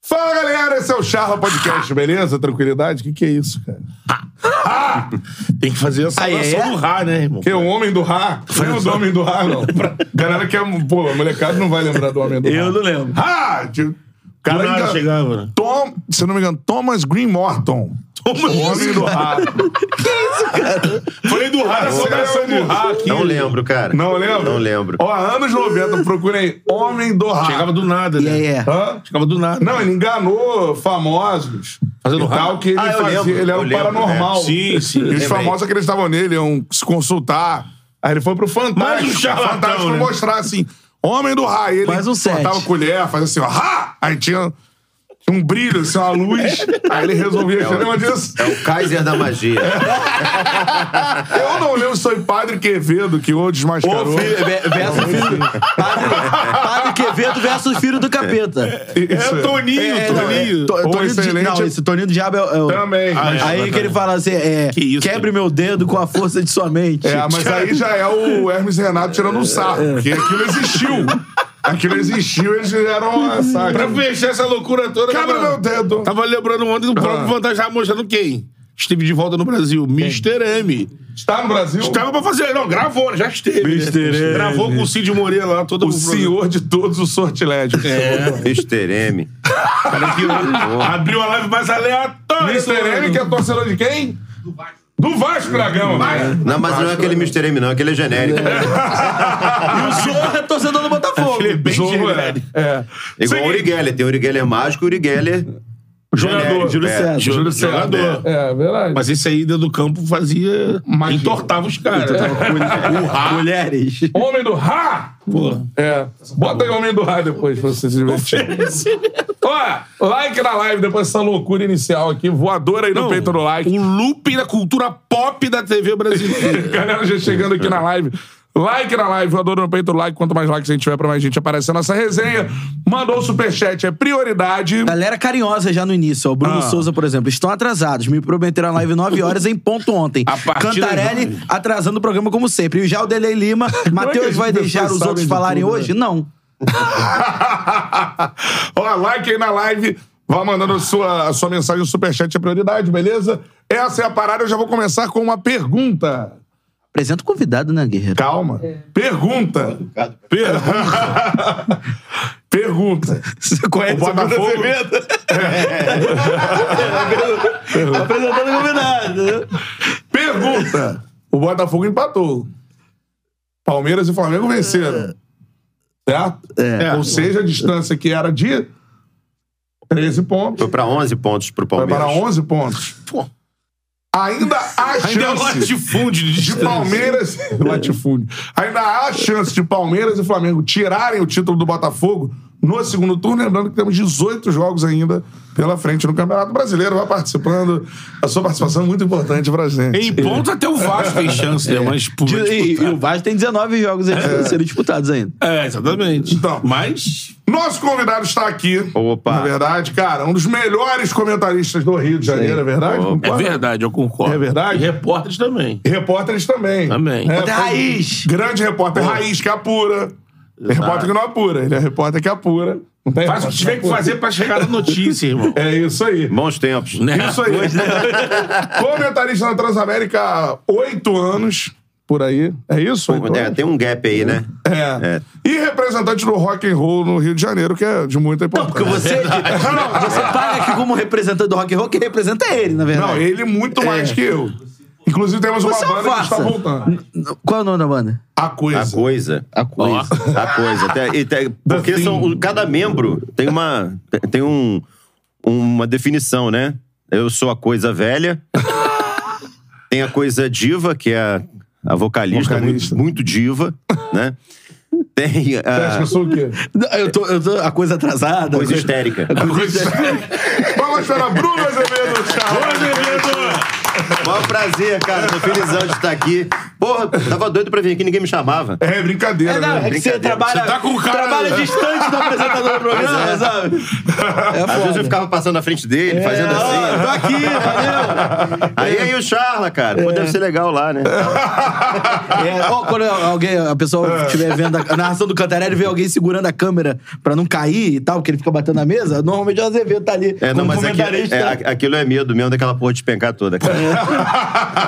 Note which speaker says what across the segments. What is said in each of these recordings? Speaker 1: Fala, galera! Esse é o Charla Podcast, beleza? Tranquilidade? O que, que é isso, cara?
Speaker 2: Tem que fazer a salvação do Rá, né, irmão?
Speaker 1: Que é o Homem do Rá? Lembra do Homem do Rá, não? Galera que é... Pô, molecada não vai lembrar do Homem do Rá.
Speaker 2: Eu não lembro.
Speaker 1: Rá! Tipo,
Speaker 2: Cada hora
Speaker 1: Moleca-
Speaker 2: chegava, né?
Speaker 1: Tom... Se eu não me engano, Thomas Green Morton.
Speaker 2: Como
Speaker 1: O Homem do Rá.
Speaker 2: Falei do Rá,
Speaker 1: Você
Speaker 2: saudação
Speaker 1: lembra
Speaker 2: do Rá aqui.
Speaker 3: Não lembro, cara.
Speaker 1: Não lembra?
Speaker 3: Não lembro.
Speaker 1: Ó, anos 90, procurem Homem do Rá.
Speaker 2: Chegava do nada, né?
Speaker 4: Yeah, yeah.
Speaker 1: Hã?
Speaker 2: Chegava do nada.
Speaker 1: Não, ele enganou famosos.
Speaker 2: Fazendo
Speaker 1: e tal,
Speaker 2: rá?
Speaker 1: que ele
Speaker 3: Ah, eu
Speaker 1: fazia.
Speaker 3: lembro,
Speaker 1: Ele era
Speaker 3: eu
Speaker 1: um
Speaker 3: lembro,
Speaker 1: paranormal.
Speaker 3: né?
Speaker 2: Sim, sim.
Speaker 1: E os
Speaker 3: Lembrei.
Speaker 1: famosos é acreditavam nele, iam se consultar. Aí ele foi pro Fantástico.
Speaker 2: Mais um charlatão,
Speaker 1: Fantástico
Speaker 2: né?
Speaker 1: mostrar assim, homem do raio. Ele
Speaker 4: Mais um set.
Speaker 1: botava colher, fazia assim, ó, rá! Aí tinha um brilho, assim, uma luz. Aí ele resolvia. Você lembra disso?
Speaker 3: É o Kaiser da magia.
Speaker 1: Eu não lembro se foi Padre Quevedo que o desmascarou.
Speaker 4: Filho, ve- versus filho. Padre, padre Quevedo versus filho do capeta.
Speaker 1: Isso
Speaker 2: É o Toninho,
Speaker 4: É, não, é,
Speaker 2: Toninho.
Speaker 4: to-
Speaker 1: Ou
Speaker 4: Toninho do Di-
Speaker 1: excelente-
Speaker 4: Não, esse Toninho do Diabo é, o- é o.
Speaker 1: Também. Ah,
Speaker 4: Aí, que ele fala assim: é,
Speaker 2: Que isso,
Speaker 4: quebre meu dedo com a força de sua mente.
Speaker 1: É, mas aí já é o Hermes Renato tirando um sarro,
Speaker 4: É.
Speaker 1: porque aquilo existiu. Aquilo existiu, eles fizeram uma saga.
Speaker 2: Pra fechar essa loucura toda...
Speaker 1: Quebra
Speaker 2: tava-
Speaker 1: meu dedo.
Speaker 2: Tava lembrando ontem do próprio Vantagem, tava mostrando quem? Esteve de volta no Brasil. Mr. M.
Speaker 1: Está Tá no Brasil?
Speaker 2: Tava pra fazer... Não, gravou, já esteve. né?
Speaker 4: Mr. M.
Speaker 2: Gravou com o Cid Moreira lá, todo
Speaker 1: o senhor de todos os sortilégios.
Speaker 3: Mr. M.
Speaker 2: Cara, que abriu a live mais aleatória.
Speaker 1: Mr. M, que é torcedor de quem? Do Vasco da Gama. mano.
Speaker 3: Não, mas não é aquele Mr. M, não. Aquele é genérico.
Speaker 4: E o senhor é torcedor do Botafogo.
Speaker 2: Ele é bem
Speaker 1: Zorro,
Speaker 2: genérico.
Speaker 1: É.
Speaker 3: É Igual o Uri Geller. Tem o Uri Geller mágico e o Uri Geller...
Speaker 2: Jogador.
Speaker 3: genérico.
Speaker 4: Júlio
Speaker 3: É,
Speaker 4: César.
Speaker 2: jo-
Speaker 1: Júlio César.
Speaker 2: Jogador.
Speaker 1: É, verdade.
Speaker 2: Mas esse aí dentro do campo fazia.
Speaker 1: Magia.
Speaker 2: Entortava os caras.
Speaker 4: Mulher- Mulheres.
Speaker 1: Homem do Rá!
Speaker 2: Pô.
Speaker 1: É. Bota aí Homem do Rá depois pra você se divertir. Ó, like na live depois dessa loucura inicial aqui. Voadora aí no peito do like.
Speaker 2: O loop da cultura pop da TV brasileira.
Speaker 1: Galera já chegando aqui na live. Like na live, eu adoro no peito like. Quanto mais likes a gente tiver, pra mais gente aparecer a nossa resenha. Mandou o superchat, é prioridade.
Speaker 4: Galera carinhosa já no início, ó. O Bruno Souza, por exemplo, estão atrasados. Me prometeram a live 9 horas em ponto ontem.
Speaker 2: A partir
Speaker 4: Cantarelli
Speaker 2: das
Speaker 4: atrasando o programa como sempre. E já o Delei Lima, Matheus
Speaker 1: as
Speaker 4: vai
Speaker 1: pessoas
Speaker 4: deixar os
Speaker 1: sabem
Speaker 4: outros
Speaker 1: de
Speaker 4: falarem
Speaker 1: tudo, né?
Speaker 4: hoje? Não.
Speaker 1: Ó, like aí na live. Vá mandando a sua, a sua mensagem no superchat, é prioridade, beleza? Essa é a parada, eu já vou começar com uma pergunta.
Speaker 4: Apresenta o convidado, né, guerreiro?
Speaker 1: Calma. Pergunta. Pergunta. Pergunta.
Speaker 4: Você conhece
Speaker 1: O Botafogo?
Speaker 4: Apresentando o convidado. né?
Speaker 1: Pergunta. O Botafogo empatou. Palmeiras e Flamengo venceram. Certo?
Speaker 4: É.
Speaker 1: Ou seja, a distância que era de 13 pontos
Speaker 3: Foi pra 11 pontos pro
Speaker 1: foi
Speaker 3: Palmeiras.
Speaker 1: para 11 pontos. Pô. Ainda há
Speaker 2: Ainda é um
Speaker 1: chance
Speaker 2: latifúndio de
Speaker 1: de
Speaker 2: distância.
Speaker 1: Palmeiras... Latifúndio. Ainda há chance de Palmeiras e Flamengo tirarem o título do Botafogo no segundo turno. Lembrando que temos 18 jogos ainda pela frente no Campeonato Brasileiro. Vai participando. A sua participação é muito importante pra gente.
Speaker 2: Em ponto até o Vasco tem chance, né? Mas pô,
Speaker 4: De- e, e
Speaker 2: disputar.
Speaker 4: o Vasco tem 19 jogos
Speaker 1: É.
Speaker 4: ainda a serem disputados ainda.
Speaker 2: É, exatamente.
Speaker 1: Então.
Speaker 2: Mas.
Speaker 1: Nosso convidado está aqui.
Speaker 3: Opa.
Speaker 1: Na verdade, cara, um dos melhores comentaristas do Rio de Janeiro, é verdade?
Speaker 3: Opa.
Speaker 2: É
Speaker 1: Concorda?
Speaker 2: verdade, eu concordo.
Speaker 1: É verdade?
Speaker 2: E repórteres também.
Speaker 1: E repórteres também.
Speaker 2: Também.
Speaker 1: É,
Speaker 4: Até
Speaker 1: foi-
Speaker 4: raiz.
Speaker 1: Grande repórter raiz que apura. É repórter que não apura. Ele é repórter que apura. Não tem
Speaker 2: Faz o que
Speaker 1: repórter
Speaker 2: tiver que
Speaker 1: apura.
Speaker 2: fazer pra chegar na notícia, irmão.
Speaker 1: É isso aí.
Speaker 3: Bons tempos.
Speaker 2: Né? é.
Speaker 1: Isso aí. Comentarista na Transamérica há oito anos. por aí. É isso? oito
Speaker 3: É,
Speaker 1: horas?
Speaker 3: tem um gap aí, né?
Speaker 1: É. E representante do rock and roll no Rio de Janeiro, que é de muita importância.
Speaker 4: Porque você, você paga aqui como representante do rock and roll, que representa ele, na verdade.
Speaker 1: Não, ele muito mais que eu. Inclusive, temos uma
Speaker 4: É. Você é um
Speaker 1: banda que está
Speaker 4: farsa.
Speaker 1: voltando.
Speaker 4: Qual é o nome da banda?
Speaker 1: A coisa.
Speaker 3: A coisa.
Speaker 4: A Coisa.
Speaker 3: A coisa. Tem- e tem- porque
Speaker 1: Assim.
Speaker 3: são, cada membro tem uma, tem um, uma definição, né? Eu sou a coisa velha. tem a coisa diva, que é a, a vocalista,
Speaker 1: Vocalista.
Speaker 3: Muito, muito diva, né? Tem
Speaker 1: Você acha que
Speaker 3: a
Speaker 1: É. eu sou o quê?
Speaker 4: Não, Eu tô, eu tô a coisa atrasada.
Speaker 3: coisa histérica.
Speaker 1: Vamos para é. Bruno Azevedo,
Speaker 3: Maior prazer, cara. Tô felizão de estar aqui. Porra, tava doido pra vir aqui, ninguém me chamava.
Speaker 1: É brincadeira,
Speaker 4: É, não,
Speaker 1: né?
Speaker 4: é que você
Speaker 3: Brincadeira.
Speaker 4: trabalha,
Speaker 1: Você tá com o cara-
Speaker 4: trabalha distante do apresentador do programa,
Speaker 3: Pois é.
Speaker 4: sabe? É
Speaker 3: Às vezes eu ficava passando na frente
Speaker 1: É,
Speaker 3: dele, fazendo assim.
Speaker 4: Tô aqui, valeu.
Speaker 3: Aí aí o Charla, cara.
Speaker 1: É.
Speaker 3: Pô, deve ser legal lá, né?
Speaker 4: É, ó, quando alguém, a
Speaker 1: É.
Speaker 4: pessoa estiver vendo a, a narração do Cantarelli, vê alguém segurando a câmera pra não cair e tal, que ele fica batendo na mesa, normalmente o Azevedo tá ali.
Speaker 3: É, não,
Speaker 4: como
Speaker 3: mas aqui,
Speaker 4: comentarista.
Speaker 3: é, a- aquilo é medo mesmo daquela porra de pencar toda, cara.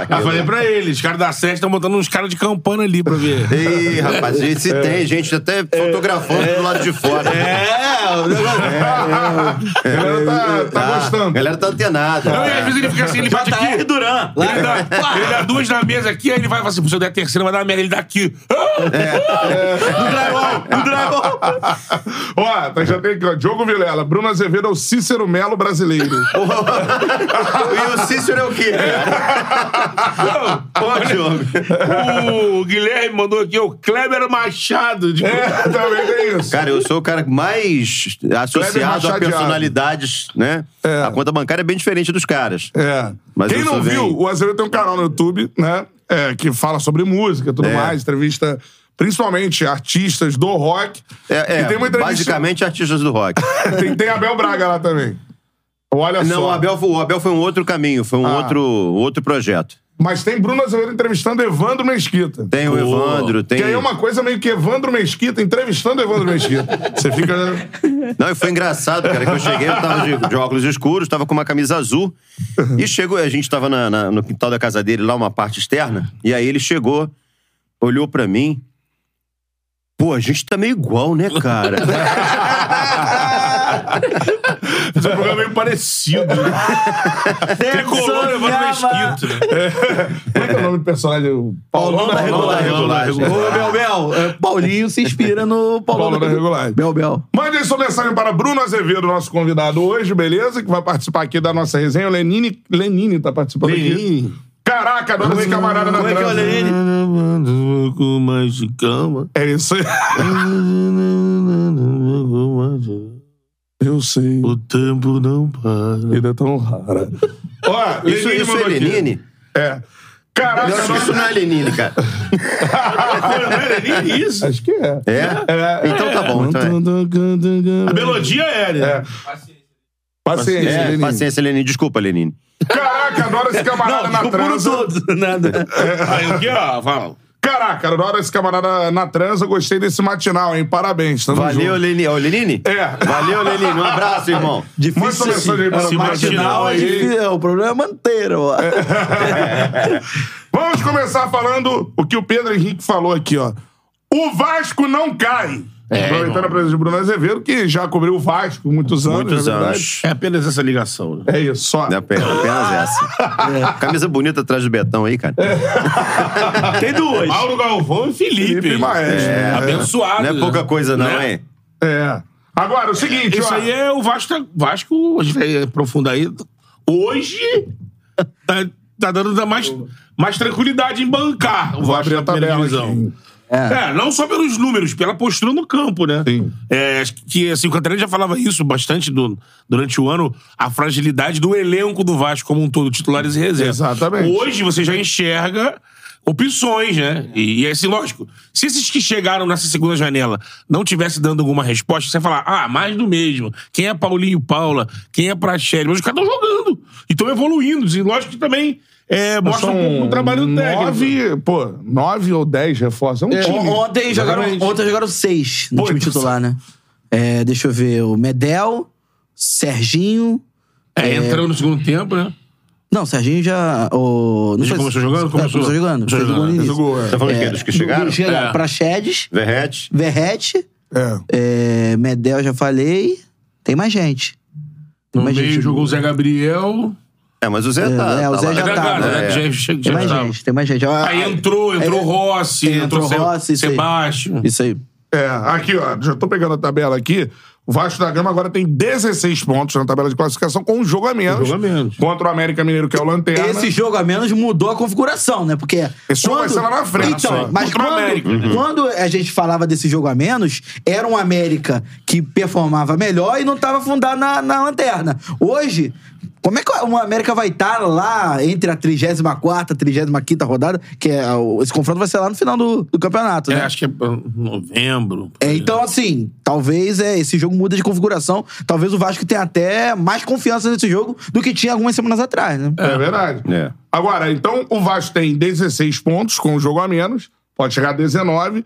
Speaker 2: Eu falei pra ele, os caras da SES estão botando uns caras de campana ali pra
Speaker 1: É.
Speaker 2: ver.
Speaker 3: Ei, rapaz, gente, se tem gente até fotografando do lado de fora.
Speaker 4: É, o negócio-
Speaker 1: A galera tá, tá
Speaker 3: Ah,
Speaker 1: gostando.
Speaker 3: A galera tá antenada.
Speaker 2: Não, e às vezes ele fica assim, ele bate aqui.
Speaker 4: JR Duran. Lá,
Speaker 2: Ele dá, ele dá duas na mesa aqui, aí ele vai e fala assim: "Pô, se eu der a terceira, vai dar uma merda. Ele dá aqui. É. Ah!
Speaker 4: no dragão, no dragão.
Speaker 1: Ó, tá, já tem aqui, ó. Diogo Vilela, Bruno Azevedo é o Cícero Melo brasileiro.
Speaker 3: e o Cícero é o quê? Pô, Diogo.
Speaker 2: O Guilherme mandou aqui, o Kleber Machado. De...
Speaker 1: É, também tem isso.
Speaker 3: Cara, eu sou o cara mais associado a
Speaker 1: Machadeado.
Speaker 3: personalidades, né?
Speaker 1: É.
Speaker 3: A conta bancária é bem diferente dos caras.
Speaker 1: É.
Speaker 3: Mas
Speaker 1: Quem
Speaker 3: eu
Speaker 1: não
Speaker 3: sou
Speaker 1: viu,
Speaker 3: bem-
Speaker 1: o Azevedo tem um canal no YouTube, né? é, que fala sobre música e tudo
Speaker 3: É.
Speaker 1: mais, entrevista principalmente artistas do rock.
Speaker 3: É, é,
Speaker 1: e tem uma entrevista.
Speaker 3: basicamente artistas do rock.
Speaker 1: Tem, tem Abel Braga lá também. Olha
Speaker 3: Não,
Speaker 1: só.
Speaker 3: o Abel, o Abel foi um outro caminho, foi um
Speaker 1: Ah.
Speaker 3: outro, outro projeto.
Speaker 1: Mas tem Bruno Azevedo entrevistando Evandro Mesquita.
Speaker 3: Tem o Evandro, tem.
Speaker 1: Que aí é uma coisa meio que Evandro Mesquita entrevistando Evandro Mesquita. Você fica.
Speaker 3: Não, e foi engraçado, cara, que eu cheguei, eu tava de, de óculos escuros, tava com uma camisa azul. E chegou, a gente tava na- na- no quintal da casa dele, lá, uma parte externa. E aí ele chegou, olhou pra mim. Pô, a gente tá meio igual, né, cara?
Speaker 2: Esse programa é meio parecido. Tricolor levando mesquito.
Speaker 1: Como é que é o nome do personagem? O
Speaker 4: Paulão da Regular.
Speaker 3: Regular.
Speaker 4: Ô, Bel Bel, é, Paulinho se inspira no Paulão
Speaker 1: Paulo da Regular.
Speaker 4: Bel Bel.
Speaker 1: Mande aí sua mensagem para Bruno Azevedo, nosso convidado hoje, beleza? Que vai participar aqui da nossa resenha. O Lenine, Lenine tá participando aqui. Caraca, adoro esse camarada da
Speaker 4: Como é que é o
Speaker 1: transa.
Speaker 4: Lenine?
Speaker 2: Com mais de cama.
Speaker 1: É isso aí. Eu sei,
Speaker 2: O tempo não para.
Speaker 1: vida é tão rara. Ó,
Speaker 3: Isso,
Speaker 1: Lenine
Speaker 3: isso é
Speaker 1: mandou aqui.
Speaker 3: Lenine?
Speaker 1: É. Caraca,
Speaker 3: Eu acho que
Speaker 1: nossa-
Speaker 3: isso não é Lenine, cara.
Speaker 2: Isso.
Speaker 1: acho que é.
Speaker 3: É? Então tá bom. Então é.
Speaker 2: A melodia é, né?
Speaker 1: É. Paciência,
Speaker 3: É,
Speaker 1: Lenine.
Speaker 3: paciência, Lenine. Desculpa, Lenine.
Speaker 1: Caraca, adoro esse camarada
Speaker 4: Não,
Speaker 1: na
Speaker 4: o mundo
Speaker 1: transa.
Speaker 4: todo. Nada.
Speaker 2: Aí aqui, ó, fala.
Speaker 1: Caraca, adoro esse camarada na transa. Gostei desse matinal, hein? Parabéns. Tamo
Speaker 3: Valeu,
Speaker 1: junto.
Speaker 3: Lenine. É o Lenine?
Speaker 1: É.
Speaker 3: Valeu, Lenine. Um abraço, irmão.
Speaker 1: Manda sua mensagem aí para
Speaker 2: se
Speaker 1: o
Speaker 2: assim. matinal
Speaker 1: matinal
Speaker 4: é
Speaker 1: aí.
Speaker 4: difícil, o problema é manter, ó.
Speaker 1: Vamos começar falando o que o Pedro Henrique falou aqui, ó. O Vasco não cai. Aproveitando a presença de Bruno Azevedo, que já cobriu o Vasco muitos anos.
Speaker 3: Muitos
Speaker 1: na verdade.
Speaker 3: anos.
Speaker 2: É apenas essa ligação. Né?
Speaker 1: É isso, só.
Speaker 3: É apenas, apenas essa. Camisa bonita atrás do Betão aí, cara.
Speaker 4: Tem duas.
Speaker 2: Mauro Galvão e Felipe.
Speaker 1: Felipe Maestro.
Speaker 2: É. Abençoado.
Speaker 3: Não é pouca coisa, não,
Speaker 2: Né?
Speaker 3: hein?
Speaker 1: É. Agora, é o seguinte,
Speaker 2: Isso
Speaker 1: ó.
Speaker 2: aí é o Vasco. tá- Vasco, a gente vai aprofundar aí. Hoje tá, tá dando da mais, mais tranquilidade em bancar o
Speaker 1: Vou abrir
Speaker 2: Vasco na
Speaker 1: a
Speaker 2: primeira
Speaker 1: tabela
Speaker 2: divisão.
Speaker 1: aqui.
Speaker 2: É, não só pelos números, pela postura no campo, né?
Speaker 1: Sim.
Speaker 2: É, acho que assim, o Cantarelli já falava isso bastante do- durante o ano, a fragilidade do elenco do Vasco como um todo, titulares e reservas.
Speaker 1: Exatamente.
Speaker 2: Hoje você já enxerga opções, né? E, e assim, lógico, se esses que chegaram nessa segunda janela não tivesse dando alguma resposta, você ia falar, ah, mais do mesmo. Quem é Paulinho e Paula? Quem é Prachelli? Mas os caras estão jogando e estão evoluindo. E lógico que também é, mostra um pouco do trabalho técnico.
Speaker 1: nove, pô, nove ou dez reforços. É um time.
Speaker 4: O- Ontem jogaram,
Speaker 1: Exatamente.
Speaker 4: ontem jogaram seis no
Speaker 1: Pô,
Speaker 4: time
Speaker 1: então-
Speaker 4: titular, né? É, deixa eu ver. O Medel, Serginho.
Speaker 2: É, entrando no segundo tempo, né?
Speaker 4: Não, o Serginho já. O, não
Speaker 2: Ele já começou jogando?
Speaker 4: É,
Speaker 2: Começou.
Speaker 4: começou jogando.
Speaker 2: Começou
Speaker 4: Fez o gol
Speaker 2: jogando,
Speaker 4: no
Speaker 2: né?
Speaker 1: Fez o
Speaker 4: início.
Speaker 1: gol, é.
Speaker 3: Tá falando de quem? Dos que chegaram?
Speaker 4: Chegaram
Speaker 2: É.
Speaker 4: Praxedes,
Speaker 3: Verrete.
Speaker 4: Verrete,
Speaker 1: É.
Speaker 4: é, Medel, já falei. Tem mais gente.
Speaker 2: No
Speaker 4: Mas,
Speaker 2: meio um
Speaker 4: gente,
Speaker 2: jogou o Zé Gabriel.
Speaker 3: É, mas o Zé tá.
Speaker 4: é, o
Speaker 3: tá
Speaker 4: Zé
Speaker 3: lá.
Speaker 4: já
Speaker 2: é da
Speaker 4: tá,
Speaker 2: Gana,
Speaker 4: né?
Speaker 2: né? Que já, já,
Speaker 4: Tem
Speaker 2: já
Speaker 4: mais
Speaker 2: tava.
Speaker 4: gente, tem mais gente. Ah,
Speaker 2: Aí entrou, entrou
Speaker 4: é,
Speaker 2: Rossi, entrou,
Speaker 4: entrou Rossi, isso aí.
Speaker 2: Sebastião.
Speaker 4: Isso aí.
Speaker 1: É, aqui, ó, já tô pegando a tabela aqui. O Vasco da Gama agora tem 16 pontos na tabela de classificação com um jogo a menos.
Speaker 2: Um jogo a menos.
Speaker 1: Contra o América Mineiro, que é o Lanterna.
Speaker 4: Esse jogo a menos mudou a configuração, né? Porque.
Speaker 1: Esse jogo vai ser lá na frente,
Speaker 4: Então,
Speaker 1: só.
Speaker 4: mas
Speaker 1: Contra o
Speaker 4: quando,
Speaker 1: América.
Speaker 2: né?
Speaker 4: quando a gente falava desse jogo a menos, era um América que performava melhor e não estava afundado na, na lanterna. Hoje. Como é que o América vai estar lá entre a 34 e a 35 rodada? Que é, o- esse confronto vai ser lá no final do, do campeonato,
Speaker 2: É,
Speaker 4: né?
Speaker 2: acho que é pra novembro.
Speaker 4: É, então, assim, talvez é, esse jogo muda de configuração. Talvez o Vasco tenha até mais confiança nesse jogo do que tinha algumas semanas atrás, né?
Speaker 1: É verdade.
Speaker 3: É.
Speaker 1: Agora, então, o Vasco tem 16 pontos com um jogo a menos. Pode chegar a 19.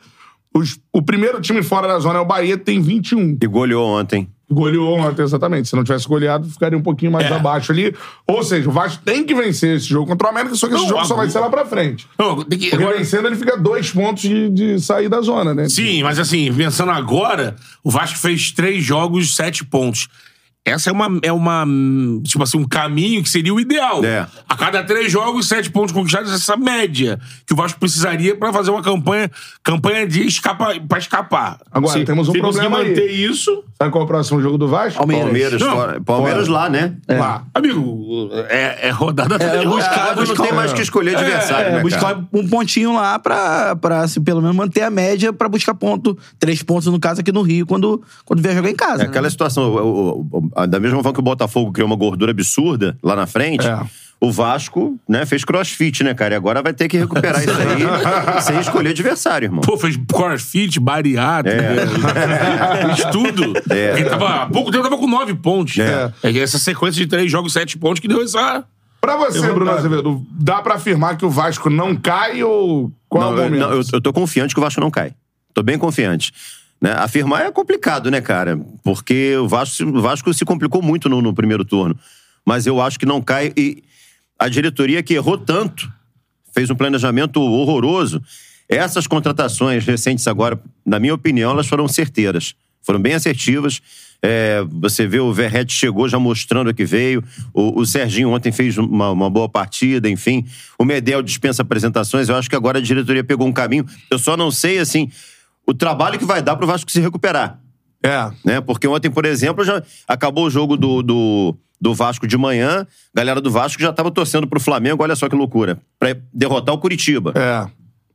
Speaker 1: Os- o primeiro time fora da zona é o Bahia, tem 21.
Speaker 3: E goleou ontem.
Speaker 1: Goleou ontem, exatamente. Se não tivesse goleado, ficaria um pouquinho mais
Speaker 2: É.
Speaker 1: abaixo ali. Ou seja, o Vasco tem que vencer esse jogo contra o América, só que esse
Speaker 2: Não,
Speaker 1: jogo só vai
Speaker 2: agora-
Speaker 1: ser lá pra frente.
Speaker 2: Não, tem que-
Speaker 1: Porque vencendo, ele fica dois pontos de, de sair da zona, né?
Speaker 2: Sim, mas assim, pensando agora, o Vasco fez três jogos, sete pontos. Essa é uma, é uma. hum, Tipo assim, um caminho que seria o ideal.
Speaker 3: É.
Speaker 2: A cada três jogos, sete pontos conquistados, essa média que o Vasco precisaria pra fazer uma campanha campanha de escapa, pra escapar.
Speaker 1: Agora, temos um
Speaker 2: se conseguir
Speaker 1: problema aí.
Speaker 2: manter isso.
Speaker 1: Sabe qual é o próximo jogo do Vasco?
Speaker 4: Palmeiras.
Speaker 3: Palmeiras,
Speaker 2: Não.
Speaker 3: fora. Palmeiras lá, né?
Speaker 1: Lá.
Speaker 2: Amigo, é, é rodada atrás de rodada.
Speaker 3: Ah, não tem mais que escolher adversário,
Speaker 4: É,
Speaker 3: né, cara?
Speaker 4: buscar um pontinho lá pra, pra se pelo menos manter a média pra buscar ponto. Três pontos, no caso, aqui no Rio, quando, quando vier jogar em casa.
Speaker 3: É
Speaker 4: né?
Speaker 3: aquela situação. o- o- o- a- da mesma forma que o Botafogo criou uma gordura absurda lá na frente,
Speaker 1: É.
Speaker 3: o Vasco né, fez crossfit, né, cara? E agora vai ter que recuperar isso aí sem escolher adversário, irmão.
Speaker 2: Pô, fez crossfit, bariátrica, né? fez tudo.
Speaker 3: É.
Speaker 2: Ele tava, há pouco tempo tava com nove pontos.
Speaker 3: É.
Speaker 2: É Essa sequência de três jogos, sete pontos, que deu essa...
Speaker 1: Pra você, Bruno Azevedo, dá pra afirmar que o Vasco não cai ou qual
Speaker 3: Não,
Speaker 1: é o
Speaker 3: eu,
Speaker 1: momento?
Speaker 3: não, eu- eu tô confiante que o Vasco não cai. Tô bem confiante. Né? Afirmar é complicado, né, cara? Porque o Vasco, se- o Vasco se complicou muito no, no primeiro turno. Mas eu acho que não cai. E a diretoria que errou tanto, fez um planejamento horroroso. Essas contratações recentes agora, na minha opinião, elas foram certeiras. Foram bem assertivas. É, você vê o Verrete chegou já mostrando o que veio. O, o Serginho ontem fez uma, uma boa partida, enfim. O Medel dispensa apresentações. Eu acho que agora a diretoria pegou um caminho. Eu só não sei, assim, o trabalho que vai dar pro Vasco se recuperar
Speaker 1: É.
Speaker 3: né? Porque ontem, por exemplo, já acabou o jogo do, do, do Vasco de manhã, a galera do Vasco já estava torcendo pro Flamengo, olha só que loucura, para derrotar o Curitiba.
Speaker 1: É.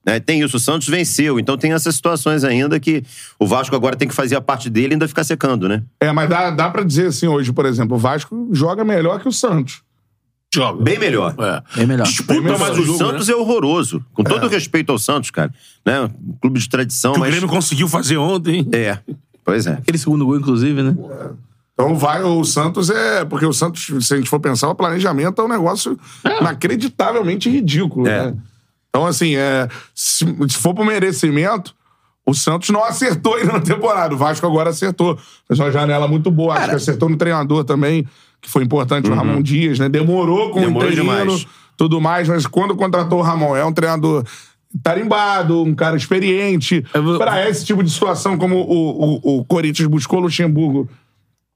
Speaker 3: né? Tem isso, o Santos venceu, então tem essas situações ainda que o Vasco agora tem que fazer a parte dele e ainda ficar secando, né?
Speaker 1: É, mas dá, dá pra dizer assim hoje, por exemplo, o Vasco joga melhor que o Santos.
Speaker 2: Joga.
Speaker 3: Bem melhor.
Speaker 2: É.
Speaker 4: Bem melhor.
Speaker 2: Disputa
Speaker 3: Mas
Speaker 2: mais
Speaker 3: o
Speaker 2: o jogo,
Speaker 3: Santos
Speaker 2: né?
Speaker 3: é horroroso. Com todo o respeito ao Santos, cara. Né? Um Clube de tradição,
Speaker 2: Que o
Speaker 3: mas.
Speaker 2: Grêmio conseguiu fazer ontem.
Speaker 3: É. Pois é.
Speaker 4: Aquele segundo gol, inclusive, né?
Speaker 1: Então vai, o Santos é. Porque o Santos, se a gente for pensar, o planejamento é um negócio inacreditavelmente ridículo,
Speaker 3: É.
Speaker 1: né? Então, assim, é, se, se for pro merecimento, o Santos não acertou ainda na temporada. O Vasco agora acertou. Fez uma janela muito boa. Acho que acertou no treinador também, que foi importante, o Ramon Dias, né? Demorou com
Speaker 3: Demorou
Speaker 1: o interino,
Speaker 3: demais.
Speaker 1: tudo mais, mas quando contratou o Ramon, é um treinador tarimbado, um cara experiente.
Speaker 2: Eu vou-
Speaker 1: Pra esse tipo de situação, como o, o, o Corinthians buscou Luxemburgo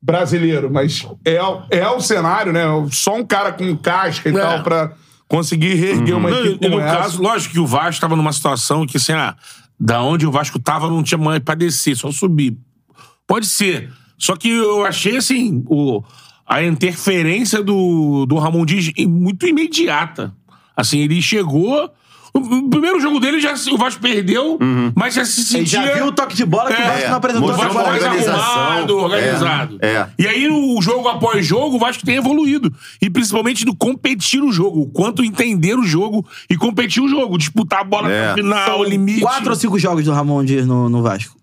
Speaker 1: brasileiro, mas é, o- é o cenário, né? Só um cara com casca e
Speaker 2: É.
Speaker 1: tal pra conseguir reerguer uma
Speaker 2: Uhum. Não, e-
Speaker 1: equipe
Speaker 2: e no
Speaker 1: como essa.
Speaker 2: caso, lógico que o Vasco estava numa situação que, assim, ah, da onde o Vasco tava não tinha mais pra descer, só subir. Pode ser. Só que eu achei, assim, o, a interferência do, do Ramon Dias i- muito imediata. Assim, ele chegou. O, o primeiro jogo dele já se- o Vasco perdeu, mas já se
Speaker 4: Uhum. Ele
Speaker 2: sentia.
Speaker 4: já viu o toque de bola que o
Speaker 2: É,
Speaker 4: Vasco não apresentou
Speaker 2: O
Speaker 3: mostrou
Speaker 4: até
Speaker 2: Vasco
Speaker 3: uma
Speaker 4: agora.
Speaker 2: mais
Speaker 3: organização.
Speaker 2: arrumado, organizado.
Speaker 3: É, é.
Speaker 2: E aí, o jogo após jogo, o Vasco tem evoluído. E principalmente do competir o jogo, o quanto entender o jogo e competir o jogo, disputar a bola
Speaker 3: É.
Speaker 2: até o final, o limite.
Speaker 4: Quatro ou cinco jogos do Ramon Dias no, no Vasco.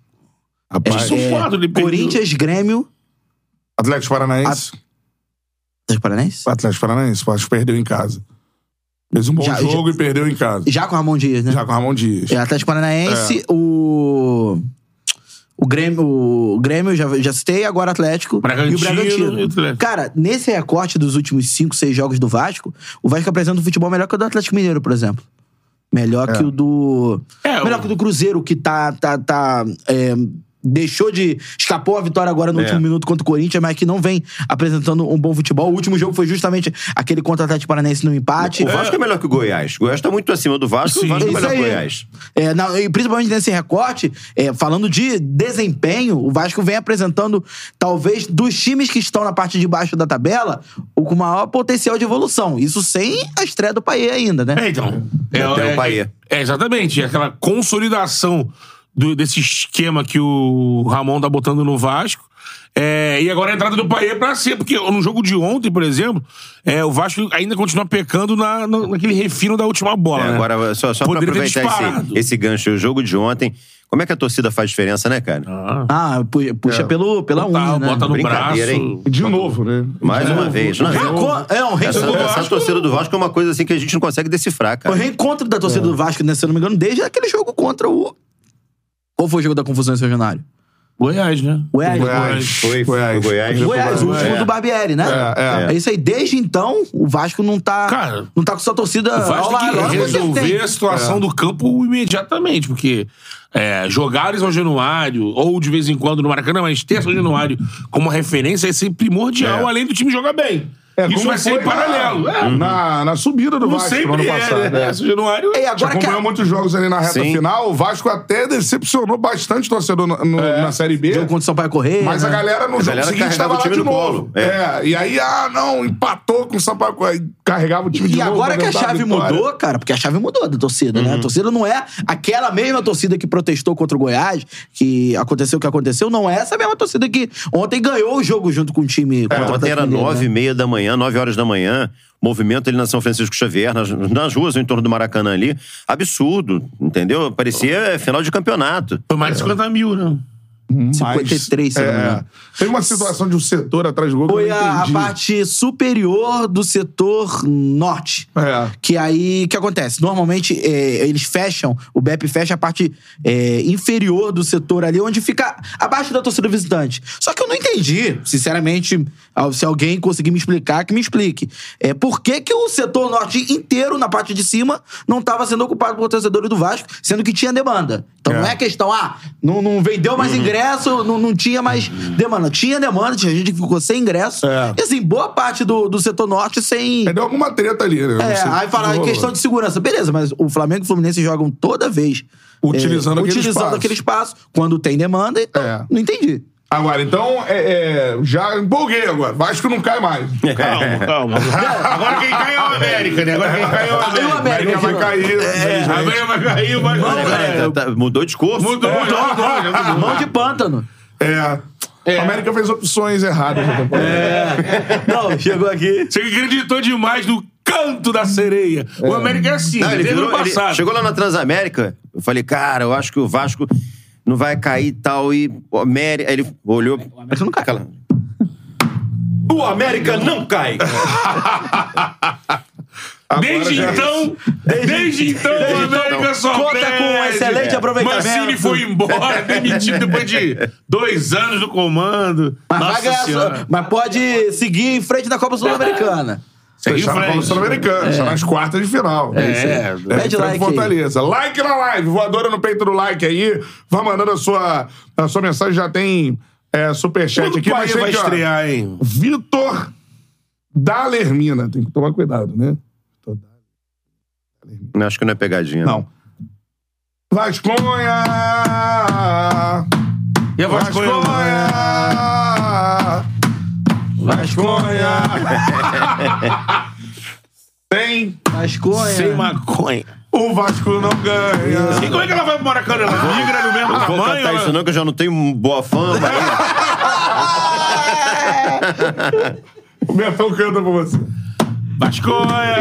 Speaker 1: Rapaz,
Speaker 2: São quatro,
Speaker 4: é.
Speaker 2: ele perdeu.
Speaker 4: Corinthians, Grêmio.
Speaker 1: Atlético Paranaense.
Speaker 4: Atlético Paranaense?
Speaker 1: Atlético Paranaense, o Vasco perdeu em casa. Fez um bom
Speaker 4: Já-
Speaker 1: jogo e perdeu em casa.
Speaker 4: Já com o Ramon Dias, né?
Speaker 1: Já com o Ramon Dias.
Speaker 4: É Atlético Paranaense, o. O Grêmio, o Grêmio eu já, já citei, agora Atlético
Speaker 2: Bragantino
Speaker 4: e o Bragantino.
Speaker 2: e Atlético.
Speaker 4: Cara, nesse recorte dos últimos 5, 6 jogos do Vasco, o Vasco apresenta um futebol melhor que o do Atlético Mineiro, por exemplo. Melhor que o do.
Speaker 2: É,
Speaker 4: melhor
Speaker 2: o-
Speaker 4: que o do Cruzeiro, que tá. tá, tá é, deixou de. Escapou a vitória agora
Speaker 2: É.
Speaker 4: no último minuto contra o Corinthians, mas que não vem apresentando um bom futebol. O último jogo foi justamente aquele contra o Atlético Paranaense no empate.
Speaker 3: O Vasco é. melhor que o Goiás. O Goiás tá muito acima do Vasco,
Speaker 2: Sim.
Speaker 3: o Vasco é
Speaker 4: Isso
Speaker 3: melhor que
Speaker 4: aí.
Speaker 3: o Goiás.
Speaker 4: É, na- e principalmente nesse recorte, é, falando de desempenho, o Vasco vem apresentando, talvez, dos times que estão na parte de baixo da tabela, o com maior potencial de evolução. Isso sem a estreia do Paê ainda, né?
Speaker 2: É, então. É,
Speaker 3: Até o Bahia.
Speaker 2: É, é, exatamente. É aquela consolidação do- desse esquema que o Ramon tá botando no Vasco. É, e agora a entrada do Paê pra ser, porque no jogo de ontem, por exemplo, é, o Vasco ainda continua pecando na, na- naquele refino da última bola.
Speaker 3: É,
Speaker 2: né?
Speaker 3: agora, só, só pra
Speaker 2: Poderia ter
Speaker 3: aproveitar esse,
Speaker 2: disparado.
Speaker 3: esse gancho, o jogo de ontem. Como é que a torcida faz diferença, né, cara?
Speaker 2: Ah,
Speaker 4: Ah, pu- puxa pelo, pela
Speaker 2: bota,
Speaker 4: unha, né?
Speaker 2: bota no braço.
Speaker 3: Brincadeira, hein?
Speaker 1: De novo, né?
Speaker 3: Mais
Speaker 1: De
Speaker 3: uma
Speaker 2: É.
Speaker 1: novo.
Speaker 3: vez, não.
Speaker 1: De
Speaker 3: Já
Speaker 1: novo.
Speaker 4: Co- É, um
Speaker 3: Essa, é.
Speaker 4: reencontro,
Speaker 3: essa torcida do Vasco é uma coisa assim que a gente não consegue decifrar,
Speaker 4: o
Speaker 3: cara.
Speaker 4: um reencontro da torcida do Vasco, né, se eu não me engano, desde aquele jogo contra o... Qual foi o jogo da confusão em seu jornal?
Speaker 2: Goiás, né?
Speaker 4: O Hélio.
Speaker 1: Goiás.
Speaker 3: Foi,
Speaker 1: Goiás.
Speaker 3: foi Goiás.
Speaker 1: Foi
Speaker 4: Goiás, o último
Speaker 3: É.
Speaker 4: do Barbieri, né?
Speaker 1: É,
Speaker 4: É isso aí. Desde então, o Vasco não tá.
Speaker 2: Cara,
Speaker 4: não tá com sua torcida.
Speaker 2: O Vasco
Speaker 4: ao
Speaker 2: tem
Speaker 4: lado.
Speaker 2: que resolver a situação do campo imediatamente, porque é, jogar em São Januário, ou de vez em quando no Maracanã, mas ter São Januário como referência é sempre primordial,
Speaker 3: É.
Speaker 2: além do time jogar bem.
Speaker 1: É,
Speaker 2: Isso
Speaker 1: como
Speaker 2: vai ser
Speaker 1: foi
Speaker 2: em paralelo.
Speaker 1: Na,
Speaker 2: É,
Speaker 1: na, na subida do
Speaker 2: Como
Speaker 1: Vasco no
Speaker 2: sempre
Speaker 1: ano
Speaker 2: é,
Speaker 1: passado.
Speaker 2: né?
Speaker 1: né?
Speaker 2: São Januário...
Speaker 4: É,
Speaker 1: Já
Speaker 4: agora que.
Speaker 1: acompanhou
Speaker 4: a-
Speaker 1: muitos jogos ali na reta
Speaker 3: Sim.
Speaker 1: final. O Vasco até decepcionou bastante o torcedor no- no-
Speaker 2: É.
Speaker 1: na Série B.
Speaker 4: Jogo contra o Sampaio Correia.
Speaker 1: Mas a
Speaker 4: né?
Speaker 1: galera no jogo
Speaker 3: galera
Speaker 1: seguinte estava
Speaker 3: carregava o
Speaker 1: lá
Speaker 3: time
Speaker 1: de
Speaker 3: no
Speaker 1: novo.
Speaker 3: colo.
Speaker 1: É. E aí, ah, não, empatou com o Sampaio. Aí Carregava o time de
Speaker 4: E
Speaker 1: novo.
Speaker 4: agora
Speaker 1: pra
Speaker 4: que a
Speaker 1: tentar
Speaker 4: chave
Speaker 1: vitória.
Speaker 4: mudou, cara, porque a chave mudou da torcida, né? A torcida não é aquela mesma torcida que protestou contra o Goiás, que aconteceu o que aconteceu, não é essa mesma torcida que ontem ganhou o jogo junto com o time. contra o
Speaker 3: Ontem
Speaker 4: Atlético
Speaker 3: era
Speaker 4: Mineiro,
Speaker 3: nove
Speaker 4: né?
Speaker 3: e meia da manhã, nove horas da manhã, movimento ali na São Francisco Xavier, nas, nas ruas em torno do Maracanã ali, absurdo, entendeu? Parecia é, final de campeonato.
Speaker 2: Foi mais de 50 mil, né?
Speaker 1: Mas, é,
Speaker 4: 53, se não me engano.
Speaker 1: Tem uma situação de um setor atrás do gol
Speaker 4: Foi
Speaker 1: que eu não
Speaker 4: a, a
Speaker 1: entendi.
Speaker 4: parte superior do setor norte.
Speaker 1: É.
Speaker 4: Que aí, o que acontece? Normalmente, é, eles fecham, o BEP fecha a parte é, inferior do setor ali, onde fica abaixo da torcida visitante. Só que eu não entendi, sinceramente, ao- se alguém conseguir me explicar, que me explique. É, por que, que o setor norte inteiro, na parte de cima, não estava sendo ocupado por torcedores do Vasco, sendo que tinha demanda? Então não é questão, ah, não, não vendeu mais
Speaker 1: Uhum.
Speaker 4: ingresso, não, não tinha mais demanda. Tinha demanda, tinha gente que ficou sem ingresso.
Speaker 1: É.
Speaker 4: E assim, boa parte do, do setor norte sem.
Speaker 1: É, Deu alguma treta ali, né? Não
Speaker 4: É,
Speaker 1: sei o
Speaker 4: aí
Speaker 1: que
Speaker 4: fala em
Speaker 1: rolou.
Speaker 4: questão de segurança. Beleza, mas o Flamengo e o Fluminense jogam toda vez.
Speaker 1: Utilizando
Speaker 4: é,
Speaker 1: aquele
Speaker 4: utilizando
Speaker 1: espaço.
Speaker 4: aquele espaço. Quando tem demanda, então,
Speaker 1: É.
Speaker 4: não entendi.
Speaker 1: Agora, então, é, é, já empolguei agora. Vasco não cai mais.
Speaker 3: É,
Speaker 2: Calma, calma. Agora quem cai é o América, né? Agora quem cai é o
Speaker 4: Aí o
Speaker 2: América.
Speaker 4: América
Speaker 1: Vai cair.
Speaker 2: É,
Speaker 1: infelizmente.
Speaker 2: América vai cair, vai
Speaker 3: Olha,
Speaker 2: cair.
Speaker 3: cara, tá- tá- mudou de curso.
Speaker 2: Mudou, mudou, mudou, já mudou.
Speaker 4: Mão de pântano.
Speaker 1: É. A América fez opções erradas na temporada.
Speaker 4: É, Não, chegou aqui.
Speaker 2: Você acreditou demais no canto da sereia. O América é assim,
Speaker 3: Não, ele
Speaker 2: desde o
Speaker 3: virou-
Speaker 2: ano
Speaker 3: ele
Speaker 2: passado.
Speaker 3: chegou lá na Transamérica, eu falei, cara, eu acho que o Vasco não vai cair e tal, e o América... Aí ele olhou... O América não cai. O América não cai!
Speaker 2: Desde
Speaker 1: já-
Speaker 2: então, desde então, o América
Speaker 3: então.
Speaker 2: só
Speaker 4: Conta
Speaker 2: perde.
Speaker 4: com um excelente aproveitamento.
Speaker 2: Mancini foi embora, demitido depois de dois anos do comando.
Speaker 4: Mas,
Speaker 2: Nossa
Speaker 4: vai ganhar
Speaker 2: Senhora.
Speaker 4: só- mas pode seguir em frente da Copa Sul-Americana.
Speaker 2: Segue em
Speaker 1: Fechar na Copa
Speaker 2: frente.
Speaker 1: Sul-Americana, está nas quartas de final. É,
Speaker 2: isso aí.
Speaker 4: Pede
Speaker 1: Pede
Speaker 4: like
Speaker 1: like. Fortaleza. Like na live, voadora no peito do like aí. Vá mandando a sua, a sua mensagem, já tem é, superchat
Speaker 2: Quando
Speaker 1: aqui.
Speaker 2: o Bahia
Speaker 1: Mas tem
Speaker 2: vai
Speaker 1: aqui, ó,
Speaker 2: estrear, hein?
Speaker 1: Vitor Dalermina. Tem que tomar cuidado, né? Vitor
Speaker 3: Acho que não é pegadinha.
Speaker 1: Não. Vasconha!
Speaker 2: E a Vasconha?
Speaker 1: é? Vasconha! Vasconha! Tem.
Speaker 4: Vasconha.
Speaker 2: Sem maconha.
Speaker 1: O Vasco não
Speaker 2: E
Speaker 1: ganha.
Speaker 2: como é que ela vai pro Maracanã? Ela migra no mesmo
Speaker 3: Vou
Speaker 2: tamanho? né?
Speaker 3: cantar
Speaker 2: ela-
Speaker 3: Ah, tá, isso não, que eu já não tenho boa fama. né?
Speaker 1: O Betão canta pra você.
Speaker 2: Basconha!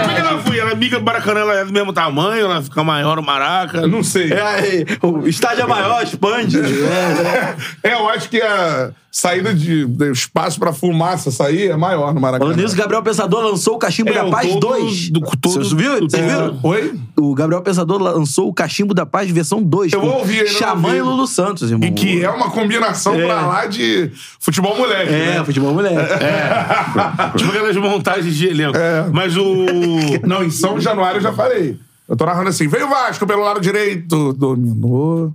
Speaker 2: Como é que ela foi? Ela é amiga do Maracanã, ela é do mesmo tamanho, ela fica maior o Maraca.
Speaker 1: Não sei.
Speaker 4: É, aí, o estádio é maior, expande. É, é.
Speaker 1: É, eu acho que a saída de, de espaço pra fumaça sair é maior no Maracanã.
Speaker 4: Falando nisso, Gabriel Pensador lançou o Cachimbo
Speaker 2: É,
Speaker 4: da
Speaker 2: o
Speaker 4: Paz
Speaker 2: todo-
Speaker 4: 2.
Speaker 2: do- todo-
Speaker 4: Vocês viram?
Speaker 2: do-
Speaker 4: Vocês viram?
Speaker 1: É. Oi?
Speaker 4: O Gabriel Pensador lançou o Cachimbo da Paz versão 2.
Speaker 1: Eu
Speaker 4: com
Speaker 1: vou ouvir, eu não
Speaker 4: Xamã
Speaker 1: ouvi.
Speaker 4: e Lulu Santos, irmão.
Speaker 1: E que é uma combinação
Speaker 4: É.
Speaker 1: pra lá de futebol moleque.
Speaker 4: É,
Speaker 1: né?
Speaker 4: futebol moleque.
Speaker 2: Tipo aquelas montagens de elenco.
Speaker 1: É.
Speaker 2: Mas o.
Speaker 1: Não, em São Januário eu já falei. Eu tô narrando assim, veio o Vasco pelo lado direito, dominou.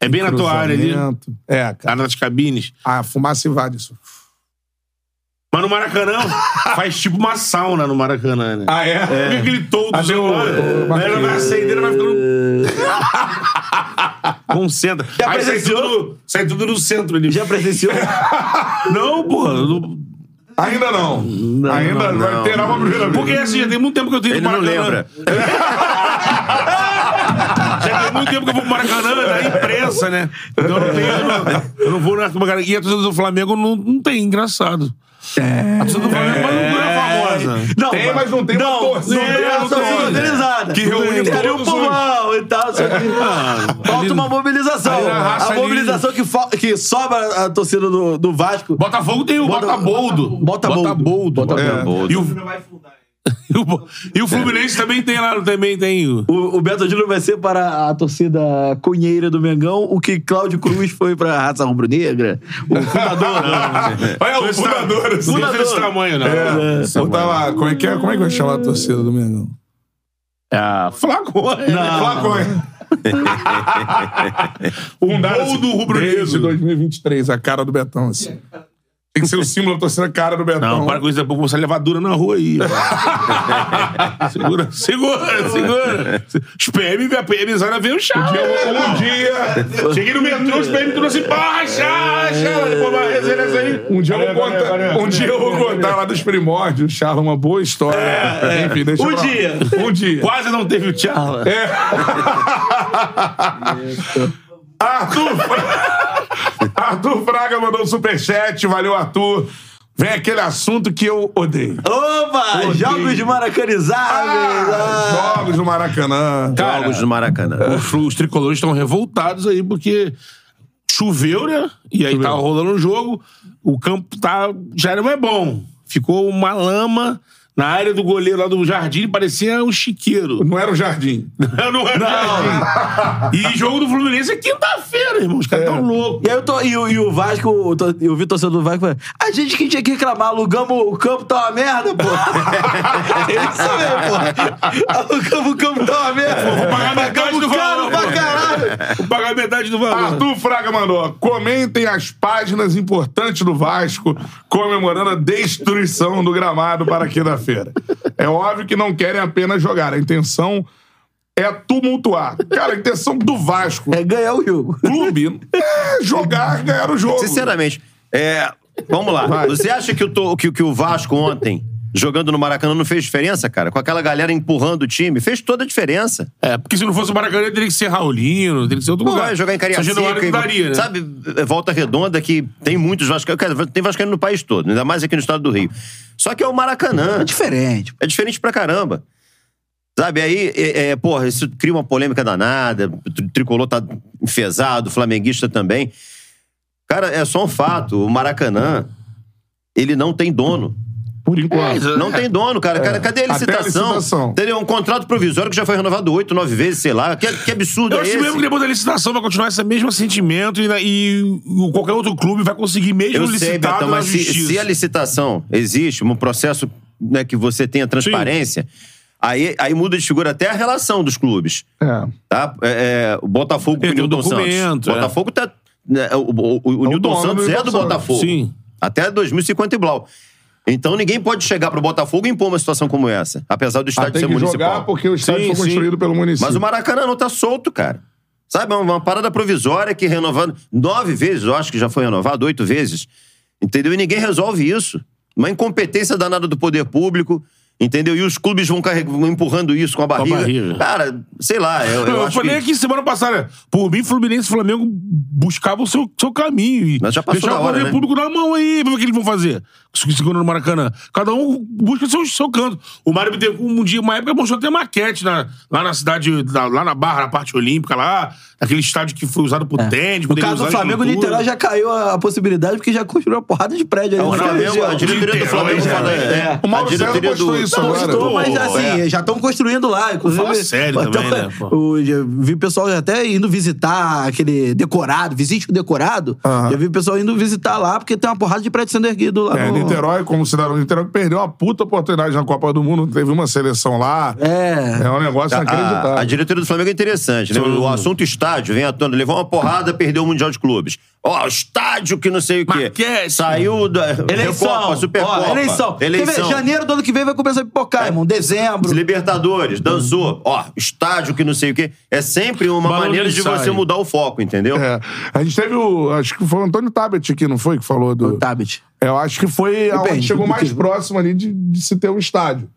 Speaker 2: É bem na tua área ali.
Speaker 1: cruzamento. É, cara. Ah,
Speaker 2: Lá nas cabines.
Speaker 1: A fumaça invade isso.
Speaker 2: Mas no Maracanã faz tipo uma sauna no Maracanã, né?
Speaker 1: Ah, é?
Speaker 2: Porque aquele todo né?
Speaker 1: Ah, deu- é,
Speaker 2: Ela vai acendendo, vai ficando. Concentra.
Speaker 4: Já
Speaker 2: Aí sai
Speaker 4: presenciou?
Speaker 2: tudo, no- sai tudo no centro ali.
Speaker 4: Já presenciou?
Speaker 2: Não, porra. no-
Speaker 1: Ainda não. Ainda
Speaker 3: não,
Speaker 1: vai
Speaker 3: não.
Speaker 1: terá uma primeira
Speaker 2: Porque
Speaker 1: vez.
Speaker 2: assim, já tem muito tempo que eu tenho
Speaker 3: Ele não lembra.
Speaker 2: Já tem muito tempo que eu vou pro Maracanã, da imprensa, né? Então eu não, tenho, eu não, eu não vou na arquibancada. E a torcida do Flamengo não, não tem, engraçado. A torcida do Flamengo mas não é famosa.
Speaker 4: Não,
Speaker 1: Tem, mas não tem uma
Speaker 4: não,
Speaker 1: torcida,
Speaker 2: é,
Speaker 4: Não tem uma
Speaker 1: não
Speaker 4: torcida
Speaker 1: tem.
Speaker 4: organizada.
Speaker 1: Que reúne
Speaker 4: Tem ali o
Speaker 1: todos os- Ah,
Speaker 4: pulmão e tal. só que- Falta uma mobilização.
Speaker 1: ali na raça,
Speaker 4: A
Speaker 1: ali-
Speaker 4: mobilização que, fal- que sobra a torcida do, do Vasco.
Speaker 2: Botafogo tem o
Speaker 4: Bota-
Speaker 2: Botaboldo.
Speaker 4: Botaboldo.
Speaker 2: Botaboldo. É.
Speaker 3: Botaboldo.
Speaker 2: E o, e o, e o Fluminense também tem lá, também tem o...
Speaker 4: O, o Beto Júnior vai ser para a torcida cunheira do Mengão, o que Cláudio Cruz foi para a raça rubro-negra. O fundador.
Speaker 1: Olha
Speaker 2: Foi
Speaker 1: o
Speaker 2: esse
Speaker 1: fundador.
Speaker 2: tamanho.
Speaker 1: assim.
Speaker 2: Não tem esse tamanho, né? não.
Speaker 1: É. Ou tá lá, como é que é? Como é que vai chamar a torcida do Mengão?
Speaker 2: Ah, Flacone.
Speaker 1: Flacon. um
Speaker 2: gol do rubro-negro.
Speaker 1: Desde 2023, a cara do Betão, assim. Tem que ser o símbolo da torcida, a cara do Betão.
Speaker 2: Não, para com isso, depois começar a levadura na rua aí. segura, segura, segura. Os PM, a PMzada veio chá.
Speaker 1: Um dia,
Speaker 2: Cheguei no metrô, os PM trouxe barra, chá, chá. Depois uma resenha dessa aí.
Speaker 1: um dia eu vou contar, um dia eu vou contar lá dos primórdios, Charla, uma boa história. Enfim, deixa
Speaker 4: Um
Speaker 1: pra lá.
Speaker 4: dia.
Speaker 1: É, Um dia.
Speaker 2: Quase não teve o tchala.
Speaker 1: Arthur, Fra- Arthur Fraga mandou um superchat. Valeu, Arthur. Vem aquele assunto que eu odeio.
Speaker 4: Opa! Jogos de maracanizáveis!
Speaker 1: Ah, jogos no Maracanã.
Speaker 3: Jogos do Maracanã.
Speaker 2: Os, os tricolores estão revoltados aí porque choveu, né? E aí tava rolando um jogo, o campo tá, já não é bom. Ficou uma lama na área do goleiro lá do jardim, parecia um chiqueiro.
Speaker 1: Não era o Jardim.
Speaker 2: não é jardim. E jogo do Fluminense é quinta-feira, irmão. Os caras tão loucos.
Speaker 4: E aí eu tô. E, o- e o Vasco, eu, tô, eu vi o torcedor do Vasco falando, a gente que tinha que reclamar, alugamos o campo, tá uma merda, pô. é isso mesmo, pô. Alugamos o campo, tá uma merda.
Speaker 2: Vou pagar metade do
Speaker 4: Pagamos caro
Speaker 2: valor.
Speaker 4: pra caralho.
Speaker 2: Vou pagar metade do valor.
Speaker 1: Arthur Fraga mandou. Comentem as páginas importantes do Vasco comemorando a destruição do gramado para quinta-feira. É óbvio que não querem apenas jogar. A intenção é tumultuar. Cara, a intenção do Vasco,
Speaker 4: É ganhar o jogo.
Speaker 1: clube, é jogar, ganhar o jogo.
Speaker 3: Sinceramente, é, vamos lá.
Speaker 1: Vai.
Speaker 3: Você acha que o, to- que- que o Vasco ontem, jogando no Maracanã, não fez diferença, cara? Com aquela galera empurrando o time, fez toda a diferença.
Speaker 2: É, porque se não fosse o Maracanã, teria que ser Raulino, teria que ser outro
Speaker 3: Pô,
Speaker 2: lugar.
Speaker 3: vai jogar em Cariacica.
Speaker 2: São Januário
Speaker 3: em-
Speaker 2: não daria, né?
Speaker 3: Sabe, é, Volta Redonda, que tem muitos vascaínos. Cara, tem vascaíno no país todo, ainda mais aqui no estado do Rio. Só que é o Maracanã.
Speaker 4: É diferente.
Speaker 3: É diferente pra caramba. Sabe, aí, é, é, porra, isso cria uma polêmica danada, o tri- tricolor tá enfesado, flamenguista também. Cara, é só um fato, o Maracanã, ele não tem dono.
Speaker 1: Por enquanto.
Speaker 3: Não tem dono, cara.
Speaker 2: É.
Speaker 3: Cara, Cadê a
Speaker 1: Até a
Speaker 3: licitação?
Speaker 1: licitação.
Speaker 3: Entendeu? Um contrato provisório que já foi renovado oito, nove vezes, sei lá. Que, que absurdo
Speaker 2: Eu
Speaker 3: é
Speaker 2: acho
Speaker 3: esse?
Speaker 2: mesmo que depois da licitação vai continuar esse mesmo sentimento e, na- e o- qualquer outro clube vai conseguir mesmo
Speaker 3: Eu sei,
Speaker 2: licitado
Speaker 3: Betão,
Speaker 2: na
Speaker 3: mas se,
Speaker 2: justiça.
Speaker 3: se a licitação existe, um processo né, que você tenha transparência, aí, aí muda de figura até a relação dos clubes.
Speaker 1: É.
Speaker 3: tá? É, é, o Botafogo com o
Speaker 2: Perdeu o
Speaker 3: Newton Santos.
Speaker 2: documento,
Speaker 3: O
Speaker 2: é.
Speaker 3: Botafogo tá. né, o o, o, o Newton
Speaker 1: dono do
Speaker 3: Santos é
Speaker 1: Newton
Speaker 3: do
Speaker 1: Santos.
Speaker 3: Botafogo.
Speaker 2: Sim.
Speaker 3: Até 2050 e Blau. Então ninguém pode chegar pro Botafogo e impor uma situação como essa, apesar do
Speaker 1: Ah,
Speaker 3: estádio
Speaker 1: tem
Speaker 3: ser
Speaker 1: que
Speaker 3: municipal.
Speaker 1: jogar porque o estádio
Speaker 2: Sim,
Speaker 1: foi
Speaker 2: sim.
Speaker 1: construído pelo município.
Speaker 3: Mas o Maracanã não tá solto, cara. Sabe, é uma parada provisória que renovando nove vezes, eu acho que já foi renovado, oito vezes. Entendeu? E ninguém resolve isso. Uma incompetência danada do poder público, Entendeu? E os clubes vão carreg- vão empurrando isso com a barriga.
Speaker 2: barriga.
Speaker 3: Cara, sei lá. Eu, eu
Speaker 2: Eu,
Speaker 3: acho
Speaker 2: falei
Speaker 3: que...
Speaker 2: aqui semana passada. Por mim, Fluminense e Flamengo buscavam o seu, seu caminho. E
Speaker 3: Mas já passou
Speaker 2: deixar
Speaker 3: da
Speaker 2: o
Speaker 3: hora,
Speaker 2: poder
Speaker 3: né?
Speaker 2: público na mão aí. Pra ver o que eles vão fazer. Se- Segunda no Maracanã. Cada um busca seu, seu canto. O Mário Bittencourt, um dia, uma época, mostrou até maquete na- lá na cidade, na- lá na Barra, na parte olímpica, lá. Aquele estádio que foi usado por tênis.
Speaker 4: É. No caso do Flamengo, o Niterói já caiu a a possibilidade porque já construiu uma porrada de prédio
Speaker 3: É,
Speaker 4: ali.
Speaker 2: um
Speaker 3: o
Speaker 4: na
Speaker 3: Flamengo,
Speaker 4: região.
Speaker 3: a diretoria do
Speaker 2: Niterói,
Speaker 3: Flamengo
Speaker 2: já,
Speaker 3: fala.
Speaker 2: é.
Speaker 3: É,
Speaker 1: O Mauro
Speaker 3: a
Speaker 1: César
Speaker 3: diretoria do...
Speaker 1: postou isso
Speaker 4: Não,
Speaker 1: agora.
Speaker 4: estou, mas
Speaker 3: Pô,
Speaker 4: assim,
Speaker 3: é.
Speaker 4: já estão construindo lá. Inclusive,
Speaker 2: Fala sério
Speaker 4: então,
Speaker 2: também, né, pô?
Speaker 4: o- já vi pessoal até indo visitar aquele decorado, visite o decorado.
Speaker 1: Aham.
Speaker 4: Já vi pessoal indo visitar lá, porque tem uma porrada de prédio sendo erguido lá.
Speaker 1: É,
Speaker 4: no-
Speaker 1: Niterói, como cidadão de Niterói, perdeu uma puta oportunidade na Copa do Mundo, teve uma seleção lá.
Speaker 4: É.
Speaker 1: É um negócio inacreditável.
Speaker 3: A, a diretoria do Flamengo é interessante, né? O assunto estádio vem à tona. Levou uma porrada, perdeu o Mundial de Clubes. Ó, estádio que não sei o quê.
Speaker 2: Maquete.
Speaker 3: Saiu da
Speaker 4: Eleição.
Speaker 3: É. Recopa, Supercopa.
Speaker 4: Ó, eleição. Quer ver?
Speaker 3: Eleição.
Speaker 4: Janeiro do ano que vem vai começar a pipocar, irmão. Dezembro.
Speaker 3: Libertadores,
Speaker 4: Uhum.
Speaker 3: dançou. Ó, estádio que não sei o quê. É sempre uma
Speaker 2: Balão de
Speaker 3: maneira de
Speaker 2: ensaio.
Speaker 3: você mudar o foco, entendeu?
Speaker 1: É. A gente teve o. Acho que foi o Antônio Tabet aqui, não foi? Que falou do.
Speaker 4: Tabit.
Speaker 1: Eu acho que foi aonde
Speaker 4: Depende,
Speaker 1: chegou
Speaker 4: do
Speaker 1: mais
Speaker 4: que-
Speaker 1: próximo ali de, de se ter um estádio.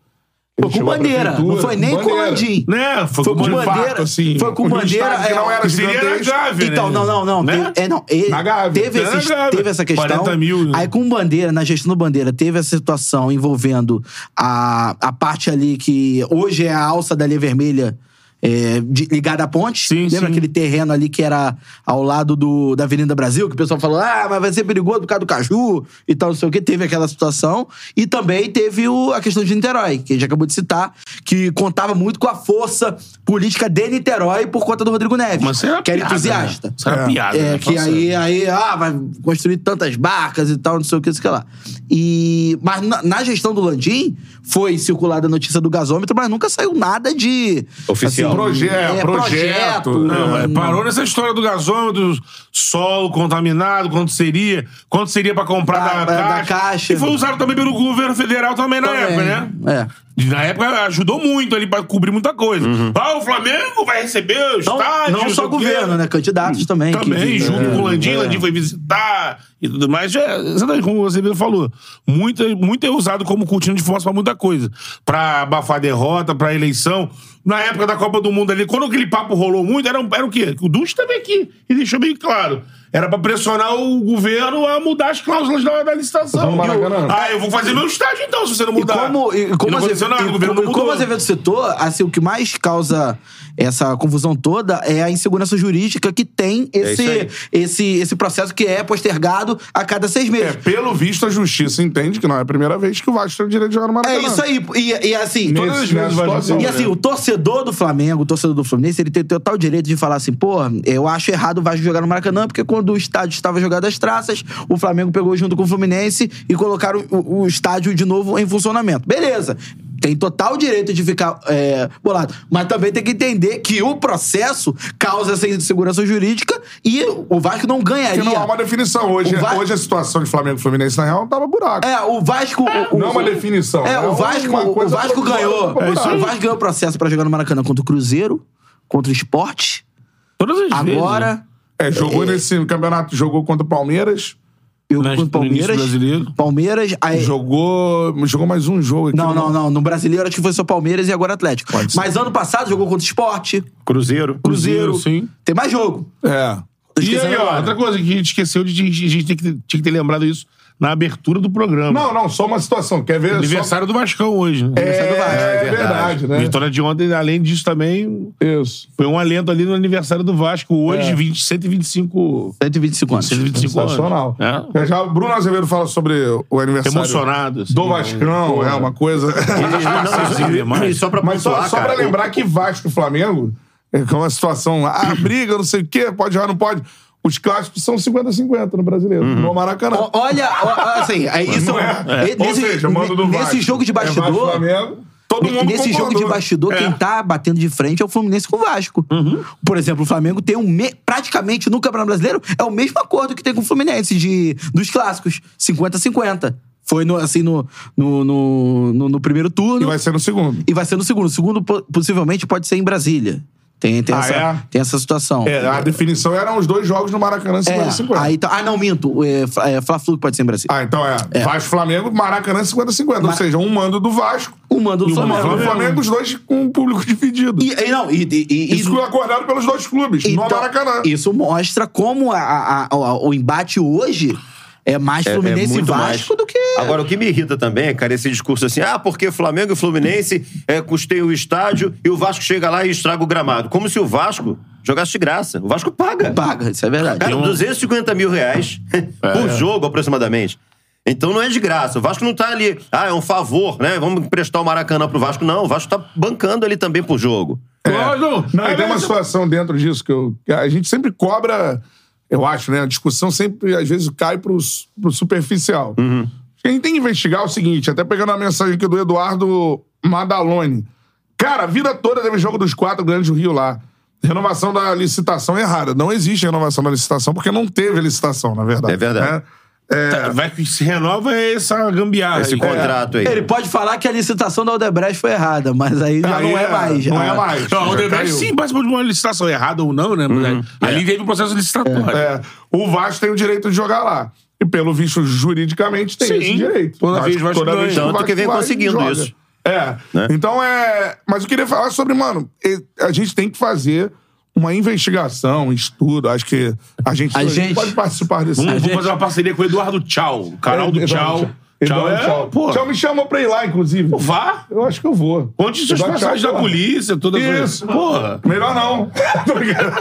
Speaker 4: Foi com
Speaker 1: Chegou à
Speaker 4: bandeira. Não
Speaker 1: prefeitura,
Speaker 4: foi nem com
Speaker 1: bandeira.
Speaker 4: landim.
Speaker 2: Né? Foi,
Speaker 4: Foi
Speaker 2: com
Speaker 4: com
Speaker 2: o
Speaker 4: bandeira.
Speaker 1: fato, assim,
Speaker 4: foi com
Speaker 1: de um
Speaker 4: bandeira.
Speaker 1: estádio que
Speaker 4: é,
Speaker 1: não era
Speaker 2: Seria na
Speaker 1: gigantesco.
Speaker 2: Gávea,
Speaker 4: Então,
Speaker 2: né?
Speaker 4: não, não, não.
Speaker 2: Né?
Speaker 4: Teve, é, não, ele-
Speaker 1: Na Gávea.
Speaker 4: teve,
Speaker 2: Na
Speaker 4: esses-
Speaker 2: Gávea.
Speaker 4: teve essa questão.
Speaker 2: 40 mil, né?
Speaker 4: Aí com bandeira, na gestão do bandeira, teve essa situação envolvendo a, a parte ali que hoje é a alça da linha vermelha. é, de- ligada à ponte.
Speaker 2: Sim,
Speaker 4: Lembra
Speaker 2: sim.
Speaker 4: aquele terreno ali que era ao lado do, da Avenida Brasil, que o pessoal falou: ah, mas vai ser perigoso por causa do Caju e tal, não sei o quê. Teve aquela situação. E também teve o- a questão de Niterói, que a gente acabou de citar, que contava muito com a força política de Niterói por conta do Rodrigo Neves.
Speaker 2: Mas isso era
Speaker 4: que era
Speaker 2: piada,
Speaker 4: entusiasta.
Speaker 2: né? Isso era
Speaker 1: É.
Speaker 2: piada.
Speaker 4: É,
Speaker 2: né?
Speaker 4: que
Speaker 2: Fala
Speaker 4: aí, aí, ah, vai construir tantas barcas e tal, não sei o que, não sei o que lá. E, mas na, na gestão do Landim, foi circulada a notícia do gasômetro, mas nunca saiu nada de... assim,
Speaker 3: Oficial.
Speaker 1: Proje-
Speaker 4: É,
Speaker 1: projeto,
Speaker 2: é,
Speaker 4: né?
Speaker 2: Não, mas parou nessa história do gasômetro, do solo contaminado, quanto seria, quanto seria pra comprar da,
Speaker 4: Da- da- da Caixa.
Speaker 2: E foi usado também pelo governo federal também na
Speaker 4: Também,
Speaker 2: época, né?
Speaker 4: é.
Speaker 2: E na época ajudou muito ali pra cobrir muita coisa. Ah, o Flamengo vai receber o
Speaker 4: Uhum. Não,
Speaker 2: estádio.
Speaker 4: não
Speaker 2: sei
Speaker 4: só
Speaker 2: o quê.
Speaker 4: governo, né? Candidatos também. que-
Speaker 2: hum, Também,
Speaker 4: que-
Speaker 2: junto
Speaker 4: é,
Speaker 2: com o Landim, o Landim foi visitar e tudo mais. É, exatamente como você mesmo falou. Muito, é- muito é usado como cortina de força pra muita coisa. Pra abafar derrota, pra eleição. Na época da Copa do Mundo ali, quando aquele papo rolou muito, era, um- era o quê? O Duns teve aqui e deixou bem claro. Era pra pressionar o governo a mudar as cláusulas da, da licitação.
Speaker 1: Vamos, Maracanã.
Speaker 2: ah, eu vou fazer meu estádio então, se você não
Speaker 4: E
Speaker 2: mudar.
Speaker 4: como, e
Speaker 2: não
Speaker 4: como, as,
Speaker 2: aconteceu nada,
Speaker 4: e
Speaker 2: o governo
Speaker 4: como-
Speaker 2: não
Speaker 4: e como
Speaker 2: mudou.
Speaker 4: as eventos do setor, assim, o que mais causa essa confusão toda é a insegurança jurídica que tem esse,
Speaker 3: É isso aí.
Speaker 4: esse, esse processo que é postergado a cada seis
Speaker 1: É,
Speaker 4: meses.
Speaker 1: pelo visto, a justiça entende que não é a primeira vez que o Vasco tem o direito de jogar no
Speaker 4: É,
Speaker 1: Maracanã.
Speaker 4: isso aí. E, e assim,
Speaker 1: Nesse-
Speaker 4: todas as vezes
Speaker 1: nessa
Speaker 4: vai
Speaker 1: situação,
Speaker 4: dar certo.
Speaker 1: né?
Speaker 4: E assim, o torcedor do Flamengo, o torcedor do Fluminense, ele tem total direito de falar assim, pô, eu acho errado o Vasco jogar no Maracanã, porque quando o estádio estava jogado às traças, o Flamengo pegou junto com o Fluminense e colocaram o, o estádio de novo em funcionamento. Beleza. Tem total direito de ficar é, bolado. Mas também tem que entender que o processo causa essa insegurança jurídica e o Vasco não ganharia.
Speaker 1: Porque não há uma definição. Hoje, é-
Speaker 4: O Va-
Speaker 1: hoje a situação de Flamengo e Fluminense, na real, tava buraco.
Speaker 4: É, o Vasco. o- o-
Speaker 1: Não é uma definição,
Speaker 4: É,
Speaker 1: é
Speaker 4: o Vasco,
Speaker 1: uma
Speaker 4: o
Speaker 1: coisa
Speaker 4: Vasco
Speaker 1: provisória,
Speaker 4: ganhou.
Speaker 1: provisória.
Speaker 2: É isso aí.
Speaker 4: o Vasco ganhou o processo pra jogar no Maracanã contra o Cruzeiro, contra o Esporte.
Speaker 2: Todas as vezes, né?
Speaker 4: Agora.
Speaker 1: É, jogou nesse campeonato, jogou contra o Palmeiras,
Speaker 4: Eu
Speaker 2: Nas-
Speaker 4: contra o
Speaker 2: no início
Speaker 4: Palmeiras.
Speaker 2: brasileiro.
Speaker 4: Palmeiras. Aí,
Speaker 1: jogou. Jogou mais um jogo aqui.
Speaker 4: É. não,
Speaker 1: no-
Speaker 4: não, não. No brasileiro acho que foi só Palmeiras e agora Atlético.
Speaker 1: Pode ser.
Speaker 4: Mas ano passado jogou contra o Esporte,
Speaker 3: Cruzeiro.
Speaker 4: Cruzeiro.
Speaker 2: sim.
Speaker 4: Tem mais jogo.
Speaker 1: É.
Speaker 2: E aí, ó, outra coisa que a gente esqueceu de. de- de- A gente tem que- tinha que ter lembrado isso na abertura do programa.
Speaker 1: Não, não, só uma situação. Quer ver? Só...
Speaker 2: Aniversário do Vascão hoje, né?
Speaker 1: É,
Speaker 2: Aniversário do Vasco.
Speaker 1: é verdade, né?
Speaker 2: Vitória de ontem, além disso, também
Speaker 1: Isso.
Speaker 2: foi um alento ali no aniversário do Vasco. Hoje, 20, 125,
Speaker 4: 125 anos.
Speaker 2: 125 anos.
Speaker 1: Sensacional.
Speaker 2: É.
Speaker 1: Já o Bruno Azevedo fala sobre o aniversário
Speaker 2: Emocionado. assim,
Speaker 1: do
Speaker 2: né?
Speaker 1: Vascão, é uma coisa.
Speaker 3: Não, não, e só pra
Speaker 1: Mas só,
Speaker 3: pontuar,
Speaker 1: só pra
Speaker 3: cara,
Speaker 1: lembrar que Vasco e Flamengo, é que é uma situação, ah, briga, não sei o quê, pode jogar, não pode. Os clássicos são 50-50 no brasileiro,
Speaker 2: Uhum.
Speaker 1: no Maracanã.
Speaker 4: O- Olha, ó, assim, aí isso.
Speaker 1: Não é?
Speaker 4: e-
Speaker 1: Ou
Speaker 4: Nesse,
Speaker 1: seja, mando do
Speaker 4: ne-
Speaker 1: Vasco.
Speaker 4: nesse jogo de
Speaker 1: É Vasco e
Speaker 4: bastidor.
Speaker 1: Flamengo, todo mundo
Speaker 4: nesse jogo de
Speaker 1: concordou.
Speaker 4: bastidor,
Speaker 2: É.
Speaker 4: quem tá batendo de frente é o Fluminense com o Vasco.
Speaker 1: Uhum.
Speaker 4: Por exemplo, o Flamengo tem um. me- Praticamente no Campeonato Brasileiro é o mesmo acordo que tem com o Fluminense de, dos clássicos: 50-50. Foi no, assim no, no, no, no- no primeiro turno.
Speaker 1: E vai ser no segundo.
Speaker 4: E vai ser no segundo. O segundo po- possivelmente pode ser em Brasília. Tem, tem,
Speaker 1: Ah,
Speaker 4: essa,
Speaker 1: é?
Speaker 4: tem essa situação.
Speaker 1: É, a definição eram os dois jogos no Maracanã em
Speaker 4: É,
Speaker 1: 50-50.
Speaker 4: aí tá- ah, não, minto. É, Fla- é, Fla-Flu que pode ser em Brasília.
Speaker 1: Ah, então é. Vasco Flamengo, Maracanã 50-50. Ou seja, um mando do Vasco
Speaker 4: O mando do
Speaker 1: e um
Speaker 4: Flamengo.
Speaker 1: mando do Flamengo, os dois com um público dividido.
Speaker 4: E, e não, e, e- e-
Speaker 1: Isso foi acordado pelos dois clubes, no
Speaker 4: então,
Speaker 1: Maracanã.
Speaker 4: Isso mostra como a- a- a- o embate hoje é mais
Speaker 3: É- é
Speaker 4: Fluminense e
Speaker 3: muito mais.
Speaker 4: Vasco do que.
Speaker 3: Agora, o que me irrita também, cara, esse discurso assim, ah, porque Flamengo e Fluminense é, custeiam o estádio e o Vasco chega lá e estraga o gramado. Como se o Vasco jogasse de graça. O Vasco paga.
Speaker 4: Paga, isso é verdade.
Speaker 3: Cara, 250 mil reais por jogo, aproximadamente. Então não é de graça. O Vasco não tá ali, ah, é um favor, né? Vamos emprestar o Maracanã pro Vasco. Não, o Vasco tá bancando ali também por jogo.
Speaker 2: Ah, não.
Speaker 1: Não,
Speaker 2: Ah,
Speaker 1: e tem uma
Speaker 2: mas-
Speaker 1: situação dentro disso que, eu- que a gente sempre cobra, eu acho, né? A discussão sempre, às vezes, cai pro, su- pro superficial.
Speaker 4: Uhum.
Speaker 1: A gente tem que investigar o seguinte, até pegando a mensagem aqui do Eduardo Madaloni. Cara, a vida toda teve jogo dos quatro grandes do Rio lá. Renovação da licitação é errada. Não existe renovação da licitação, porque não teve licitação, na verdade.
Speaker 3: É verdade.
Speaker 1: né? É,
Speaker 2: tá, Vai que se renova essa gambiarra.
Speaker 3: Esse
Speaker 2: aí. É.
Speaker 3: contrato aí.
Speaker 4: É, Ele pode falar que a licitação da Odebrecht foi errada, mas aí já
Speaker 1: aí
Speaker 4: não é, mais.
Speaker 1: Não
Speaker 4: Ah,
Speaker 1: é mais.
Speaker 2: Não, o
Speaker 1: Já
Speaker 2: Odebrecht
Speaker 1: caiu.
Speaker 2: sim participou de uma licitação errada ou não, né? Mas aí- Ali teve um processo licitatório.
Speaker 1: É, o Vasco tem o direito de jogar lá. E pelo visto, juridicamente, tem
Speaker 2: Sim.
Speaker 1: esse direito.
Speaker 2: Toda
Speaker 1: Vasco-
Speaker 2: vez o Vasco ganha.
Speaker 1: o
Speaker 3: Tanto que vem
Speaker 1: vai e
Speaker 3: conseguindo
Speaker 1: joga.
Speaker 3: isso.
Speaker 1: É.
Speaker 3: Né?
Speaker 1: Então é. Mas eu queria falar sobre, mano, e- a gente tem que fazer uma investigação, um estudo. Acho que a gente,
Speaker 4: A gente-
Speaker 1: pode participar desse.
Speaker 2: Vamos, vamos
Speaker 4: gente-
Speaker 2: fazer uma parceria com o Eduardo Tchau. Canal do Tchau. Tchau,
Speaker 1: Tchau,
Speaker 2: é,
Speaker 1: tchau.
Speaker 2: pô.
Speaker 1: Tchau, me chama pra ir lá, inclusive.
Speaker 2: Vá.
Speaker 1: Eu acho que eu vou.
Speaker 2: Conte suas
Speaker 1: Eduardo Tchau,
Speaker 2: passagens da
Speaker 1: tá lá.
Speaker 2: polícia, toda
Speaker 1: Isso.
Speaker 2: Porra.
Speaker 1: Melhor não. Tô brincando.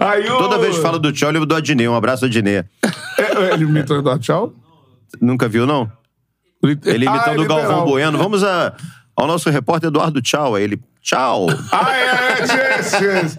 Speaker 1: Aí o-
Speaker 3: Toda vez que fala do tchau, eu lembro do Adnê. Um abraço, Adnê.
Speaker 1: É, Ele me tratou dar tchau?
Speaker 3: Nunca viu, não? Ele
Speaker 1: Ah,
Speaker 3: imitando
Speaker 1: ele
Speaker 3: o Galvão
Speaker 1: liberal.
Speaker 3: Bueno. Vamos a- ao nosso repórter Eduardo Tchau. Aí ele, tchau.
Speaker 1: Ah, é, é, yes, yes.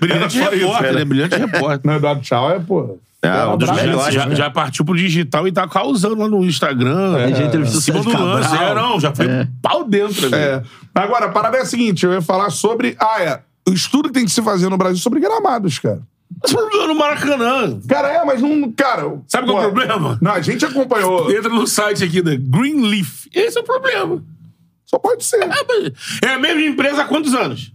Speaker 2: Brilhante
Speaker 1: Era só isso,
Speaker 2: repórter,
Speaker 1: era.
Speaker 2: né? Brilhante repórter.
Speaker 1: Não, Eduardo Tchau é, porra.
Speaker 3: É, um dos
Speaker 1: abraço.
Speaker 3: melhores.
Speaker 2: Já, já partiu pro digital e tá causando lá no Instagram.
Speaker 4: Ele já entrevistou
Speaker 2: Em
Speaker 4: o
Speaker 2: cima do
Speaker 4: Sérgio
Speaker 2: lance.
Speaker 4: Cabral.
Speaker 2: É, não, já foi
Speaker 4: É.
Speaker 2: pau dentro ali.
Speaker 1: É. Agora, a parada é a seguinte: eu ia falar sobre. Ah, é. O estudo que tem que se fazer no Brasil sobre gramados, cara.
Speaker 2: Mas problema no Maracanã.
Speaker 1: Cara, é, mas não. Cara.
Speaker 2: Sabe qual é o
Speaker 1: pô,
Speaker 2: problema?
Speaker 1: Não, a gente acompanhou.
Speaker 2: Entra no site aqui da Greenleaf. Esse é o problema.
Speaker 1: Só pode ser.
Speaker 2: É, mas- É a mesma empresa há quantos anos?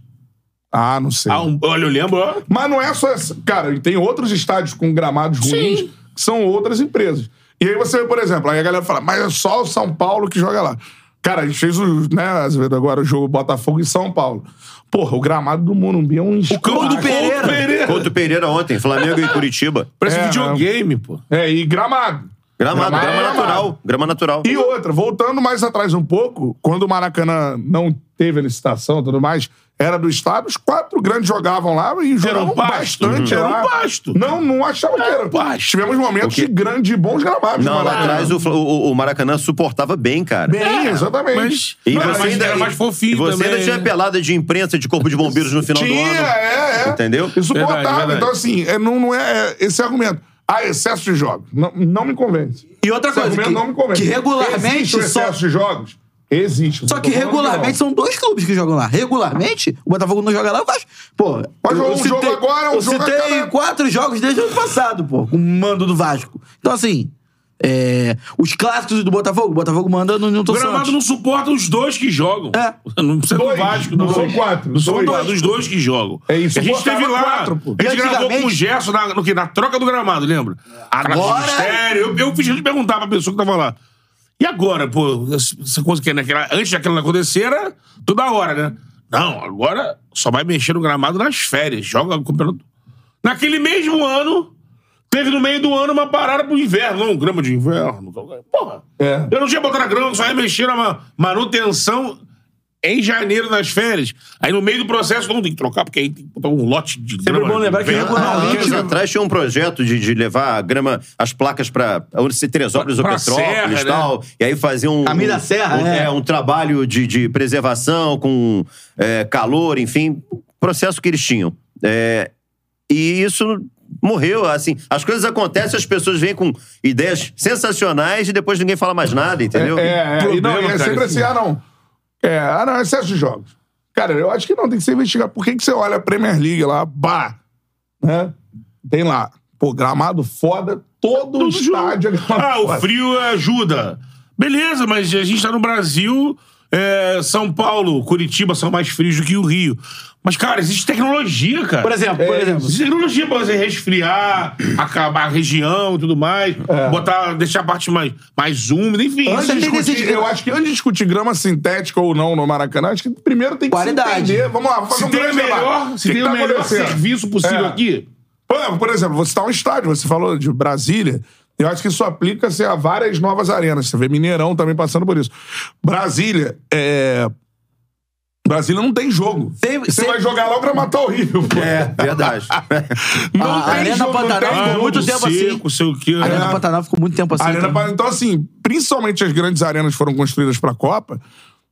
Speaker 1: Ah, não sei.
Speaker 2: Há um- olha, eu lembro. ó.
Speaker 1: Mas não é só essa. Cara, e tem outros estádios com gramados ruins
Speaker 2: Sim.
Speaker 1: que são outras empresas. E aí você vê, por exemplo, aí a galera fala, mas é só o São Paulo que joga lá. Cara, a gente fez o, né, Azevedo, agora o jogo Botafogo e São Paulo. Porra, o gramado do Morumbi é um
Speaker 2: O campo do
Speaker 1: esculacho.
Speaker 2: Pereira.
Speaker 3: Couto Pereira ontem, Flamengo e Curitiba.
Speaker 2: Parece
Speaker 1: É,
Speaker 2: um videogame, pô.
Speaker 1: É, e gramado. é
Speaker 3: Gramado, grama, natural. Grama natural.
Speaker 1: E outra, voltando mais atrás um pouco, quando o Maracanã não teve a licitação e tudo mais, era do Estado, os quatro grandes jogavam lá
Speaker 4: um
Speaker 1: e jogavam
Speaker 2: pasto,
Speaker 1: bastante.
Speaker 2: uhum. Era
Speaker 1: lá.
Speaker 2: um pasto.
Speaker 1: Não, não achava que
Speaker 4: um
Speaker 1: era.
Speaker 2: pasto.
Speaker 1: Tivemos momentos
Speaker 3: O quê?
Speaker 1: de grande e bons gramados
Speaker 3: Não,
Speaker 1: no
Speaker 3: lá
Speaker 1: Maracanã.
Speaker 3: atrás o, Fla- o- o Maracanã suportava bem, cara.
Speaker 4: É,
Speaker 1: Bem, exatamente.
Speaker 2: Mas,
Speaker 3: E
Speaker 2: Não,
Speaker 3: você
Speaker 2: mas
Speaker 3: ainda
Speaker 2: era mais fofinho
Speaker 3: e você
Speaker 2: também,
Speaker 3: ainda tinha
Speaker 2: né?
Speaker 3: pelada de imprensa de corpo de bombeiros no final
Speaker 1: Tinha,
Speaker 3: do ano.
Speaker 1: é, é.
Speaker 3: Entendeu?
Speaker 1: Insuportável.
Speaker 2: Verdade, verdade.
Speaker 1: Então, assim, é, não, não é, é esse argumento. Ah, excesso de jogos. Não, não me convence.
Speaker 4: E outra
Speaker 1: Esse
Speaker 4: coisa,
Speaker 1: argumento
Speaker 4: que,
Speaker 1: não me convence.
Speaker 4: que regularmente
Speaker 1: Existe o
Speaker 4: só.
Speaker 1: excesso de jogos? Existe.
Speaker 4: Só
Speaker 1: Não é
Speaker 4: que
Speaker 1: tô falando
Speaker 4: regularmente
Speaker 1: não.
Speaker 4: são dois clubes que jogam lá. Regularmente, o Botafogo não joga lá, o Vasco. Pô,
Speaker 1: Mas
Speaker 4: eu-
Speaker 1: jogou
Speaker 4: eu
Speaker 1: um jogo agora, um
Speaker 4: eu
Speaker 1: jogo a
Speaker 4: citei
Speaker 1: cada-
Speaker 4: quatro jogos desde o ano passado, pô, com o mando do Vasco. Então, assim, é, os clássicos do Botafogo, o Botafogo manda no
Speaker 2: O
Speaker 4: Newton
Speaker 2: gramado
Speaker 4: Santos.
Speaker 2: não suporta os dois que jogam.
Speaker 4: É.
Speaker 2: Não precisa
Speaker 1: Dois.
Speaker 2: do Vasco, não.
Speaker 1: Não são quatro,
Speaker 2: Não são
Speaker 1: dois.
Speaker 2: dois. Dos dois que jogam.
Speaker 1: É isso,
Speaker 2: A gente
Speaker 1: botava
Speaker 2: teve lá.
Speaker 1: quatro, pô.
Speaker 2: A gente
Speaker 4: E
Speaker 2: gravou com o
Speaker 4: antigamente-
Speaker 2: Gerson na, no quê? na troca do gramado, lembra?
Speaker 4: Agora-
Speaker 2: Sério, eu, eu fiz de perguntar pra pessoa que tava lá. E agora, pô, essa coisa que é naquela, antes daquela não acontecer, era toda hora, né? Não, agora só vai mexer no gramado nas férias. Joga o campeonato. Naquele mesmo ano, teve no meio do ano uma parada pro inverno. Não, grama de inverno. Porra.
Speaker 1: É.
Speaker 2: Eu não tinha botado na grama, só ia mexer na ma- manutenção em janeiro nas férias. Aí no meio do processo, não, tem que trocar, porque aí tem que botar um lote de grama.
Speaker 4: bom lembrar que
Speaker 2: de inverno. Ah,
Speaker 3: Há anos
Speaker 4: Regularmente-
Speaker 3: Ah, atrás tinha um projeto de, de levar a grama, as placas pra ou se Teresópolis ou
Speaker 2: Pra
Speaker 3: Petrópolis
Speaker 2: serra,
Speaker 3: e tal.
Speaker 1: né?
Speaker 3: E aí fazer um.
Speaker 4: Caminho da serra,
Speaker 3: um,
Speaker 4: é.
Speaker 3: um trabalho de, de preservação com é, calor, enfim. Processo que eles tinham. É, e isso morreu, assim. As coisas acontecem, as pessoas vêm com ideias sensacionais e depois ninguém fala mais nada, entendeu?
Speaker 1: É, é, e não, e é sempre assim, ah, não. É, ah, não, é excesso de jogos. Cara, eu acho que não, tem que ser investigado. Por que, que você olha a Premier League lá, bah, né? Tem lá, pô, gramado foda, todo
Speaker 2: Todo
Speaker 1: estádio é
Speaker 2: jogo.
Speaker 1: gramado
Speaker 2: Ah, o
Speaker 1: foda.
Speaker 2: frio ajuda. Beleza, mas a gente tá no Brasil é, São Paulo, Curitiba são mais frios do que o Rio. Mas, cara, existe tecnologia, cara.
Speaker 4: Por exemplo, por exemplo.
Speaker 2: Existe tecnologia pra você resfriar, acabar a região e tudo mais, botar, deixar a parte mais, mais úmida, enfim.
Speaker 1: Antes de
Speaker 4: tem
Speaker 1: discutir,
Speaker 4: decidido.
Speaker 1: eu acho que antes de discutir grama sintética ou não no Maracanã, acho que primeiro tem que se
Speaker 4: Qualidade.
Speaker 1: entender. Vamos lá, vamos fazer
Speaker 2: se
Speaker 1: um
Speaker 2: tem o
Speaker 1: grande
Speaker 2: melhor,
Speaker 1: debate. O
Speaker 2: se
Speaker 1: que
Speaker 2: tem
Speaker 1: que
Speaker 2: o
Speaker 1: tá
Speaker 2: melhor
Speaker 1: acontecendo?
Speaker 2: serviço possível
Speaker 1: É.
Speaker 2: aqui.
Speaker 1: Por exemplo, por exemplo, você está um estádio, você falou de Brasília. Eu acho que isso aplica-se a várias novas arenas. Você vê Mineirão também passando por isso. Brasília, é. Brasília não tem jogo.
Speaker 4: Tem-
Speaker 1: você
Speaker 4: tem-
Speaker 1: vai jogar lá o gramado tá horrível. pô.
Speaker 3: Verdade.
Speaker 1: Não
Speaker 4: A
Speaker 1: tem
Speaker 4: Arena
Speaker 1: jogo, não
Speaker 4: Pantanal
Speaker 1: tem
Speaker 4: ficou
Speaker 1: jogo.
Speaker 4: muito tempo assim.
Speaker 2: seco, Ah, sei o quê.
Speaker 4: A Arena
Speaker 2: É.
Speaker 4: Pantanal ficou muito tempo assim.
Speaker 1: A Arena
Speaker 4: também.
Speaker 1: Pan- Então, assim, principalmente as grandes arenas foram construídas para a Copa.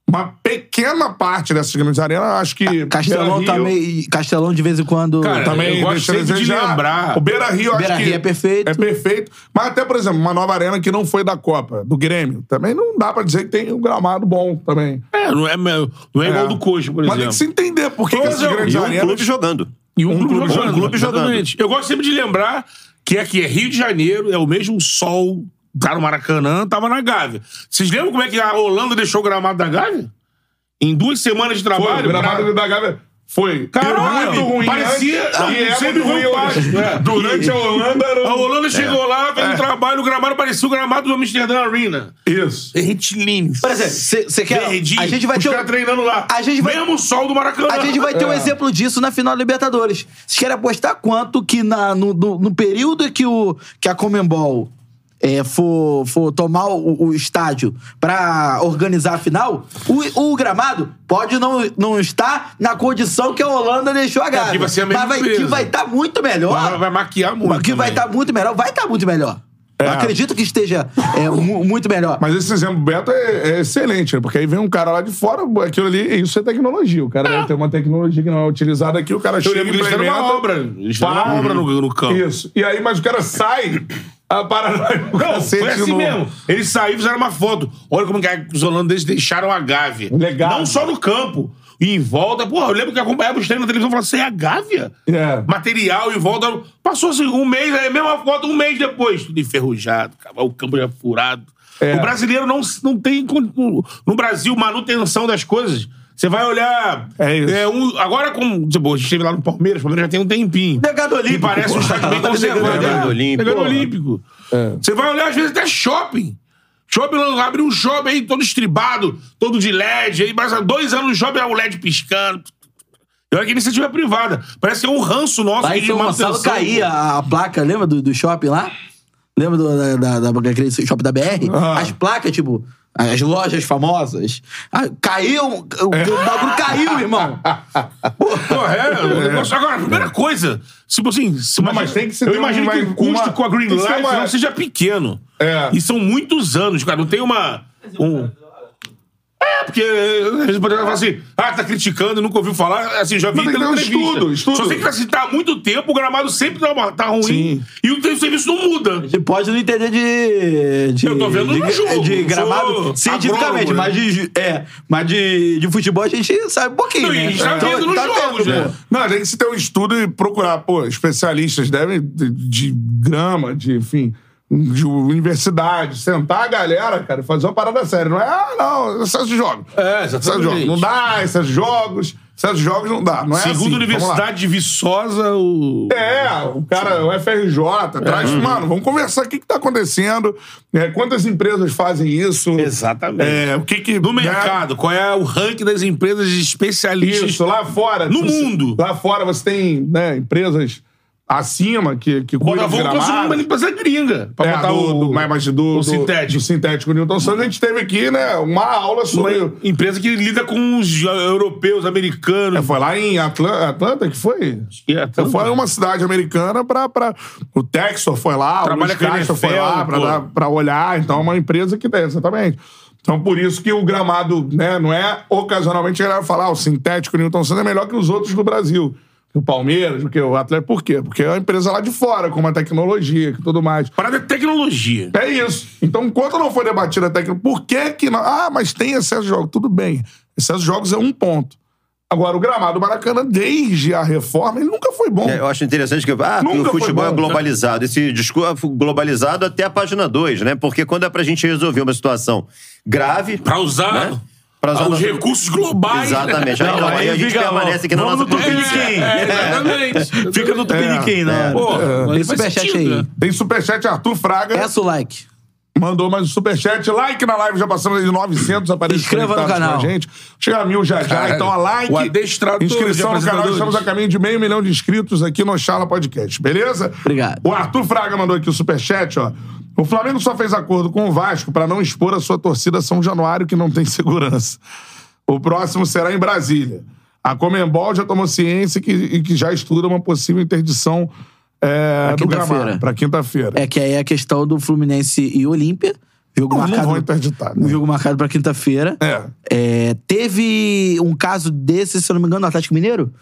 Speaker 1: Uma pequena parte dessas grandes arenas, acho que.
Speaker 4: Castelão
Speaker 1: Beira-Rio
Speaker 4: também. Castelão de vez em quando.
Speaker 2: Cara,
Speaker 4: também.
Speaker 2: É, Eu gosto
Speaker 1: deixa a
Speaker 2: sempre de
Speaker 1: desejar.
Speaker 2: lembrar.
Speaker 1: O Beira Rio, acho
Speaker 4: Beira-Rio
Speaker 1: que.
Speaker 4: é perfeito.
Speaker 1: É perfeito. Mas até, por exemplo, uma nova arena que não foi da Copa, do Grêmio. Também não dá pra dizer que tem um gramado bom também.
Speaker 2: É, não é, meu- não é igual do Coxa, por
Speaker 1: Mas
Speaker 2: exemplo.
Speaker 1: tem que se entender por que, que
Speaker 2: Todas
Speaker 1: essas
Speaker 2: as-
Speaker 1: grandes
Speaker 3: E um
Speaker 1: arenas.
Speaker 3: clube jogando.
Speaker 2: E um, clube,
Speaker 3: clube
Speaker 2: jogando.
Speaker 3: jogando. clube jogando.
Speaker 2: Exatamente. Eu gosto sempre de lembrar que aqui é Rio de Janeiro, é o mesmo sol. Tá no Maracanã, tava na Gávea. Vocês lembram como é que a Holanda deixou o gramado da Gávea? Em duas semanas de
Speaker 1: Foi,
Speaker 2: trabalho.
Speaker 1: o gramado da Gávea foi.
Speaker 2: Caralho,
Speaker 1: muito ruim.
Speaker 2: parecia-
Speaker 1: antes, e é
Speaker 2: sempre
Speaker 1: muito
Speaker 2: foi
Speaker 1: ruim.
Speaker 2: o Vasco, né?
Speaker 1: Durante a Holanda era. um-
Speaker 2: pra- A Holanda
Speaker 4: É.
Speaker 2: chegou lá, fez um trabalho, o gramado parecia o gramado do Amsterdã Arena.
Speaker 1: Isso.
Speaker 2: Retilíneo.
Speaker 4: Por exemplo, você quer.
Speaker 2: Verdinho.
Speaker 4: É A gente vai
Speaker 2: Os
Speaker 4: ter.
Speaker 2: caras
Speaker 4: um-
Speaker 2: treinando lá.
Speaker 4: A gente vai-
Speaker 2: Mesmo sol do Maracanã.
Speaker 4: A gente vai ter um exemplo disso na final da Libertadores. Vocês querem apostar quanto que na, no, no- no período que, o, que a Comembol é, for, for tomar o, o estádio pra organizar a final, o, o gramado pode não, não estar na condição que a Holanda deixou a Gávea.
Speaker 2: É, que vai ser a mesma
Speaker 4: mas vai,
Speaker 2: empresa.
Speaker 4: que vai estar muito melhor.
Speaker 2: Ah, Vai- vai maquiar muito né? É.
Speaker 4: Que vai tá
Speaker 2: também.
Speaker 4: estar muito melhor. Vai estar muito melhor. Eu acredito que esteja é, mu- muito melhor.
Speaker 1: Mas esse exemplo do Beto é, é excelente, né? Porque aí vem um cara lá de fora, pô, aquilo ali, isso é tecnologia. O cara tem uma tecnologia que não é utilizada aqui, o cara
Speaker 2: Eu
Speaker 1: chega
Speaker 2: lembro que eles fizeram
Speaker 1: implementa,
Speaker 2: uma obra. Eles fizeram
Speaker 1: pá,
Speaker 2: uma obra no, no campo.
Speaker 1: Isso. E aí, mas o cara sai, a parada vai pro
Speaker 2: Não,
Speaker 1: cacete
Speaker 2: foi
Speaker 1: de
Speaker 2: assim
Speaker 1: novo.
Speaker 2: mesmo. Eles saíram e fizeram uma foto. Olha como que a- os holandeses deixaram a Gávea.
Speaker 1: Legado.
Speaker 2: Não só no campo. E em volta. Porra, eu lembro que acompanhava os treinos na televisão e falava assim, é a Gávea?
Speaker 1: É.
Speaker 2: Material em volta. Passou assim, um mês, aí a mesma foto um mês depois. Tudo enferrujado, cara, o campo já furado.
Speaker 1: É.
Speaker 2: O brasileiro não, não tem... con- No no Brasil, manutenção das coisas... Você vai olhar.
Speaker 1: É isso.
Speaker 2: um- agora, com, tipo, a gente esteve lá no Palmeiras, o Palmeiras já tem um tempinho.
Speaker 4: Legado
Speaker 2: E
Speaker 4: Olímpico.
Speaker 2: parece um estádio bem conservado.
Speaker 3: Legado Olímpico.
Speaker 2: Legado Olímpico.
Speaker 1: É.
Speaker 2: Você vai olhar, às vezes, até shopping. Shopping, lá, abre um shopping aí todo estribado, todo de LED, aí mas há dois anos no shopping é o LED piscando. E olha É que iniciativa privada. Parece que é um ranço nosso
Speaker 4: Lá
Speaker 2: aí
Speaker 4: em São Gonçalo caía a, a placa, lembra do, do shopping lá? Lembra do, da, da, da, daquele shopping da BR?
Speaker 1: Ah.
Speaker 4: As placas, tipo, as lojas famosas. Ah, caiu, o,
Speaker 2: É.
Speaker 4: o bagulho caiu, irmão.
Speaker 2: Porra, é, o negócio- Agora, a primeira coisa, tipo assim, se
Speaker 1: Não, mas tem que ser-
Speaker 2: eu
Speaker 1: tem
Speaker 2: imagino
Speaker 1: uma-
Speaker 2: que o custo
Speaker 1: uma-
Speaker 2: com a Green
Speaker 1: tem que
Speaker 2: Life
Speaker 1: ser uma-
Speaker 2: não seja pequeno.
Speaker 1: É.
Speaker 2: E são muitos anos, cara. Não tem uma. um- É, porque eh, às vezes poderia falar assim, ah, tá criticando, nunca ouviu falar. Assim, já vi
Speaker 1: Mas tem que ter
Speaker 2: pela
Speaker 1: um
Speaker 2: entrevista.
Speaker 1: estudo, estudo.
Speaker 2: Só sei que assim, tá há muito tempo, o gramado sempre tá, uma- tá ruim.
Speaker 1: Sim.
Speaker 2: E o teu serviço não muda.
Speaker 4: Você pode não entender de. de
Speaker 2: Eu tô vendo
Speaker 4: de,
Speaker 2: no jogo,
Speaker 4: de
Speaker 2: sou
Speaker 4: gramado
Speaker 2: agrônomo,
Speaker 4: cientificamente,
Speaker 2: né?
Speaker 4: mas, de, ju- é, mas de, de futebol a gente sabe um pouquinho.
Speaker 2: Não, e
Speaker 4: né?
Speaker 2: a gente tá
Speaker 4: Então,
Speaker 2: vendo nos jogos,
Speaker 4: vendo,
Speaker 2: né?
Speaker 4: pô.
Speaker 1: Não, tem que se ter um estudo e procurar, pô, especialistas devem de, de grama, de, enfim, de universidade, sentar a galera, cara, e fazer uma parada séria. Não é, ah, não, excesso de jogos.
Speaker 2: É,
Speaker 1: Excesso de jogos. Não dá, excesso de jogos, excesso de jogos não dá. Não é
Speaker 2: Segundo
Speaker 1: assim,
Speaker 2: a
Speaker 1: vamos lá.
Speaker 2: Universidade de Viçosa, o.
Speaker 1: É, o cara, o
Speaker 2: É.
Speaker 1: FRJ, traz.
Speaker 2: Uhum.
Speaker 1: Mano, vamos conversar o que, que tá acontecendo, né, quantas empresas fazem isso.
Speaker 2: Exatamente.
Speaker 1: É, o que que.
Speaker 2: No
Speaker 1: né,
Speaker 2: mercado, qual é o ranking das empresas de especialistas?
Speaker 1: Isso, lá fora.
Speaker 2: No
Speaker 1: você-
Speaker 2: mundo.
Speaker 1: Lá fora você tem né, empresas acima que, que cuidam do
Speaker 2: Botafogo conseguiu é uma
Speaker 1: gramado.
Speaker 2: empresa gringa pra
Speaker 1: É,
Speaker 2: botar
Speaker 1: do,
Speaker 2: o,
Speaker 1: do, mas- mas do,
Speaker 2: o
Speaker 1: do-
Speaker 2: sintético.
Speaker 1: do sintético Newton Santos. A gente teve aqui né, uma aula
Speaker 2: Uma
Speaker 1: sobre...
Speaker 2: empresa que lida com os eh, europeus,
Speaker 1: É,
Speaker 2: americanos.
Speaker 1: foi lá em Atlanta, Atlanta que foi?
Speaker 2: que é tanto.
Speaker 1: Foi uma cidade americana pra... pra o Texor foi lá,
Speaker 2: Trabalha
Speaker 1: o
Speaker 2: com a
Speaker 1: Luiz Castro foi
Speaker 2: NFL,
Speaker 1: lá pra,
Speaker 2: pô.
Speaker 1: dar- pra olhar. Então é uma empresa que tem, exatamente. Então por isso que o gramado né, não é... Ocasionalmente a galera fala, ah, o sintético Newton Santos é melhor que os outros do Brasil. O Palmeiras, do que o Atlético. Por quê? Porque é uma empresa lá de fora, com uma tecnologia e tudo mais.
Speaker 2: Parada é tecnologia.
Speaker 1: É isso. Então, enquanto não foi debatida a técnica, por que que não... Ah, mas tem excesso de jogos. Tudo bem. Excesso de jogos é um ponto. Agora, o gramado do Maracanã, desde a reforma, ele nunca foi bom.
Speaker 3: É, Eu acho interessante que ah,
Speaker 1: Nunca
Speaker 3: o
Speaker 1: foi
Speaker 3: futebol
Speaker 1: bom.
Speaker 3: é
Speaker 4: né?
Speaker 3: globalizado. Esse discurso globalizado é até a página 2, né? Porque quando é pra gente resolver uma situação grave,
Speaker 2: Pra usar.
Speaker 3: né? Pra
Speaker 2: Ah, Os recursos globais. né?
Speaker 3: Exatamente. Aí, não, aí a gente
Speaker 5: fica, ó,
Speaker 3: permanece aqui na
Speaker 5: vamos
Speaker 3: nossa
Speaker 5: no Tupiniquim.
Speaker 3: política. É,
Speaker 2: É, exatamente.
Speaker 5: Fica no Tupiniquim, né?
Speaker 2: Pô,
Speaker 4: Tem
Speaker 2: faz
Speaker 4: superchat
Speaker 2: sentido,
Speaker 4: aí.
Speaker 2: né?
Speaker 1: Tem superchat Arthur Fraga.
Speaker 4: Peça o like.
Speaker 1: Mandou mais um superchat. Like na live, já passamos de 900 aparelhos
Speaker 4: Inscreva no
Speaker 1: conectados
Speaker 4: canal.
Speaker 1: com a gente. Chega a mil já já.
Speaker 2: Caralho.
Speaker 1: Então, a like.
Speaker 2: O adestrador de
Speaker 1: inscrição no canal.
Speaker 2: apresentadores.
Speaker 1: Estamos a caminho de meio milhão de inscritos aqui no Charla Podcast, beleza?
Speaker 4: Obrigado.
Speaker 1: O Arthur Fraga mandou aqui o superchat, ó. O Flamengo só fez acordo com o Vasco para não expor a sua torcida a São Januário, que não tem segurança. O próximo será em Brasília. A Comembol já tomou ciência que- e que já estuda uma possível interdição é,
Speaker 4: Pra
Speaker 1: do
Speaker 4: quinta-feira.
Speaker 1: gramado para quinta-feira.
Speaker 4: É que aí é a questão do Fluminense e Olímpia. Jogo
Speaker 1: Não, não
Speaker 4: marcado.
Speaker 1: vão interditar, né?
Speaker 4: Um jogo marcado pra quinta-feira.
Speaker 1: É.
Speaker 4: É, teve um caso desse, se eu não me engano, no Atlético Mineiro.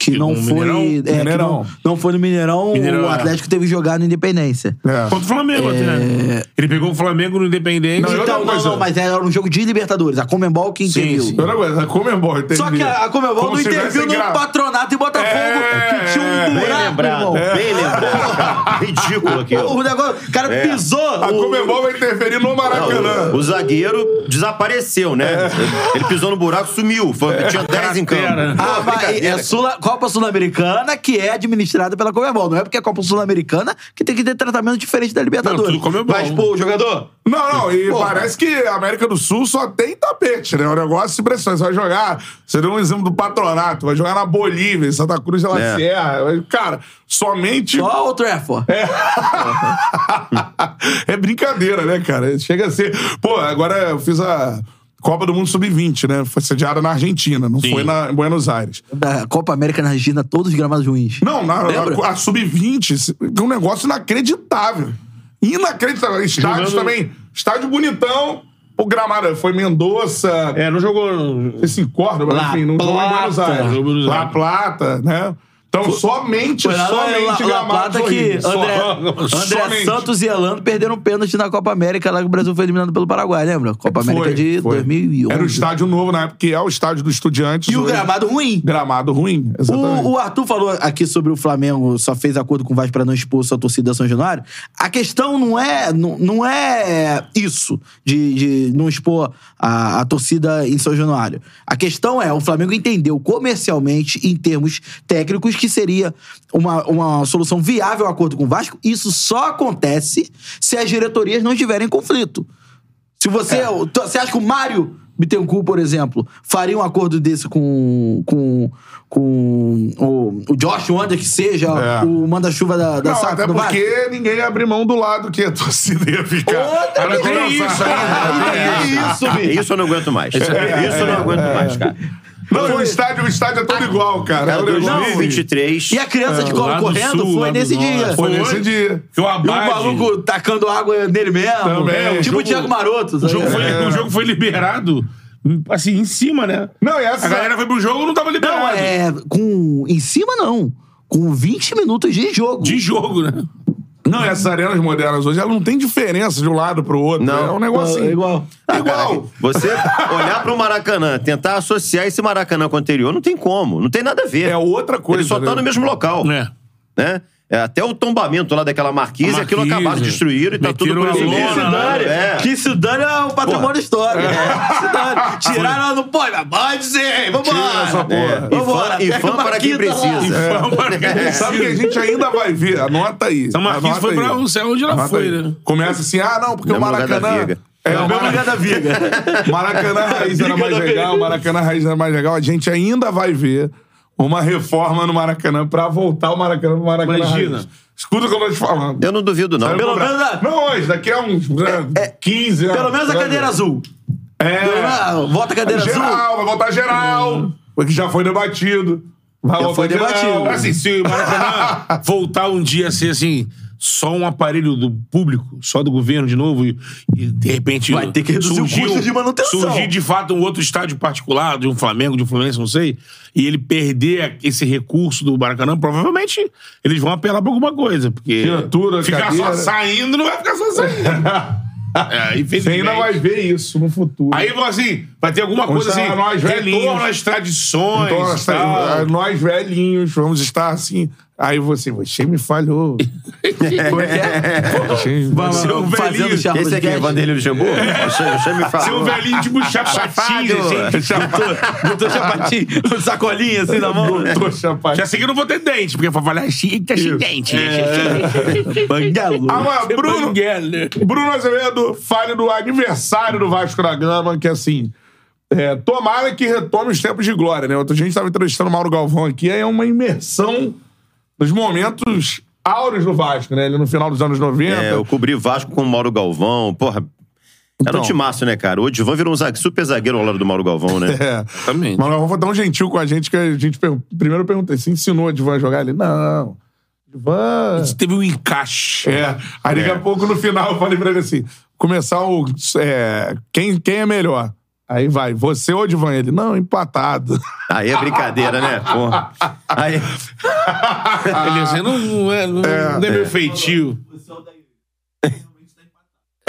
Speaker 4: Que não
Speaker 2: no
Speaker 4: foi.
Speaker 2: Tipo um Mineirão?
Speaker 4: é, que
Speaker 1: Mineirão.
Speaker 4: Não, não foi no Mineirão.
Speaker 2: Mineirão,
Speaker 4: o
Speaker 2: é.
Speaker 4: Atlético teve jogado na Independência.
Speaker 1: É.
Speaker 2: Contra o Flamengo, até, né? Ele pegou o Flamengo no Independente.
Speaker 1: Não, eu- outra
Speaker 4: Então, não,
Speaker 1: coisa.
Speaker 4: não, mas era um jogo de Libertadores. A Comembol que
Speaker 2: Sim,
Speaker 4: interviu.
Speaker 2: sim.
Speaker 1: Outra coisa, a Comembol interviu.
Speaker 4: Só que a a Comembol
Speaker 1: Como
Speaker 4: não
Speaker 1: se
Speaker 4: interviu
Speaker 1: tivesse
Speaker 4: no
Speaker 1: gra-
Speaker 4: patronato e Botafogo,
Speaker 1: É,
Speaker 4: que tinha um
Speaker 1: bem
Speaker 4: buraco,
Speaker 3: Lembrado.
Speaker 4: irmão.
Speaker 3: Bem lembrado, cara. Ridículo aqui, ó.
Speaker 4: O negócio, é o cara
Speaker 3: É.
Speaker 4: pisou.
Speaker 2: Ah,
Speaker 1: A
Speaker 4: o-
Speaker 1: Comembol vai interferir no Maracanã.
Speaker 3: Não, o zagueiro desapareceu, né? Ele pisou no buraco, sumiu. Foi- tinha 10 em
Speaker 2: Cratera.
Speaker 3: campo.
Speaker 4: É. Ah, mas é Sula- Copa Sul-Americana que é administrada pela Comebol. Não é porque é Copa Sul-Americana que tem que ter tratamento diferente da Libertadores.
Speaker 2: tudo Comebol.
Speaker 4: Mas, pô, o jogador.
Speaker 1: Não, não, e parece que a América do Sul só tem tapete, né? O negócio impressionante. Você vai jogar, você deu um exemplo do patronato, vai jogar na Bolívia, em Santa Cruz de La
Speaker 3: É.
Speaker 1: Sierra. Cara, somente.
Speaker 4: Só o Trafford.
Speaker 1: é brincadeira, né, cara? Chega a ser. Pô, agora eu fiz a Copa do Mundo Sub-20, né? Foi sediada na Argentina, não
Speaker 2: Sim.
Speaker 1: foi na, em Buenos Aires.
Speaker 4: Da Copa América na Argentina, todos os gramados ruins.
Speaker 1: Não, na,
Speaker 4: Lembra?
Speaker 1: a, a Sub-20 é um negócio inacreditável. Inacreditável. Estádios
Speaker 2: Jogando-
Speaker 1: também. Estádio bonitão. O gramado foi Mendoza,
Speaker 2: É, não jogou.
Speaker 1: esse Córdoba,
Speaker 4: La
Speaker 1: enfim, não jogou em
Speaker 4: Plata.
Speaker 1: Buenos Aires.
Speaker 2: Jogou em Buenos
Speaker 1: La
Speaker 2: Aires.
Speaker 1: Plata, né? Então, somente,
Speaker 4: Foi lá, lá,
Speaker 1: somente
Speaker 4: lá, Plata
Speaker 1: gramados
Speaker 4: que
Speaker 1: horríveis. Só-
Speaker 4: André, André
Speaker 1: somente.
Speaker 4: Santos e Elano perderam um pênalti na Copa América lá que o Brasil foi eliminado pelo Paraguai, lembra? Copa América
Speaker 1: Foi,
Speaker 4: de
Speaker 1: foi.
Speaker 4: 2011.
Speaker 1: Era o estádio novo na época, que é o estádio do Estudiantes.
Speaker 4: E o
Speaker 1: hoje.
Speaker 4: gramado ruim.
Speaker 1: Gramado ruim, exatamente.
Speaker 4: O, o Arthur falou aqui sobre o Flamengo só fez acordo com o Vasco para não expor sua torcida a São Januário. A questão não é não, não é isso de, de não expor a, a torcida em São Januário. A questão é o Flamengo entendeu comercialmente em termos técnicos que seria uma, uma solução viável ao acordo com o Vasco. Isso só acontece se as diretorias não tiverem conflito. Se você.
Speaker 2: É.
Speaker 4: tu- Você acha que o Mário Bittencourt, por exemplo, faria um acordo desse com. com. com o, o Josh Wander, que seja
Speaker 1: É.
Speaker 4: o manda-chuva da, da
Speaker 1: Não,
Speaker 4: saco
Speaker 1: até
Speaker 4: do Vasco?
Speaker 1: porque ninguém ia abrir mão do lado que a torcida ia ficar.
Speaker 4: Outra
Speaker 1: Era
Speaker 4: vez.
Speaker 1: tem
Speaker 2: Tem
Speaker 1: essa.
Speaker 2: isso ainda, tem
Speaker 3: É isso, bicho. Isso eu não aguento mais. Isso
Speaker 4: é,
Speaker 3: eu não aguento mais, cara.
Speaker 1: Não, o estádio, o estádio é
Speaker 2: Ah,
Speaker 1: todo igual, cara.
Speaker 3: Cara,
Speaker 1: É um negócio ruim.
Speaker 3: 2023.
Speaker 4: E a criança de
Speaker 2: É, lá
Speaker 4: colo
Speaker 2: do
Speaker 4: correndo
Speaker 2: sul, lá
Speaker 4: foi
Speaker 2: do
Speaker 4: nesse
Speaker 2: norte.
Speaker 4: dia.
Speaker 1: Foi nesse dia.
Speaker 2: Que o
Speaker 4: E o
Speaker 2: Abade.
Speaker 4: maluco tacando água nele mesmo.
Speaker 1: Também,
Speaker 4: É,
Speaker 1: o
Speaker 4: tipo
Speaker 1: jogo-
Speaker 4: o Thiago Maroto.
Speaker 2: O jogo,
Speaker 4: sabe?
Speaker 2: foi,
Speaker 1: É.
Speaker 2: o jogo foi liberado, assim, em cima, né?
Speaker 1: Não, e
Speaker 2: A
Speaker 1: essa.
Speaker 2: galera foi pro jogo e não tava liberado.
Speaker 4: Não, é. Com, em cima, não. Com 20 minutos de jogo.
Speaker 2: De jogo, né?
Speaker 1: Não, essas arenas modernas hoje, ela não tem diferença de um lado pro outro.
Speaker 3: Não.
Speaker 1: É um negócio
Speaker 4: É
Speaker 1: assim.
Speaker 4: igual.
Speaker 3: Ah, cara,
Speaker 1: Igual.
Speaker 3: Você olhar pro Maracanã, tentar associar esse Maracanã com o anterior, não tem como. Não tem nada a ver.
Speaker 1: É outra coisa.
Speaker 3: Ele só tá
Speaker 1: né?
Speaker 3: no mesmo local.
Speaker 2: É.
Speaker 3: né? É, até o tombamento lá daquela marquise,
Speaker 2: A
Speaker 3: aquilo acabaram,
Speaker 2: marquise.
Speaker 3: destruíram e tá tudo
Speaker 2: Meteram
Speaker 3: por
Speaker 2: a
Speaker 3: isso mesmo.
Speaker 2: lona, né?
Speaker 3: É.
Speaker 4: Que se dane é um patrimônio
Speaker 3: Porra.
Speaker 4: histórico. É. Se dane. Tiraram ela não pode, mas pode sim.
Speaker 1: Tira essa
Speaker 4: Vambora.
Speaker 1: porra.
Speaker 3: É. E fã, e
Speaker 4: Vambora, pega
Speaker 3: fã
Speaker 4: uma
Speaker 3: para quem
Speaker 4: quinta lá.
Speaker 3: precisa.
Speaker 1: né?
Speaker 2: É.
Speaker 1: Sabe que a gente ainda vai ver. Anota aí.
Speaker 2: São Então, Marquinhos
Speaker 1: Anota
Speaker 2: foi
Speaker 1: aí.
Speaker 2: pra um o céu onde ela
Speaker 1: Anota
Speaker 2: foi,
Speaker 1: aí.
Speaker 2: né?
Speaker 1: Começa assim, ah, não, porque
Speaker 3: Mesmo
Speaker 1: o
Speaker 3: lugar da
Speaker 1: Maracanã.
Speaker 3: Viga.
Speaker 1: É,
Speaker 4: É o
Speaker 1: o
Speaker 4: mesmo lugar da viga.
Speaker 1: Maracanã Raiz era
Speaker 4: Diga
Speaker 1: mais
Speaker 4: da
Speaker 1: legal, Maracanã Raiz era mais legal. A gente ainda vai ver uma reforma no Maracanã pra voltar o Maracanã pro Maracanã
Speaker 2: Imagina.
Speaker 1: Raiz. Escuta o que eu tô te falando.
Speaker 3: Eu não duvido, não.
Speaker 1: Sabe
Speaker 4: Pelo
Speaker 1: cobrar.
Speaker 4: menos a- É,
Speaker 1: Não hoje, daqui a uns né, 15 anos.
Speaker 4: Pelo menos a
Speaker 1: né?
Speaker 4: cadeira azul.
Speaker 1: É.
Speaker 4: Pelo menos a- Volta a cadeira azul. Hum.
Speaker 1: Geral, vai voltar geral. Porque já foi debatido. Vai
Speaker 4: Já
Speaker 1: voltar
Speaker 4: foi
Speaker 1: geral. Ah,
Speaker 4: debatido.
Speaker 2: Assim, se o Maracanã voltar um dia a ser assim, só um aparelho do público, só do governo de novo, e, e, de repente.
Speaker 4: Vai ter que reduzir o custo de manutenção.
Speaker 2: Surgir de fato um outro estádio particular, de um Flamengo, de um Fluminense, não sei, e ele perder esse recurso do Maracanã, provavelmente eles vão apelar pra alguma coisa. Porque
Speaker 1: Criatura,
Speaker 2: ficar
Speaker 1: cadeira.
Speaker 2: só saindo não vai ficar só saindo. é,
Speaker 1: assim. Você
Speaker 2: infelizmente.
Speaker 1: ainda vai ver isso no futuro.
Speaker 2: Aí, assim, vai ter alguma
Speaker 1: Vamos
Speaker 2: coisa assim,
Speaker 1: estar nós velhinhos.
Speaker 2: retorno às tradições.
Speaker 1: Então, nós,
Speaker 2: tal.
Speaker 1: nós velhinhos vamos estar assim. Aí você, você me falhou.
Speaker 4: Como é que é?
Speaker 1: Você-
Speaker 2: Você é um
Speaker 4: Fazendo
Speaker 2: velhinho.
Speaker 4: Charles
Speaker 3: Esse aqui é
Speaker 4: Guedes.
Speaker 3: Vanderlei Luxemburgo? Você, você me
Speaker 2: Você é
Speaker 3: falou.
Speaker 2: um velhinho tipo
Speaker 3: Safado.
Speaker 2: chapatinho, assim.
Speaker 4: Botou- Botou chapatinho,
Speaker 2: um
Speaker 4: sacolinha assim na mão.
Speaker 1: Tô chapado.
Speaker 2: Já sei que eu não vou ter dente, porque eu vou falar assim, tá sem dente.
Speaker 3: é
Speaker 4: Banguelo.
Speaker 1: Agora, Bruno, Bruno Azevedo, fale do aniversário do Vasco da Gama, que assim. É, tomara que retome os tempos de glória, né? Outra gente estava entrevistando o Mauro Galvão aqui, aí é uma imersão dos momentos áureos do Vasco, né? Ele no final dos anos 90.
Speaker 3: É, eu cobri Vasco com o Mauro Galvão, porra. Era
Speaker 1: Então.
Speaker 3: um timaço, né, cara? O Divan virou um zague- super zagueiro ao lado do Mauro Galvão, né?
Speaker 1: É.
Speaker 2: Também.
Speaker 1: Mas nós foi tão um gentil com a gente que a gente per- primeiro eu perguntei: se ensinou a Divan a jogar? Ele, não. Divan.
Speaker 2: Teve um encaixe.
Speaker 1: É. Aí daqui a pouco no final eu falei pra ele assim: começar o. é, quem, quem é melhor? Aí vai, você ou Divan? Ele, não, empatado.
Speaker 3: Aí é brincadeira, né? Porra. Aí,
Speaker 2: Ele assim, não, não é, não, não é meu feitio.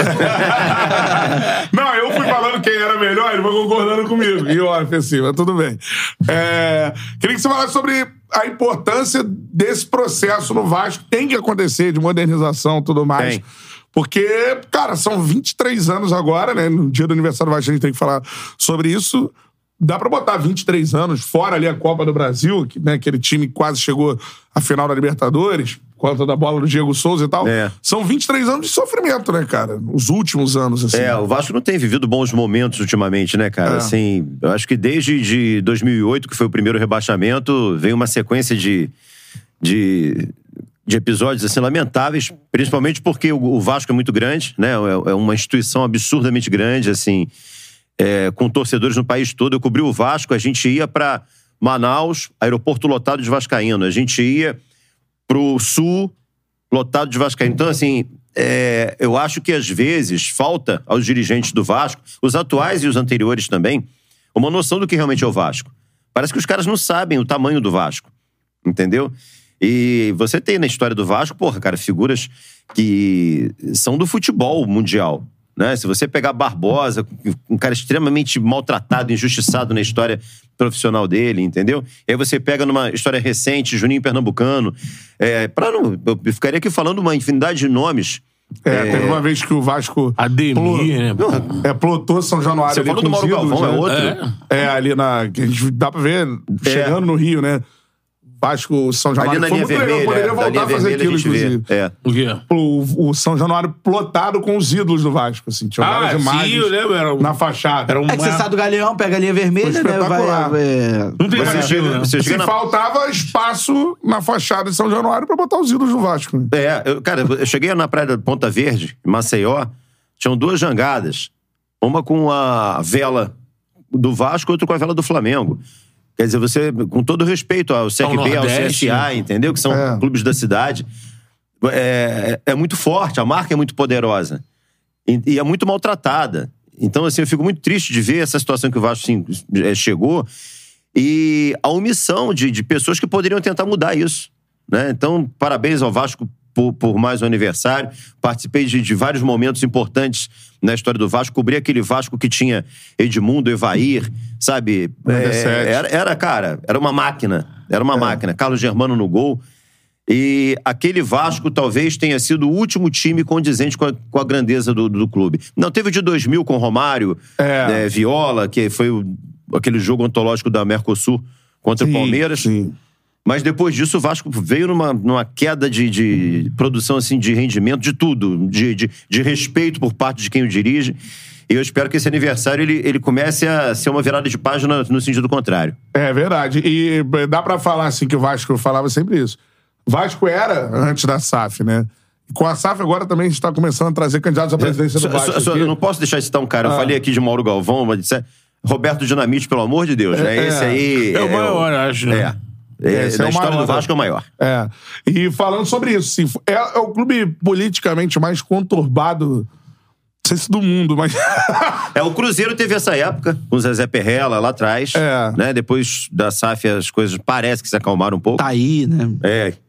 Speaker 1: Não, eu fui falando quem era melhor, ele foi concordando comigo. E óbvio, assim, mas tudo bem. É, queria que você falasse sobre a importância desse processo no Vasco. Tem que acontecer de modernização e tudo mais.
Speaker 3: Tem.
Speaker 1: Porque, cara, são 23 anos agora, né? No dia do aniversário do Vasco a gente tem que falar sobre isso. Dá pra botar 23 anos fora ali a Copa do Brasil, que, né, aquele time que quase chegou à final da Libertadores, por conta da bola do Diego Souza e tal.
Speaker 3: É.
Speaker 1: São 23 anos de sofrimento, né, cara? Os últimos anos, assim.
Speaker 3: é, o Vasco não tem vivido bons momentos ultimamente, né, cara?
Speaker 1: É.
Speaker 3: Assim, eu acho que desde de 2008, que foi o primeiro rebaixamento, vem uma sequência de, de, de episódios assim, lamentáveis, principalmente porque o, o Vasco é muito grande, né? É, é uma instituição absurdamente grande, assim, é, com torcedores no país todo. Eu cobri o Vasco, a gente ia pra Manaus, aeroporto lotado de Vascaíno, a gente ia pro sul, lotado de Vascaíno. Então, assim, é, eu acho que às vezes falta aos dirigentes do Vasco, os atuais e os anteriores também, uma noção do que realmente é o Vasco. Parece que os caras não sabem o tamanho do Vasco, entendeu? E você tem na história do Vasco, porra, cara, figuras que são do futebol mundial. Né? Se você pegar Barbosa, um cara extremamente maltratado, injustiçado na história profissional dele, entendeu? E aí você pega numa história recente, Juninho Pernambucano. É, pra não, eu ficaria aqui falando uma infinidade de nomes.
Speaker 1: É, teve uma vez que o Vasco
Speaker 2: Ademir, né?
Speaker 1: é, plotou São Januário.
Speaker 3: Você
Speaker 1: ali
Speaker 3: falou
Speaker 1: com
Speaker 3: do Mauro
Speaker 1: os ídolos,
Speaker 3: Galvão,
Speaker 1: né?
Speaker 3: é outro.
Speaker 1: É, ali na. que a gente dá pra ver, chegando no Rio, né? Vasco, São
Speaker 3: É. Ali
Speaker 1: Januário.
Speaker 3: na
Speaker 1: Ah, Foi
Speaker 3: linha
Speaker 1: muito legal,
Speaker 3: vermelha.
Speaker 1: poderia
Speaker 3: é, da
Speaker 1: voltar
Speaker 3: linha
Speaker 1: a fazer
Speaker 3: vermelha
Speaker 1: aquilo,
Speaker 3: a gente
Speaker 1: inclusive.
Speaker 3: vê. É.
Speaker 2: O quê?
Speaker 1: O, o São Januário plotado com os ídolos do Vasco, assim. Tinha
Speaker 2: Ah,
Speaker 1: várias
Speaker 2: sim, eu
Speaker 1: imagens
Speaker 2: lembro. Era um,
Speaker 1: na fachada.
Speaker 2: era um
Speaker 4: É que você sai do galeão, pega a linha vermelha, né? Vai,
Speaker 1: espetacular.
Speaker 4: é,
Speaker 2: Não tem
Speaker 3: Você
Speaker 2: mais
Speaker 3: chega,
Speaker 2: aquilo, né?
Speaker 3: você
Speaker 1: Se
Speaker 3: chega na
Speaker 1: faltava espaço na fachada de São Januário pra botar os ídolos do Vasco. né?
Speaker 3: É, eu- cara, eu cheguei na praia da Ponta Verde, em Maceió, tinham duas jangadas. Uma com a vela do Vasco, outra com a vela do Flamengo. Quer dizer, você, com todo respeito ao CRB, ao
Speaker 2: Nordeste,
Speaker 3: CSA, entendeu? Que são
Speaker 1: É.
Speaker 3: clubes da cidade. É, é muito forte, a marca é muito poderosa. E, e é muito maltratada. Então, assim, eu fico muito triste de ver essa situação que o Vasco assim, eh, chegou e a omissão de, de pessoas que poderiam tentar mudar isso. Né? Então, parabéns ao Vasco por, por mais um aniversário. Participei de, de vários momentos importantes na história do Vasco. Cobri aquele Vasco que tinha Edmundo, Evair, sabe? É,
Speaker 1: 97.
Speaker 3: era, era, cara, era uma máquina. Era uma máquina. Carlos Germano no gol. E aquele Vasco talvez tenha sido o último time condizente com a, com a grandeza do, do clube. Não, teve o de 2000 com Romário,
Speaker 1: É.
Speaker 3: né, Viola, que foi o- aquele jogo antológico da Mercosul contra o Palmeiras.
Speaker 1: Sim.
Speaker 3: Mas depois disso, o Vasco veio numa, numa queda de, de produção, assim, de rendimento, de tudo, de, de, de respeito por parte de quem o dirige. E eu espero que esse aniversário ele, ele comece a ser uma virada de página no sentido contrário.
Speaker 1: É verdade. E eh, dá pra falar assim que o Vasco eu falava sempre isso. Vasco era antes da SAF, né? E com a SAF agora também a gente tá começando a trazer candidatos à presidência
Speaker 3: É, Só-
Speaker 1: do Vasco.
Speaker 3: só- só-
Speaker 1: aqui.
Speaker 3: eu não posso deixar de citar um cara.
Speaker 1: Ah.
Speaker 3: Eu falei aqui de Mauro Galvão, mas disse, Roberto Dinamite, pelo amor de Deus. né?
Speaker 1: É,
Speaker 3: esse aí.
Speaker 2: É o maior, eu acho. né?
Speaker 3: É. É,
Speaker 1: Esse é
Speaker 3: na
Speaker 1: o
Speaker 3: história
Speaker 1: maior.
Speaker 3: do Vasco é o maior.
Speaker 1: É. E falando sobre isso, assim, é, é o clube politicamente mais conturbado, não sei se do mundo, mas.
Speaker 3: É, o Cruzeiro teve essa época, com o Zezé Perrela lá atrás.
Speaker 1: É.
Speaker 3: Né? Depois da SAF, as coisas parece que se acalmaram um pouco.
Speaker 4: tá aí, né?
Speaker 3: É.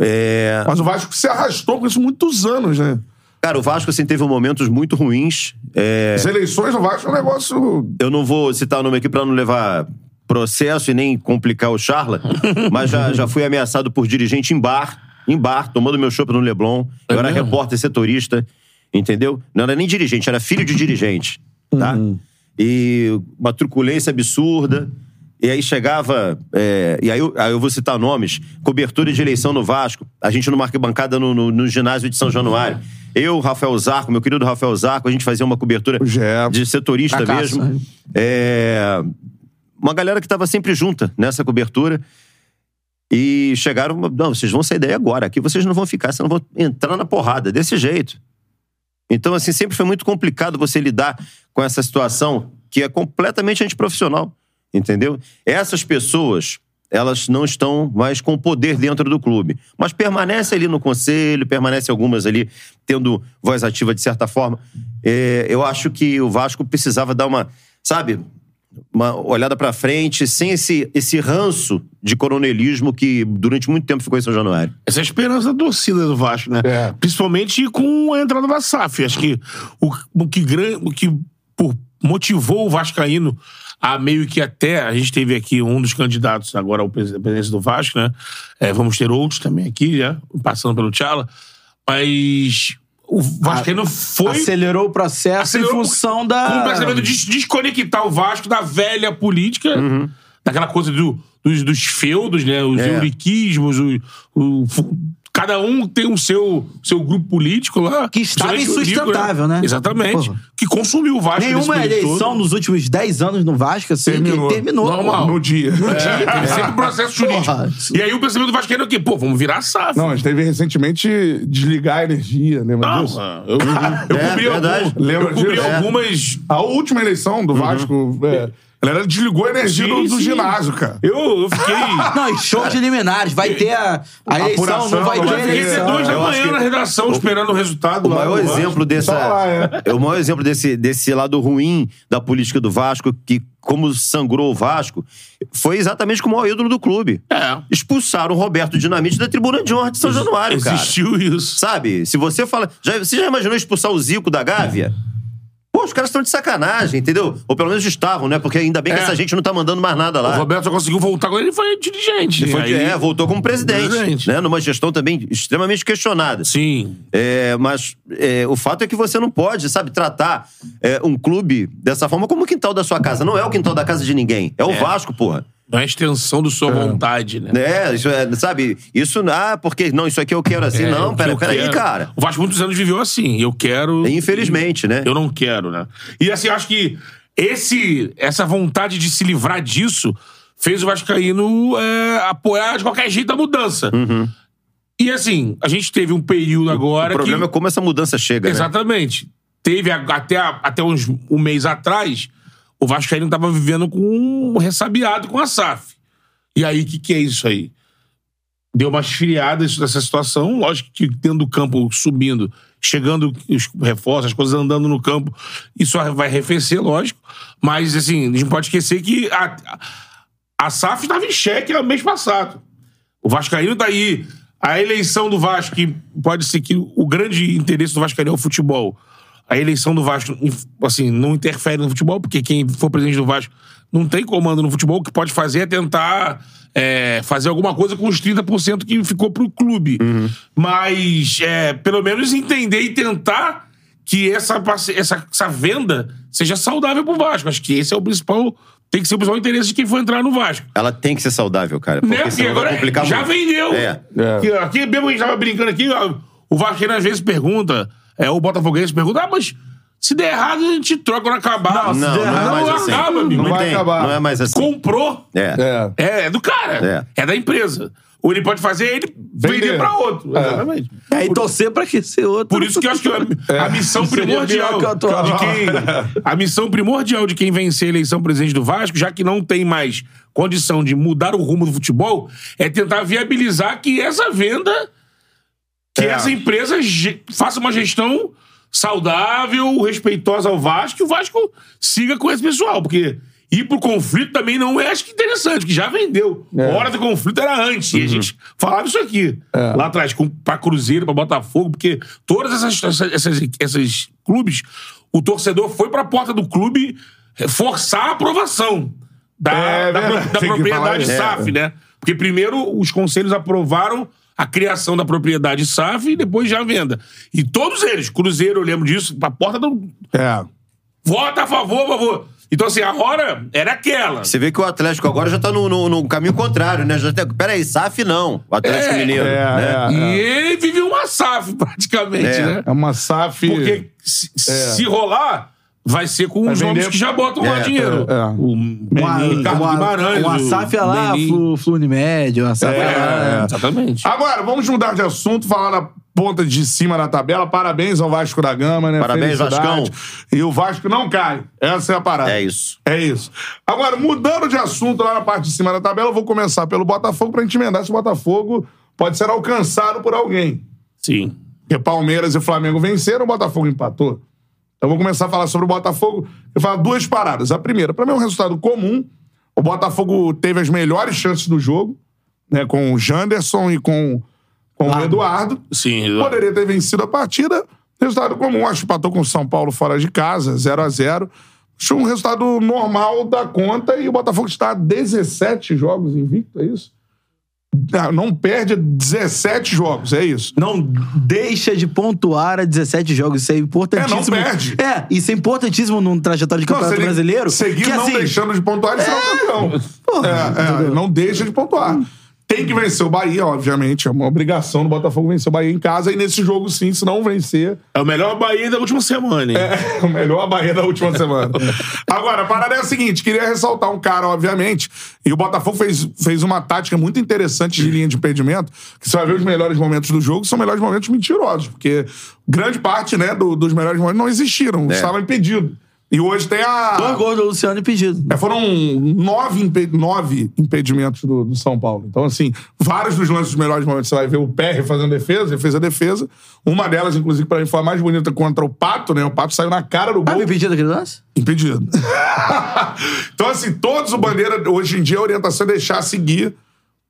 Speaker 3: É,
Speaker 1: mas o Vasco se arrastou com isso muitos anos, né?
Speaker 3: Cara, o Vasco assim, teve momentos muito ruins. É,
Speaker 1: As eleições do Vasco é um negócio.
Speaker 3: eu não vou citar o nome aqui pra não levar processo e nem complicar o charla, mas já, já fui ameaçado por dirigente em bar, em bar, tomando meu chopp no Leblon.
Speaker 1: É
Speaker 3: Eu era
Speaker 2: mesmo?
Speaker 3: repórter setorista, entendeu? Não era nem dirigente, era filho de dirigente, tá?
Speaker 1: Uhum.
Speaker 3: E uma truculência absurda. E aí chegava... é, e aí eu, aí eu vou citar nomes. Cobertura de eleição no Vasco. A gente numa arquibancada no, no, no ginásio de São
Speaker 1: Uhum.
Speaker 3: Januário. Eu, Rafael Zarco, meu querido Rafael Zarco, a gente fazia uma cobertura
Speaker 1: O Gé.
Speaker 3: de setorista
Speaker 4: Fracasso, né?
Speaker 3: mesmo. É, uma galera que estava sempre junta nessa cobertura. E chegaram, não, vocês vão sair daí agora, aqui vocês não vão ficar, vocês não vão entrar na porrada, desse jeito. Então, assim, sempre foi muito complicado você lidar com essa situação que é completamente antiprofissional, entendeu? Essas pessoas, elas não estão mais com poder dentro do clube, mas permanece ali no conselho, permanece algumas ali tendo voz ativa de certa forma. É, eu acho que o Vasco precisava dar uma, sabe, uma olhada pra frente, sem esse, esse ranço de coronelismo que durante muito tempo ficou em São Januário.
Speaker 2: Essa é a esperança da torcida do Vasco, né?
Speaker 1: É.
Speaker 2: Principalmente com a entrada da SAF. Acho que o, o que, gran- o que por- motivou o Vascaíno a meio que até. A gente teve aqui um dos candidatos agora ao presi- à presidência do Vasco, né? É, vamos ter outros também aqui, já, passando pelo Tchala. Mas o Vascaíno foi.
Speaker 4: Acelerou o processo
Speaker 2: Acelerou
Speaker 4: em função da.
Speaker 2: Com o pensamento de desconectar o Vasco da velha política,
Speaker 4: Uhum.
Speaker 2: daquela coisa do- dos, dos feudos, né? Os
Speaker 3: É.
Speaker 2: euriquismos, o, o fu- cada um tem o seu, seu grupo político lá.
Speaker 4: Que estava
Speaker 2: Principalmente o Rico,
Speaker 4: insustentável, né?
Speaker 2: Exatamente.
Speaker 4: Porra.
Speaker 2: Que consumiu o Vasco
Speaker 4: Nenhuma
Speaker 2: nesse período
Speaker 4: eleição
Speaker 2: todo.
Speaker 4: nos últimos 10 anos no Vasco, assim,
Speaker 1: Terminou.
Speaker 4: que terminou.
Speaker 2: Normal.
Speaker 1: No dia.
Speaker 2: É, teve sempre um processo jurídico.
Speaker 4: Porra.
Speaker 2: E aí o pensamento do Vasco era o quê? Pô, vamos virar SAF.
Speaker 1: Não, a gente teve recentemente desligar a energia, lembra
Speaker 2: Não,
Speaker 1: disso?
Speaker 2: eu, eu
Speaker 3: É,
Speaker 2: cobri,
Speaker 3: verdade.
Speaker 2: algum- eu
Speaker 1: Lembra
Speaker 2: cobri
Speaker 1: disso? É.
Speaker 2: algumas
Speaker 1: A última eleição do Vasco, é, a galera desligou a energia
Speaker 2: Uhum. Sim,
Speaker 1: do, do
Speaker 2: sim.
Speaker 1: ginásio, cara.
Speaker 2: Eu, eu fiquei.
Speaker 4: Não, e show de liminares. Vai ter a, a eleição,
Speaker 1: Apuração,
Speaker 4: não vai
Speaker 1: não
Speaker 4: ter
Speaker 1: vai ter
Speaker 2: Eu fiquei até
Speaker 4: eleição.
Speaker 2: duas da
Speaker 3: é, Eu acho
Speaker 2: manhã
Speaker 3: que
Speaker 2: na redação esperando o resultado.
Speaker 3: O
Speaker 2: lá
Speaker 3: maior
Speaker 2: do Vasco.
Speaker 3: exemplo dessa.
Speaker 1: Só lá, é.
Speaker 3: O maior exemplo desse, desse lado ruim da política do Vasco, que como sangrou o Vasco, foi exatamente com o maior ídolo do clube.
Speaker 2: É.
Speaker 3: Expulsaram o Roberto Dinamite da tribuna de honra de São Januário, cara.
Speaker 2: Existiu isso.
Speaker 3: Sabe? Se você fala. Já, você já imaginou expulsar o Zico da Gávea? Pô, os caras estão de sacanagem, entendeu? Ou pelo menos estavam, né? Porque ainda bem que
Speaker 2: É.
Speaker 3: essa gente não tá mandando mais nada lá.
Speaker 2: O Roberto só conseguiu voltar quando ele foi dirigente.
Speaker 3: Ele foi,
Speaker 2: Aí-
Speaker 3: é, voltou como presidente,
Speaker 2: Presidente.
Speaker 3: Né, numa gestão também extremamente questionada.
Speaker 2: Sim.
Speaker 3: É, mas é, o fato é que você não pode, sabe, tratar é, um clube dessa forma como o quintal da sua casa. Não é o quintal da casa de ninguém. É o Vasco, porra.
Speaker 2: Não é a extensão do sua vontade, né?
Speaker 3: É, isso é, sabe? Isso, ah, porque não, isso aqui eu quero assim.
Speaker 2: É, o
Speaker 3: não,
Speaker 2: que
Speaker 3: pera,
Speaker 2: eu
Speaker 3: pera aí,
Speaker 2: quero.
Speaker 3: cara.
Speaker 2: O Vasco muitos anos viveu assim. Eu quero.
Speaker 3: Infelizmente, né?
Speaker 2: Eu não quero, né? E assim, eu acho que esse, essa vontade de se livrar disso fez o Vascaíno é, apoiar de qualquer jeito a mudança. E assim, a gente teve um período agora.
Speaker 3: Uhum. o problema
Speaker 2: que...
Speaker 3: é como essa mudança chega, né?
Speaker 2: Exatamente. Teve a- até, a- até uns, um mês atrás, o Vascaíno estava vivendo com um ressabiado com a SAF. E aí, o que, que é isso aí? Deu uma esfriada isso, dessa situação. Lógico que tendo o campo subindo, chegando os reforços, as coisas andando no campo, isso vai arrefecer, lógico. Mas, assim, a gente não pode esquecer que a, a SAF estava em xeque no mês passado. O Vascaíno tá aí. A eleição do Vasco, que pode ser que o grande interesse do Vascaíno é o futebol. A eleição do Vasco, inf- assim, não interfere no futebol, porque quem for presidente do Vasco não tem comando no futebol. O que pode fazer é tentar é, fazer alguma coisa com os 30% que ficou pro clube. Mas, é, pelo menos entender e tentar que essa, parce- essa, essa venda seja saudável pro Vasco. Acho que esse é o principal... Tem que ser o principal interesse de quem for entrar no Vasco.
Speaker 3: Ela tem que ser saudável, cara. Porque
Speaker 2: Né? Porque
Speaker 3: senão vai
Speaker 2: agora
Speaker 3: complicar
Speaker 2: já
Speaker 3: muito.
Speaker 2: vendeu.
Speaker 3: É.
Speaker 1: É.
Speaker 2: Que- Aqui mesmo a gente tava brincando aqui, ó, o Vasqueiro às vezes pergunta, é, o Botafoguense pergunta, ah, mas se der errado a gente troca quando
Speaker 3: Não,
Speaker 2: acabar. Se
Speaker 3: não,
Speaker 2: der errado,
Speaker 3: é mais assim.
Speaker 2: acaba, amigo.
Speaker 3: não
Speaker 1: vai
Speaker 3: tem,
Speaker 1: acabar.
Speaker 3: não é mais assim.
Speaker 2: Comprou,
Speaker 3: É.
Speaker 1: É.
Speaker 2: é, é do cara, é. da empresa. Ou ele pode fazer, ele vender,
Speaker 1: Vender.
Speaker 2: pra outro.
Speaker 1: É.
Speaker 2: Exatamente.
Speaker 4: E aí torcer pra que ser outro.
Speaker 2: Por isso que eu acho que a, a missão
Speaker 4: É. Seria
Speaker 2: primordial
Speaker 4: melhor que a atual.
Speaker 2: de quem. A missão primordial de quem vencer a eleição presidente do Vasco, já que não tem mais condição de mudar o rumo do futebol, é tentar viabilizar que essa venda, que
Speaker 1: É.
Speaker 2: essa empresa ge- faça uma gestão saudável, respeitosa ao Vasco, e o Vasco siga com esse pessoal, porque. Ir pro conflito também não é, acho que interessante, que já vendeu. A
Speaker 1: É. Uhum.
Speaker 2: Hora do conflito era antes, e a gente falava isso aqui
Speaker 1: É.
Speaker 2: lá atrás, com, pra Cruzeiro, pra Botafogo, porque todas essas, essas, essas- esses clubes, o torcedor foi pra porta do clube eh, forçar a aprovação. da,
Speaker 1: É
Speaker 2: da, pro-
Speaker 1: verdade,
Speaker 2: da
Speaker 1: tem que
Speaker 2: propriedade
Speaker 1: falar isso. É.
Speaker 2: SAF, né? Porque primeiro os conselhos aprovaram a criação da propriedade SAF e depois já a venda. E todos eles, Cruzeiro, eu lembro disso, pra porta do.
Speaker 1: É.
Speaker 2: Vota a favor, por favor. Então, assim, a hora era aquela.
Speaker 3: Você vê que o Atlético agora já tá no, no- no caminho contrário, né? Já tem- Peraí, SAF não. O Atlético
Speaker 2: É,
Speaker 3: Mineiro.
Speaker 1: é,
Speaker 3: né?
Speaker 2: E ele vivia uma SAF, praticamente,
Speaker 3: É.
Speaker 2: né?
Speaker 1: É uma SAF.
Speaker 2: Porque se, se rolar, vai ser com
Speaker 1: Vai
Speaker 2: os homens
Speaker 1: vender-
Speaker 2: que já botam lá
Speaker 3: É,
Speaker 2: dinheiro.
Speaker 1: é, é.
Speaker 2: O
Speaker 4: Uma-
Speaker 2: Ricardo
Speaker 4: uma-
Speaker 2: Guimarães.
Speaker 4: Uma
Speaker 2: o
Speaker 4: SAF é lá,
Speaker 2: Benin.
Speaker 4: Flu, Flunimed, uma SAF
Speaker 2: É,
Speaker 4: lá.
Speaker 2: exatamente.
Speaker 1: Agora, vamos mudar de assunto, falar da ponta de cima da tabela. Parabéns ao Vasco da Gama, né?
Speaker 3: Parabéns,
Speaker 1: Felicidade.
Speaker 3: Vascão.
Speaker 1: E o Vasco não cai. Essa é a parada.
Speaker 3: É isso.
Speaker 1: É isso. Agora, mudando de assunto lá na parte de cima da tabela, eu vou começar pelo Botafogo pra gente emendar se o Botafogo pode ser alcançado por alguém.
Speaker 2: Sim.
Speaker 1: Porque Palmeiras e Flamengo venceram, o Botafogo empatou. Então, Eu vou começar a falar sobre o Botafogo. Eu falo duas paradas. A primeira, para mim é um resultado comum. O Botafogo teve as melhores chances do jogo, né? Com o Janderson e com, com o Eduardo.
Speaker 2: Sim,
Speaker 1: Poderia ter vencido a partida. Resultado comum. Acho que empatou com o São Paulo fora de casa, 0 a 0 Acho um resultado normal da conta e o Botafogo está a 17 jogos invicto, é isso? Não, não perde 17 jogos, é isso.
Speaker 4: Não deixa de pontuar a 17 jogos. Isso é importantíssimo.
Speaker 1: É, não perde.
Speaker 4: É, isso é importantíssimo num trajetório de
Speaker 1: Não,
Speaker 4: campeonato
Speaker 1: se ele
Speaker 4: brasileiro.
Speaker 1: Seguir
Speaker 4: que,
Speaker 1: não
Speaker 4: assim,
Speaker 1: deixando de pontuar, ele será campeão.
Speaker 4: Porra,
Speaker 1: É, é, não deixa de pontuar. Tem que vencer o Bahia, obviamente. É uma obrigação do Botafogo vencer o Bahia em casa. E nesse jogo, sim, se não vencer,
Speaker 2: É o melhor Bahia da última semana, hein?
Speaker 1: é o melhor Bahia da última semana. Agora, a parada é a seguinte: queria ressaltar um cara, obviamente. E o Botafogo fez, fez uma tática muito interessante de linha de impedimento. Que você vai ver os melhores momentos do jogo, são melhores momentos mentirosos. Porque grande parte né, do- dos melhores momentos não existiram. Estava impedido. E hoje tem a.
Speaker 4: Dois gols do Luciano impedido.
Speaker 1: É, foram nove, impe- nove impedimentos do, do São Paulo. Então, assim, vários dos lances dos melhores momentos você vai ver o PR fazendo defesa, defesa, defesa. Uma delas, inclusive, pra mim foi a mais bonita contra o Pato, né? O Pato saiu na cara do gol.
Speaker 4: Sabe o impedido aquele lance?
Speaker 1: Impedido. então, assim, todos o Bandeira, hoje em dia, a orientação é deixar seguir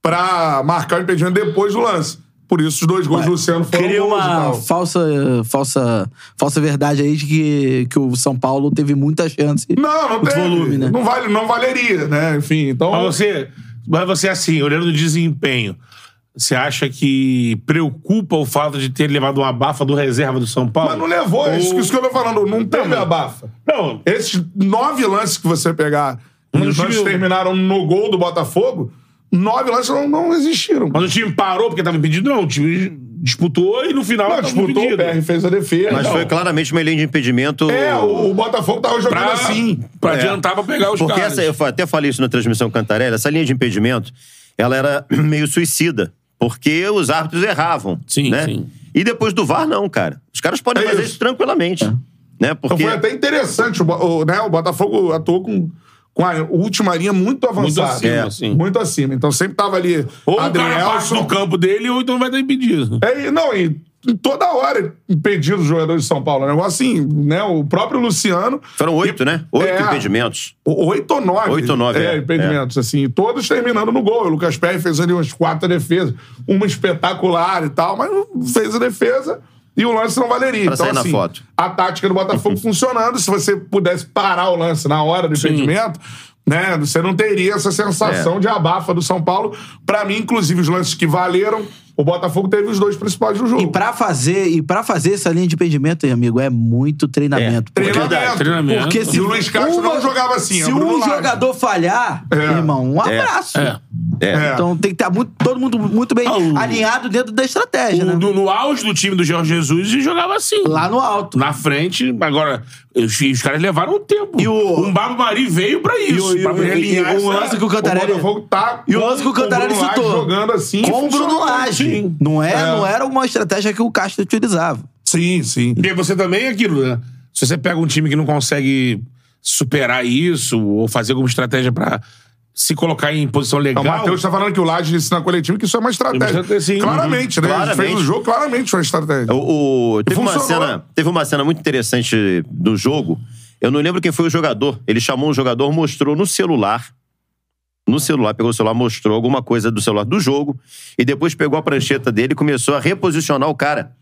Speaker 1: pra marcar o impedimento depois do lance. Por isso, os dois gols do Luciano foram então.
Speaker 4: Cria
Speaker 1: gols e
Speaker 4: uma
Speaker 1: tal.
Speaker 4: falsa, falsa, falsa verdade aí de que, que o São Paulo teve muita chance.
Speaker 1: Não, não
Speaker 4: Muito
Speaker 1: tem.
Speaker 4: volume, né?
Speaker 1: não, vale, não valeria, né? Enfim, então...
Speaker 2: Mas você, mas você, assim, olhando o desempenho, você acha que preocupa o fato de ter levado uma bafa do reserva do São Paulo?
Speaker 1: Mas não levou, é
Speaker 2: Ou-
Speaker 1: isso, isso que eu tô falando. Não teve abafa.
Speaker 2: Não,
Speaker 1: Esses nove lances que você pegar e
Speaker 2: Mas
Speaker 1: os
Speaker 2: o
Speaker 1: lances
Speaker 2: time-
Speaker 1: terminaram no gol do Botafogo, nove lances não, não existiram.
Speaker 2: mas o time parou porque tava impedido? Não, o time disputou e no final
Speaker 1: Não,
Speaker 2: tava
Speaker 1: disputou, o
Speaker 2: impedido.
Speaker 1: PR fez a defesa.
Speaker 3: Mas
Speaker 1: Não.
Speaker 3: foi claramente uma linha de impedimento.
Speaker 1: É, o, o Botafogo tava jogando
Speaker 2: Pra,
Speaker 1: assim.
Speaker 2: pra
Speaker 3: É.
Speaker 2: adiantar pra pegar os
Speaker 3: Porque
Speaker 2: caras.
Speaker 4: é
Speaker 3: essa, eu fa- até falei isso na transmissão Cantarelli, essa linha de impedimento, ela era meio suicida, porque os árbitros erravam.
Speaker 2: Sim,
Speaker 3: né?
Speaker 2: sim.
Speaker 3: E depois do VAR, não, cara. Os caras podem
Speaker 1: É
Speaker 3: fazer
Speaker 1: isso.
Speaker 3: isso tranquilamente. Né?
Speaker 1: Então
Speaker 3: Porque
Speaker 1: foi até interessante. O, Bo- o, né, o Botafogo atuou com, com a última linha muito avançada.
Speaker 2: acima,
Speaker 1: É.
Speaker 2: sim.
Speaker 1: Muito acima. Então sempre tava ali
Speaker 2: Ou o cara parte
Speaker 1: Adrielson.
Speaker 2: do campo dele, ou então vai estar impedido.
Speaker 1: É, e- não, e toda hora impedindo os jogadores de São Paulo. É um negócio assim, né? O próprio Luciano.
Speaker 3: foram oito,
Speaker 1: E-
Speaker 3: né? Oito
Speaker 1: É.
Speaker 3: impedimentos.
Speaker 1: O- Oito ou nove.
Speaker 3: Oito ou nove,
Speaker 1: É,
Speaker 3: é.
Speaker 1: impedimentos, assim. E todos terminando no gol. O Lucas Perry fez ali umas quatro defesas, uma espetacular e tal, mas não fez a defesa e o lance não valeria.
Speaker 3: Pra
Speaker 1: então,
Speaker 3: sair na
Speaker 1: assim,
Speaker 3: foto.
Speaker 1: a tática do Botafogo funcionando. Se você pudesse parar o lance na hora do impedimento, né, você não teria essa sensação
Speaker 3: É.
Speaker 1: de abafa do São Paulo. Pra mim, inclusive, os lances que valeram, o Botafogo teve os dois principais do jogo.
Speaker 4: E pra fazer, e pra fazer essa linha de impedimento, aí, amigo, é muito treinamento. Porque-
Speaker 1: Treinamento.
Speaker 2: Treinamento.
Speaker 4: Porque se
Speaker 1: E É. o Luiz Castro não jogava assim, é
Speaker 4: Se
Speaker 1: o Bruno
Speaker 4: um
Speaker 1: Lage.
Speaker 4: jogador falhar,
Speaker 1: É.
Speaker 4: irmão, um abraço.
Speaker 2: É.
Speaker 3: É.
Speaker 1: É.
Speaker 4: Então tem que estar muito, todo mundo muito bem
Speaker 2: Ah, o-
Speaker 4: alinhado dentro da estratégia,
Speaker 2: O-
Speaker 4: né?
Speaker 2: no, no auge do time do Jorge Jesus, ele jogava assim.
Speaker 4: Lá no alto.
Speaker 2: Na frente, agora, os, os caras levaram um tempo.
Speaker 4: E o-
Speaker 2: Um Barba Mari veio pra isso.
Speaker 4: E o-
Speaker 2: pra
Speaker 4: e o-
Speaker 2: realinhar
Speaker 4: e o
Speaker 2: essa-
Speaker 4: um lance que o Cantarelli-
Speaker 1: O Botafogo tá
Speaker 4: E o lance que o
Speaker 1: com
Speaker 4: Cantarelli
Speaker 1: Bruno Lage
Speaker 4: citou.
Speaker 1: jogando assim.
Speaker 4: Com o Bruno
Speaker 1: funcionando,
Speaker 4: Lage.
Speaker 1: sim.
Speaker 4: Não, é,
Speaker 1: É.
Speaker 4: não era uma estratégia que o Castro utilizava.
Speaker 1: Sim, sim.
Speaker 2: Porque você também é aquilo, né? Se você pega um time que não consegue superar isso ou fazer alguma estratégia pra se colocar em posição
Speaker 1: Então,
Speaker 2: legal.
Speaker 1: o Matheus tá falando que o Laje disse na coletiva que isso é uma
Speaker 2: É uma
Speaker 1: estratégia.
Speaker 2: estratégia, sim.
Speaker 1: Claramente, né?
Speaker 3: Claramente.
Speaker 1: A gente fez o jogo, claramente foi uma estratégia.
Speaker 3: É, O, o- teve, uma
Speaker 1: funcionou.
Speaker 3: cena, teve uma cena muito interessante do jogo. Eu não lembro quem foi o jogador. Ele chamou um jogador, mostrou no celular. No celular, pegou o celular, mostrou alguma coisa do celular do jogo. E depois pegou a prancheta dele e começou a reposicionar o cara.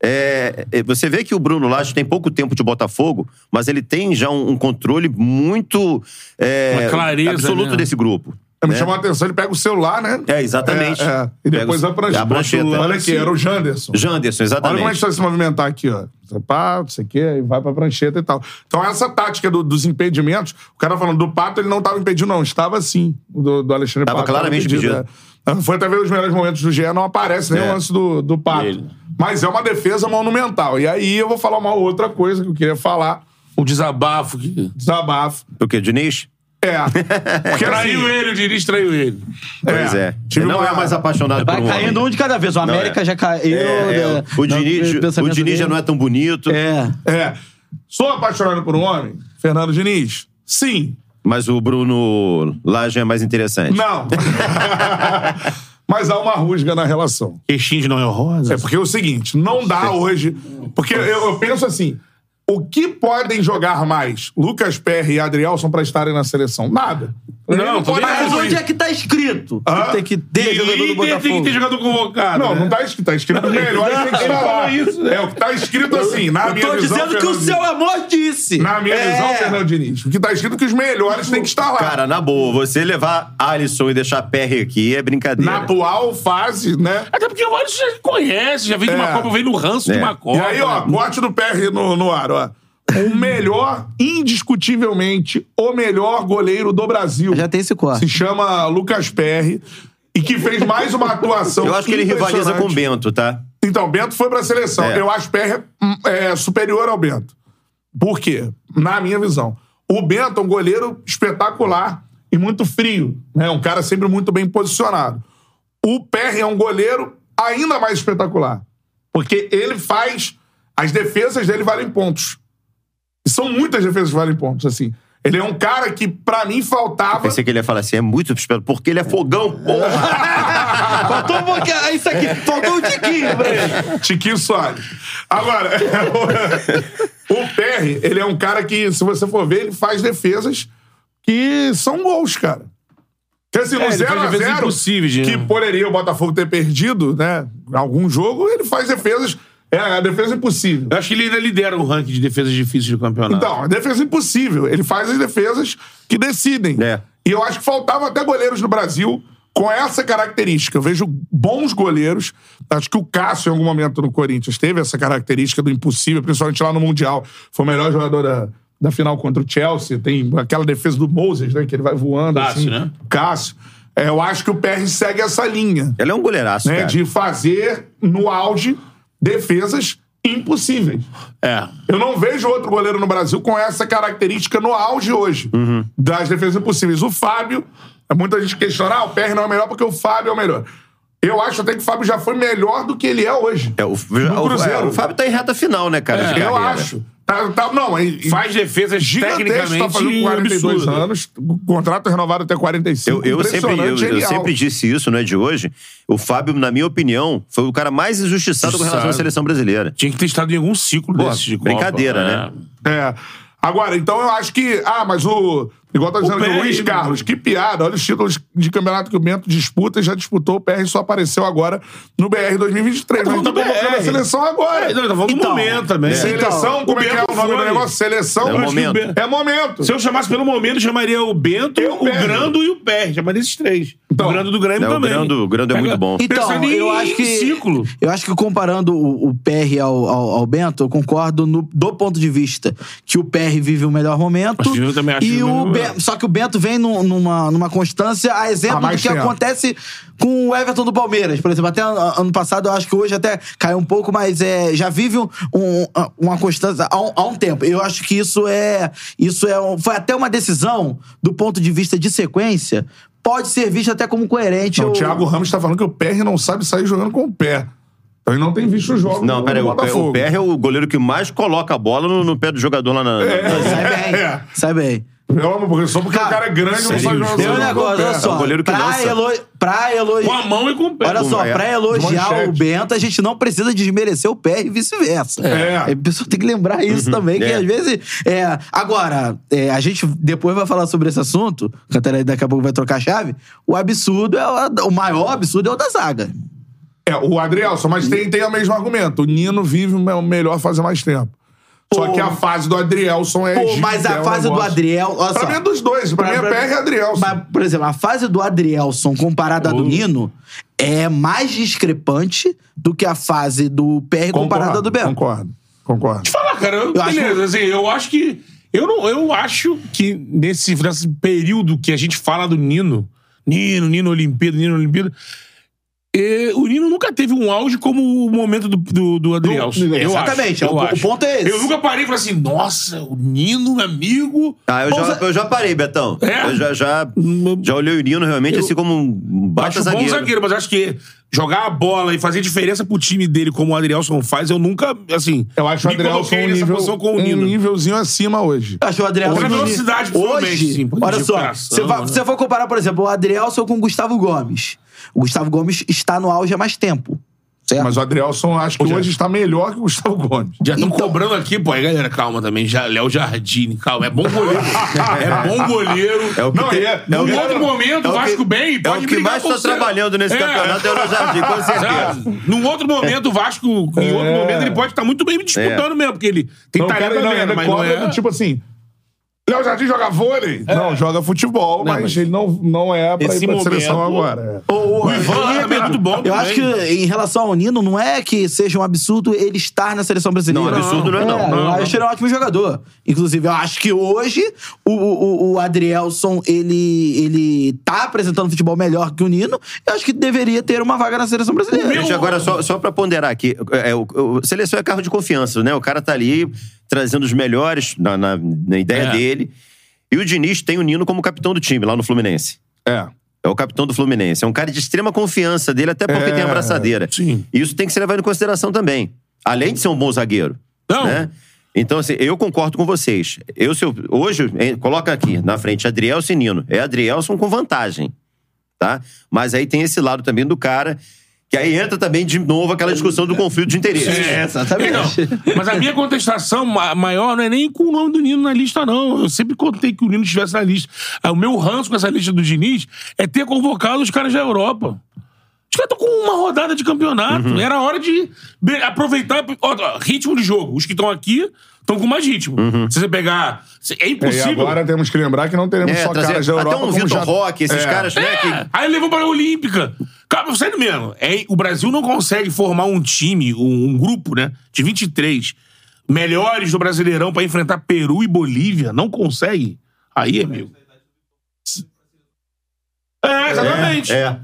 Speaker 3: é, é, você vê que o Bruno Lage tem pouco tempo de Botafogo, mas ele tem já um, um controle muito é,
Speaker 2: Uma clareza,
Speaker 3: absoluto
Speaker 2: né?
Speaker 3: desse grupo.
Speaker 1: É, me
Speaker 3: né?
Speaker 1: chamou a atenção, ele pega o celular, né?
Speaker 3: É, exatamente.
Speaker 1: É, é. E
Speaker 3: Pega
Speaker 1: depois
Speaker 3: o-
Speaker 1: a prancheta.
Speaker 3: a prancheta.
Speaker 1: Olha aqui, era o Janderson.
Speaker 3: Janderson,
Speaker 1: Olha como é tá- a gente
Speaker 3: exatamente.
Speaker 1: vai se movimentar aqui, ó. Você Pá, não sei o quê, aí vai pra prancheta e tal. Então, essa tática do- dos impedimentos, o cara falando do Pato, ele não tava impedindo, não. Estava sim, o do, do Alexandre
Speaker 3: Tava
Speaker 1: Pato.
Speaker 3: claramente impedido.
Speaker 1: é. Foi até ver os melhores momentos do GE, não aparece nem
Speaker 3: É.
Speaker 1: o lance do, do Pato.
Speaker 3: Ele.
Speaker 1: Mas é uma defesa monumental. E aí eu vou falar uma outra coisa que eu queria falar,
Speaker 2: O desabafo. Que...
Speaker 1: desabafo.
Speaker 3: O quê, Diniz?
Speaker 1: É. Porque assim,
Speaker 2: Traiu ele, o Diniz traiu ele.
Speaker 3: Pois é.
Speaker 1: Tive
Speaker 3: Ele não
Speaker 1: uma-
Speaker 3: é mais apaixonado
Speaker 4: Vai
Speaker 3: por um
Speaker 4: caindo
Speaker 3: homem.
Speaker 4: um de cada vez. O
Speaker 3: Não,
Speaker 4: América
Speaker 3: é.
Speaker 4: já caiu.
Speaker 3: É, é,
Speaker 4: né?
Speaker 3: o
Speaker 4: Não,
Speaker 3: Diniz, o
Speaker 4: pensamento
Speaker 3: Diniz já
Speaker 4: dele.
Speaker 3: não é tão bonito,
Speaker 4: É.
Speaker 1: É. Sou apaixonado por um homem? Fernando Diniz? Sim.
Speaker 3: mas o Bruno Lage é mais interessante.
Speaker 1: Não. Mas há uma rusga na relação.
Speaker 2: Queixinho de Noel Rosa.
Speaker 1: É porque é o seguinte, não dá hoje. Porque eu, eu penso assim: o que podem jogar mais Lucas Perry e Adrielson pra estarem na seleção? Nada. Ele
Speaker 2: também
Speaker 1: pode-
Speaker 4: Mas
Speaker 2: É,
Speaker 4: onde
Speaker 2: foi.
Speaker 4: é que tá escrito?
Speaker 1: Hã?
Speaker 4: Que tem que ter jogador do
Speaker 2: Líder tem que ter
Speaker 4: Botafogo.
Speaker 2: jogador convocado.
Speaker 1: Não,
Speaker 2: né?
Speaker 1: não tá escrito. Tá escrito melhor e tem que
Speaker 2: Ele falou
Speaker 1: falar.
Speaker 2: isso,
Speaker 1: É o que tá escrito assim. Na
Speaker 4: Eu
Speaker 1: minha
Speaker 4: tô
Speaker 1: visão,
Speaker 4: dizendo que o
Speaker 1: Fernando
Speaker 4: seu amor disse.
Speaker 1: Diniz. Na minha
Speaker 4: É.
Speaker 1: visão, Fernando Diniz. O que tá escrito é que os melhores têm que estar lá.
Speaker 3: Cara, na boa, você levar Alisson e deixar PR aqui é brincadeira.
Speaker 1: na atual fase, né?
Speaker 2: Até porque o Alisson já conhece, já veio de uma
Speaker 1: É.
Speaker 2: Copa, veio no ranço de
Speaker 3: É.
Speaker 2: uma Copa. né?
Speaker 1: E aí, ó, corte do PR no, no ar, ó. O melhor, indiscutivelmente, o melhor goleiro do Brasil.
Speaker 4: Já tem esse corte.
Speaker 1: Se chama Lucas Perry. E que fez mais uma atuação.
Speaker 3: Eu acho que ele rivaliza com o
Speaker 1: impressionante.
Speaker 3: Bento, tá?
Speaker 1: Então, Bento foi pra seleção.
Speaker 3: É.
Speaker 1: Eu acho Perry hum, é, superior ao Bento. Por quê? Na minha visão. O Bento é um goleiro espetacular e muito frio. Né? Um cara sempre muito bem posicionado. O Perry é um goleiro ainda mais espetacular. Porque ele faz. As defesas dele valem pontos. E são muitas defesas que valem pontos, assim. Ele é um cara que, pra mim, faltava.
Speaker 3: Pensei que ele ia falar assim, é muito esperto, porque ele é fogão, porra.
Speaker 4: Faltou um pouquinho. é Isso aqui. Faltou um tiquinho pra ele.
Speaker 1: Tiquinho Soares. Agora, o Perry, ele é um cara que, se você for ver, ele faz defesas que são gols, cara. Quer dizer, no
Speaker 2: É, ele faz defesas
Speaker 1: 0x0,
Speaker 2: impossíveis, né?
Speaker 1: que poderia o Botafogo ter perdido, né? Algum jogo, ele faz defesas. É, a defesa impossível.
Speaker 2: Eu acho que ele ainda lidera o ranking de defesas difíceis do campeonato.
Speaker 1: Então, a defesa impossível. Ele faz as defesas que decidem.
Speaker 3: É.
Speaker 1: E eu acho que faltavam até goleiros no Brasil com essa característica. Eu vejo bons goleiros. Acho que o Cássio, em algum momento no Corinthians, teve essa característica do impossível, principalmente lá no Mundial. Foi o melhor jogador da, da final contra o Chelsea. Tem aquela defesa do Moses, né? Que ele vai voando.
Speaker 2: Cássio,
Speaker 1: assim.
Speaker 2: né?
Speaker 1: Cássio. É, eu acho que o PR segue essa linha
Speaker 3: Ele é um goleiraço,
Speaker 1: né,
Speaker 3: cara.
Speaker 1: de fazer, no auge, defesas impossíveis.
Speaker 2: É.
Speaker 1: Eu não vejo outro goleiro no Brasil com essa característica no auge hoje das defesas impossíveis. O Fábio, muita gente questiona, ah, o PR não é o melhor porque o Fábio é o melhor. Eu acho até que o Fábio já foi melhor do que ele é hoje.
Speaker 3: É, o,
Speaker 1: No
Speaker 3: o-
Speaker 1: Cruzeiro.
Speaker 3: é, o Fábio tá em reta final, né, cara?
Speaker 2: É,
Speaker 3: de
Speaker 1: eu
Speaker 3: carreira.
Speaker 1: acho. Tá, tá- não, e- e
Speaker 2: Faz defesas
Speaker 1: gigantesco,
Speaker 2: tecnicamente
Speaker 1: tá fazendo 42
Speaker 2: absurdas.
Speaker 1: anos, o contrato renovado até 45.
Speaker 3: Eu, eu
Speaker 1: É
Speaker 3: sempre, eu- eu,
Speaker 1: um impressionante, genial.
Speaker 3: sempre disse isso, não é de hoje. O Fábio, na minha opinião, foi o cara mais injustiçado com relação à
Speaker 2: Injustiçado.
Speaker 3: seleção brasileira.
Speaker 2: Tinha que ter estado em algum ciclo
Speaker 3: Pô,
Speaker 2: desses de Copa.
Speaker 3: brincadeira,
Speaker 2: é.
Speaker 3: né?
Speaker 1: É. Agora, então eu acho que. Ah, mas o. Igual tá dizendo aqui,
Speaker 2: PR,
Speaker 1: o Luiz
Speaker 2: né?
Speaker 1: Carlos, que piada. Olha os títulos de campeonato que o Bento disputa e já disputou. O PR só apareceu agora no BR 2023. Mas
Speaker 2: falando
Speaker 1: tá
Speaker 2: do
Speaker 1: convocando
Speaker 2: BR.
Speaker 1: a seleção agora.
Speaker 2: É, não, tá falando do
Speaker 4: Então,
Speaker 2: momento também. Então,
Speaker 1: Seleção, como é que é
Speaker 2: Bento
Speaker 1: o nome do
Speaker 2: foi.
Speaker 1: negócio? Seleção.
Speaker 3: É o
Speaker 1: Eu acho que
Speaker 3: momento.
Speaker 1: o Bento- É momento.
Speaker 2: Se eu chamasse pelo momento, eu chamaria o Bento,
Speaker 1: Eu,
Speaker 2: o
Speaker 1: Pedro.
Speaker 2: Grando e o Pé. Chamaria esses três.
Speaker 1: Então,
Speaker 2: o Grando do Grêmio
Speaker 3: é, o
Speaker 2: também.
Speaker 3: Grando- o Grando é muito bom.
Speaker 2: Então,
Speaker 4: Então, eu acho que.
Speaker 2: ciclo.
Speaker 4: Eu acho que comparando o, o PR ao, ao, ao Bento, eu concordo no- do ponto de vista que o PR vive o melhor momento.
Speaker 2: Acho que eu também acho
Speaker 4: e
Speaker 2: o
Speaker 4: o
Speaker 2: melhor
Speaker 4: Ben-
Speaker 2: momento.
Speaker 4: Só que o Bento vem num- numa, numa constância a exemplo
Speaker 1: Há
Speaker 4: do
Speaker 1: mais
Speaker 4: que
Speaker 1: tempo.
Speaker 4: acontece com o Everton do Palmeiras. Por exemplo, até an- ano passado, eu acho que hoje até caiu um pouco, mas é, já vive um- um- uma constância há um, há um tempo. Eu acho que isso é. Isso é um- foi até uma decisão do ponto de vista de sequência. Pode ser vista até como coerente.
Speaker 1: Não,
Speaker 4: ou-
Speaker 1: o Thiago Ramos tá falando que o PR não sabe sair jogando com o pé. Então ele não tem visto os jogos.
Speaker 3: Não,
Speaker 1: do
Speaker 3: peraí, o,
Speaker 1: Botafogo.
Speaker 3: o PR é o goleiro que mais coloca a bola no, no pé do jogador lá na. na-
Speaker 4: Sai bem.
Speaker 1: É.
Speaker 4: Sai bem.
Speaker 1: Pelo amor de Deus, Só porque o
Speaker 4: Cara,
Speaker 1: cara é grande não sabe
Speaker 2: sério,
Speaker 1: jogar
Speaker 4: Tem um
Speaker 1: jogando com o
Speaker 4: negócio,
Speaker 1: pé.
Speaker 4: olha só.
Speaker 3: É um goleiro que
Speaker 4: pra,
Speaker 3: dança.
Speaker 4: elo- pra
Speaker 2: Com
Speaker 4: elogiar.
Speaker 2: a mão e com o pé.
Speaker 4: Olha só,
Speaker 3: é.
Speaker 4: pra
Speaker 1: Manchete.
Speaker 4: elogiar o Bento, a gente não precisa desmerecer o pé e vice-versa.
Speaker 1: É.
Speaker 4: A pessoa tem que lembrar isso também, que
Speaker 3: É.
Speaker 4: às vezes. é, agora, é, a gente depois vai falar sobre esse assunto, o Cantarelli daqui a pouco vai trocar a chave. O absurdo é o, o maior absurdo é o da zaga.
Speaker 1: É, o Adrielson, mas tem, tem o mesmo argumento. O Nino vive o me- melhor fase há mais tempo. Só
Speaker 4: Pô.
Speaker 1: que a fase do Adrielson é.
Speaker 4: Pô,
Speaker 1: egípcia,
Speaker 4: mas
Speaker 1: é
Speaker 4: a
Speaker 1: um
Speaker 4: fase do
Speaker 1: negócio.
Speaker 4: Adriel. Olha
Speaker 1: Pra
Speaker 4: só.
Speaker 1: mim é dos dois. Pra, mim é PR e Adrielson.
Speaker 4: Mas, por exemplo, a fase do Adrielson comparada à do Nino é mais discrepante do que a fase do PR comparada à do Belo.
Speaker 1: Concordo. Concordo.
Speaker 2: falar, cara. Eu,
Speaker 4: Eu acho-
Speaker 2: beleza, assim, eu acho que. Eu, não, eu acho que nesse, nesse período que a gente fala do Nino, Nino, Nino Olimpíada, Nino Olimpíada, eh, o Nino nunca teve um auge como o momento do, do, do Adrielson.
Speaker 4: Do-
Speaker 2: Eu acho,
Speaker 4: exatamente,
Speaker 2: eu
Speaker 4: o- o
Speaker 2: acho.
Speaker 4: ponto é esse.
Speaker 2: Eu nunca parei e falei assim, nossa, o Nino, meu amigo.
Speaker 3: Ah, eu, já, eu já parei, Betão.
Speaker 2: É?
Speaker 3: Eu já, já, já olhei o Nino realmente assim como um baita
Speaker 2: Acho bom
Speaker 3: zagueiro.
Speaker 2: zagueiro, mas acho que jogar a bola e fazer diferença pro time dele como o Adrielson faz, eu nunca, assim,
Speaker 1: Eu acho o
Speaker 2: me
Speaker 1: Adrielson
Speaker 2: coloquei
Speaker 1: um,
Speaker 2: nessa
Speaker 1: nível,
Speaker 2: posição com o
Speaker 1: um
Speaker 2: Nino.
Speaker 1: nívelzinho acima hoje.
Speaker 4: Eu acho o Adrielson.
Speaker 2: Outra
Speaker 4: do Nino-
Speaker 2: velocidade,
Speaker 4: hoje.
Speaker 2: principalmente, sim, pô,
Speaker 4: olha
Speaker 2: de
Speaker 4: só,
Speaker 2: coração,
Speaker 4: você vai-
Speaker 2: né?
Speaker 4: você for comparar, por exemplo, o Adrielson com o Gustavo Gomes. O Gustavo Gomes está no auge há mais tempo. Certo?
Speaker 1: Mas o Adrielson acho que
Speaker 2: Hoje é.
Speaker 1: hoje está melhor que o Gustavo Gomes.
Speaker 2: Já estão
Speaker 4: Então-
Speaker 2: cobrando aqui, pô. Aí, galera, calma também. Já, Léo Jardim, calma. É bom goleiro. é bom goleiro.
Speaker 3: É o que
Speaker 1: Não,
Speaker 3: tem-
Speaker 1: é-
Speaker 3: é o
Speaker 2: Num
Speaker 3: que-
Speaker 2: outro momento,
Speaker 3: é o que-
Speaker 2: Vasco bem,
Speaker 3: É
Speaker 2: pode
Speaker 3: o que
Speaker 2: brigar
Speaker 3: mais
Speaker 2: com
Speaker 3: está
Speaker 2: o-
Speaker 3: trabalhando nesse
Speaker 2: É.
Speaker 3: campeonato é É. o Jardim, com certeza.
Speaker 2: Sabe? Num outro momento, o Vasco, em outro momento, ele pode estar muito
Speaker 3: É.
Speaker 2: bem disputando mesmo, porque ele tem
Speaker 1: Não,
Speaker 2: talento
Speaker 1: cara, não,
Speaker 2: mesmo,
Speaker 1: ele
Speaker 2: mas não
Speaker 1: cobra
Speaker 2: é...
Speaker 1: tá do tipo assim. Léo Jardim joga vôlei? Não, joga futebol, mas,
Speaker 2: mas-
Speaker 1: ele não, não é pra
Speaker 2: Esse
Speaker 1: ir pra
Speaker 2: momento-
Speaker 1: seleção agora. é.
Speaker 2: O Ivan também é muito bom
Speaker 4: Eu
Speaker 2: também.
Speaker 4: acho que, em relação ao Nino, não é que seja um absurdo ele estar na seleção brasileira.
Speaker 3: Não, absurdo não é, não.
Speaker 2: Não,
Speaker 4: eu
Speaker 2: não.
Speaker 4: acho ele um ótimo jogador. Inclusive, eu acho que hoje o, o, o Adrielson, ele, ele tá apresentando futebol melhor que o Nino. Eu acho que deveria ter uma vaga na seleção brasileira.
Speaker 3: Gente, agora, só, só pra ponderar aqui, é, o, o- seleção é carro de confiança, né? O cara tá ali trazendo os melhores na, na- na ideia
Speaker 2: É.
Speaker 3: dele. E o Diniz tem o Nino como capitão do time lá no Fluminense.
Speaker 1: É.
Speaker 3: É o capitão do Fluminense. É um cara de extrema confiança dele, até porque
Speaker 1: É,
Speaker 3: tem a abraçadeira.
Speaker 2: sim.
Speaker 3: E isso tem que ser levado em consideração também. Além de ser um bom zagueiro.
Speaker 2: Não.
Speaker 3: né? Então, assim, eu concordo com vocês. Eu, se eu- hoje, hein, coloca aqui na frente Adrielson e Nino. É Adrielson com vantagem. Tá? Mas aí tem esse lado também do cara, que aí entra também de novo aquela discussão do conflito de interesse.
Speaker 2: É,
Speaker 4: exatamente.
Speaker 2: Então, mas a minha contestação ma- maior não é nem com o nome do Nino na lista, não. Eu sempre contei que o Nino estivesse na lista. Ah, O meu ranço com essa lista do Diniz é ter convocado os caras da Europa. Os caras estão com uma rodada de campeonato. Era hora de be- aproveitar ó, ó, ritmo de jogo. Os que estão aqui estão com mais ritmo. Se você pegar. se- É
Speaker 1: É, E
Speaker 2: impossível.
Speaker 1: agora temos que lembrar que não teremos
Speaker 3: É,
Speaker 1: só
Speaker 3: trazer
Speaker 1: caras da Europa.
Speaker 3: até um
Speaker 1: como
Speaker 3: Vitor
Speaker 1: já-
Speaker 3: Roque, esses
Speaker 1: É.
Speaker 3: caras, né? que-
Speaker 2: É, Aí levou para a Olímpica. Cara, sério mesmo. É, o Brasil não consegue formar um time, um, um grupo, né? De 23 melhores do Brasileirão para enfrentar Peru e Bolívia. Não consegue. Aí, amigo. É, exatamente.
Speaker 3: É.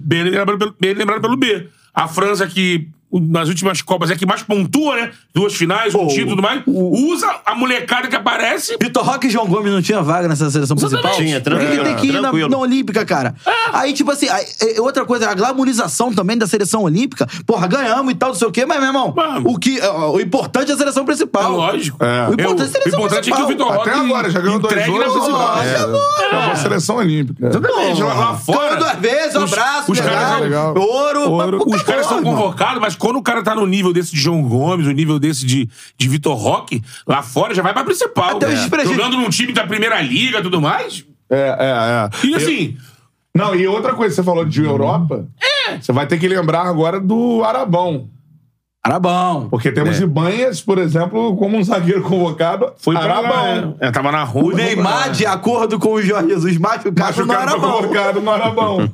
Speaker 2: Bem lembrado, pelo, bem lembrado pelo B. A França, que nas últimas Copas é que mais pontua, né? Duas finais, um título e tudo mais. Usa a molecada que aparece.
Speaker 4: Vitor Roque e João Gomes não tinha vaga nessa seleção principal?
Speaker 3: Exatamente. Tinha,
Speaker 4: Por que que
Speaker 3: tranquilo,
Speaker 4: tem que ir na,
Speaker 3: tranquilo.
Speaker 4: na Olímpica, cara?
Speaker 2: É.
Speaker 4: Aí, tipo assim, aí, é, outra coisa, a glamorização também da seleção olímpica. Porra, ganhamos e tal, não sei o quê, mas, meu irmão,
Speaker 2: Mano.
Speaker 4: o, que, ó, o importante é a seleção principal.
Speaker 2: É lógico.
Speaker 1: É.
Speaker 4: O importante é a
Speaker 2: Eu- o
Speaker 4: seleção
Speaker 2: importante é que o
Speaker 4: principal.
Speaker 2: Vitor Roque
Speaker 1: Até agora, já ganhou dois
Speaker 2: entregue na
Speaker 1: ouros,
Speaker 2: principal.
Speaker 1: é. Acabou a seleção olímpica.
Speaker 2: Exatamente, lá, lá fora.
Speaker 4: Ganhou duas vezes, um
Speaker 2: os-
Speaker 4: abraço,
Speaker 2: os
Speaker 4: legal.
Speaker 2: caras-
Speaker 1: legal.
Speaker 4: ouro.
Speaker 1: Ouro.
Speaker 4: mas,
Speaker 2: Os caras são
Speaker 4: porra, irmão.
Speaker 2: convocados, é mas quando o cara tá no nível desse de João Gomes, o nível desse de, de Vitor Roque, lá fora já vai pra principal.
Speaker 4: Até os despre-
Speaker 2: Jogando num time da primeira liga e tudo mais.
Speaker 1: É, é, é.
Speaker 2: E assim,
Speaker 1: Não, e outra coisa, você falou de Europa. É. Você vai ter que lembrar agora do Arabão.
Speaker 4: Arabão.
Speaker 1: Porque
Speaker 3: É.
Speaker 1: temos Ibanhas, por exemplo, como um zagueiro convocado.
Speaker 2: foi pra
Speaker 1: Arabão.
Speaker 2: É, tava na
Speaker 4: O
Speaker 2: rua.
Speaker 4: Neymar, de acordo com o Jorge Jesus, machucado no
Speaker 1: Machucado foi
Speaker 4: Arabão.
Speaker 1: convocado no Arabão.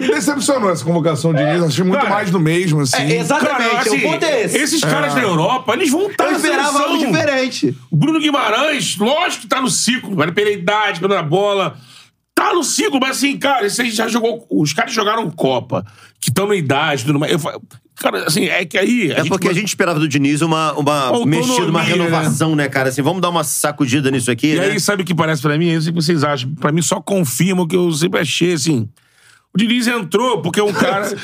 Speaker 1: Me decepcionou essa convocação de Diniz. Achei muito
Speaker 2: É, Cara,
Speaker 1: mais do mesmo, assim.
Speaker 4: É, exatamente,
Speaker 2: Cara, assim,
Speaker 4: o ponto é esse.
Speaker 2: Esses caras da Europa, eles vão estar
Speaker 4: Eu
Speaker 2: na
Speaker 4: Então esperava algo
Speaker 2: seleção.
Speaker 4: diferente.
Speaker 2: Bruno Guimarães, lógico que tá no ciclo, velho, pela idade, pela bola. Tá no ciclo, mas assim, cara, esse aí já jogou. Os caras jogaram Copa, que estão na idade, tudo mais. Eu falo, cara, assim, é que aí.
Speaker 3: É porque a gente esperava do Diniz uma, uma
Speaker 2: Autonomia,
Speaker 3: mexida, uma
Speaker 2: né?
Speaker 3: renovação, né, cara? Assim, vamos dar uma sacudida nisso aqui,
Speaker 2: E
Speaker 3: né?
Speaker 2: aí, sabe o que parece pra mim? É isso que vocês acham. Pra mim, só confirma o que eu sempre achei, assim. O Diniz entrou porque é um cara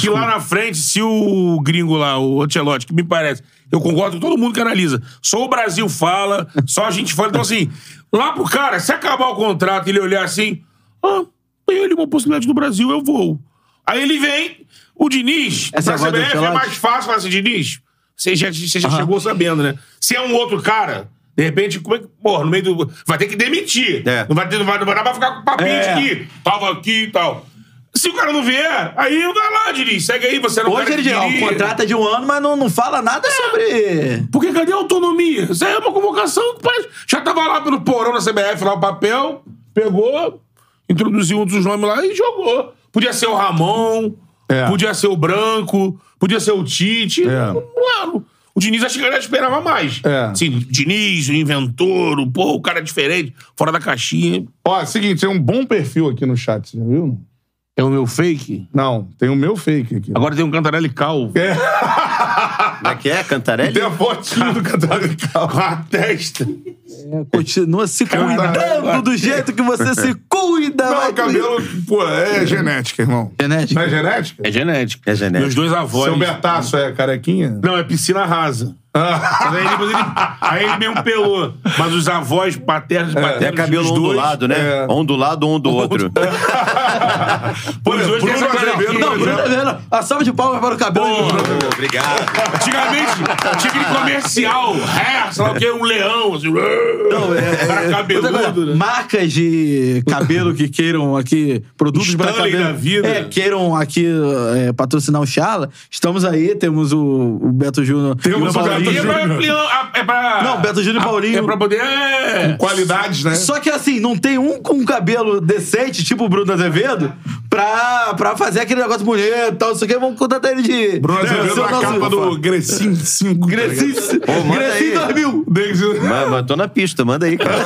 Speaker 2: que lá na frente, se o gringo lá, o Ancelotti, que me parece, eu concordo com todo mundo que analisa, só o Brasil fala, só a gente fala. Então, assim, lá pro cara, se acabar o contrato e ele olhar assim, ah, tem ali uma possibilidade do Brasil, eu vou. Aí ele vem, o Diniz,
Speaker 4: Essa é a
Speaker 2: pra
Speaker 4: voz do
Speaker 2: CBF é
Speaker 4: Ancelotti?
Speaker 2: mais fácil falar assim, Diniz, você já, você já chegou sabendo, né? Se é um outro cara, de repente, como é que. Porra, no meio do. Vai ter que demitir.
Speaker 3: É.
Speaker 2: Não, vai ter, não, vai, não vai dar pra ficar com papinho
Speaker 4: É.
Speaker 2: de que tava aqui e tal. Se o cara não vier, aí vai lá, Diniz. Segue aí, você não
Speaker 4: Hoje ele diz, ó, contrata de um ano, mas não, não fala nada sobre.
Speaker 2: Porque cadê a autonomia? Isso aí é uma convocação que parece... Já tava lá pelo porão da CBF, lá o papel, pegou, introduziu um dos nomes lá e jogou. Podia ser o Ramon,
Speaker 1: É.
Speaker 2: podia ser o Branco, podia ser o Tite.
Speaker 1: É.
Speaker 2: Claro. O Diniz acho que ele esperava mais.
Speaker 1: É.
Speaker 2: Sim, Diniz, o inventor, o, pô, o cara diferente, fora da caixinha.
Speaker 1: Ó, seguinte, tem um bom perfil aqui no chat, você já viu?
Speaker 2: É o meu fake.
Speaker 1: Não, tem o meu fake aqui.
Speaker 2: Agora tem um Cantarelli calvo.
Speaker 3: Como é que é, Cantarelli?
Speaker 1: Tem a fotinho do Catarical.
Speaker 2: Com a testa.
Speaker 4: Continua se cuidando do jeito que você se cuida,
Speaker 1: Não,
Speaker 4: vai
Speaker 1: o cabelo, pô, é genética, irmão. Não
Speaker 4: Genética.
Speaker 1: é genética?
Speaker 2: É genético.
Speaker 3: É genético.
Speaker 2: Meus dois avós.
Speaker 1: Seu Bertaço é carequinha?
Speaker 2: Não, é piscina rasa. Mas aí, depois ele, aí ele mesmo pelou. Mas os avós paternos e paternos.
Speaker 3: É cabelo
Speaker 2: dos
Speaker 3: ondulado, né?
Speaker 1: é.
Speaker 3: Ou Um do lado, um do outro.
Speaker 2: Pô, os dois têm
Speaker 1: Bruno
Speaker 2: essa
Speaker 1: Azevedo,
Speaker 2: carequinha.
Speaker 4: Não, Bruno Azevedo, a salva de palmas para o cabelo. de Bruno.
Speaker 3: Ô, Obrigado.
Speaker 2: Antigamente, tinha aquele comercial, é, sei lá o quê, um leão, assim.
Speaker 4: é-
Speaker 2: cara
Speaker 4: é- Outra
Speaker 2: cabeludo,
Speaker 4: coisa,
Speaker 2: né?
Speaker 4: Marcas de cabelo que queiram aqui, produtos
Speaker 2: Stanley
Speaker 4: para cabelo.
Speaker 2: da vida.
Speaker 4: É, queiram aqui é, patrocinar o Charla. Estamos aí, temos o, o Beto Júnior.
Speaker 1: Temos
Speaker 4: e
Speaker 1: o
Speaker 4: Paulinho.
Speaker 2: E é pra, leão- é pra-
Speaker 4: um Não, Beto Júnior e
Speaker 2: a-
Speaker 4: Paulinho.
Speaker 2: É pra poder. é,
Speaker 1: Qualidades, né?
Speaker 4: Só que assim, não tem um com cabelo decente, tipo o Bruno Azevedo, pra, pra fazer aquele negócio bonito e tal, não sei o que, vamos contratar ele de.
Speaker 1: Bruno
Speaker 4: Deve ser
Speaker 1: Azevedo
Speaker 4: o
Speaker 1: na
Speaker 4: nosso-
Speaker 1: capa do Grecin 5.
Speaker 2: tá
Speaker 4: Grecinho
Speaker 3: Pô, manda
Speaker 1: assim,
Speaker 4: Grecinho
Speaker 3: aí.
Speaker 4: 2000.
Speaker 1: Desde...
Speaker 3: Mas, mas tô na pista, manda aí, cara.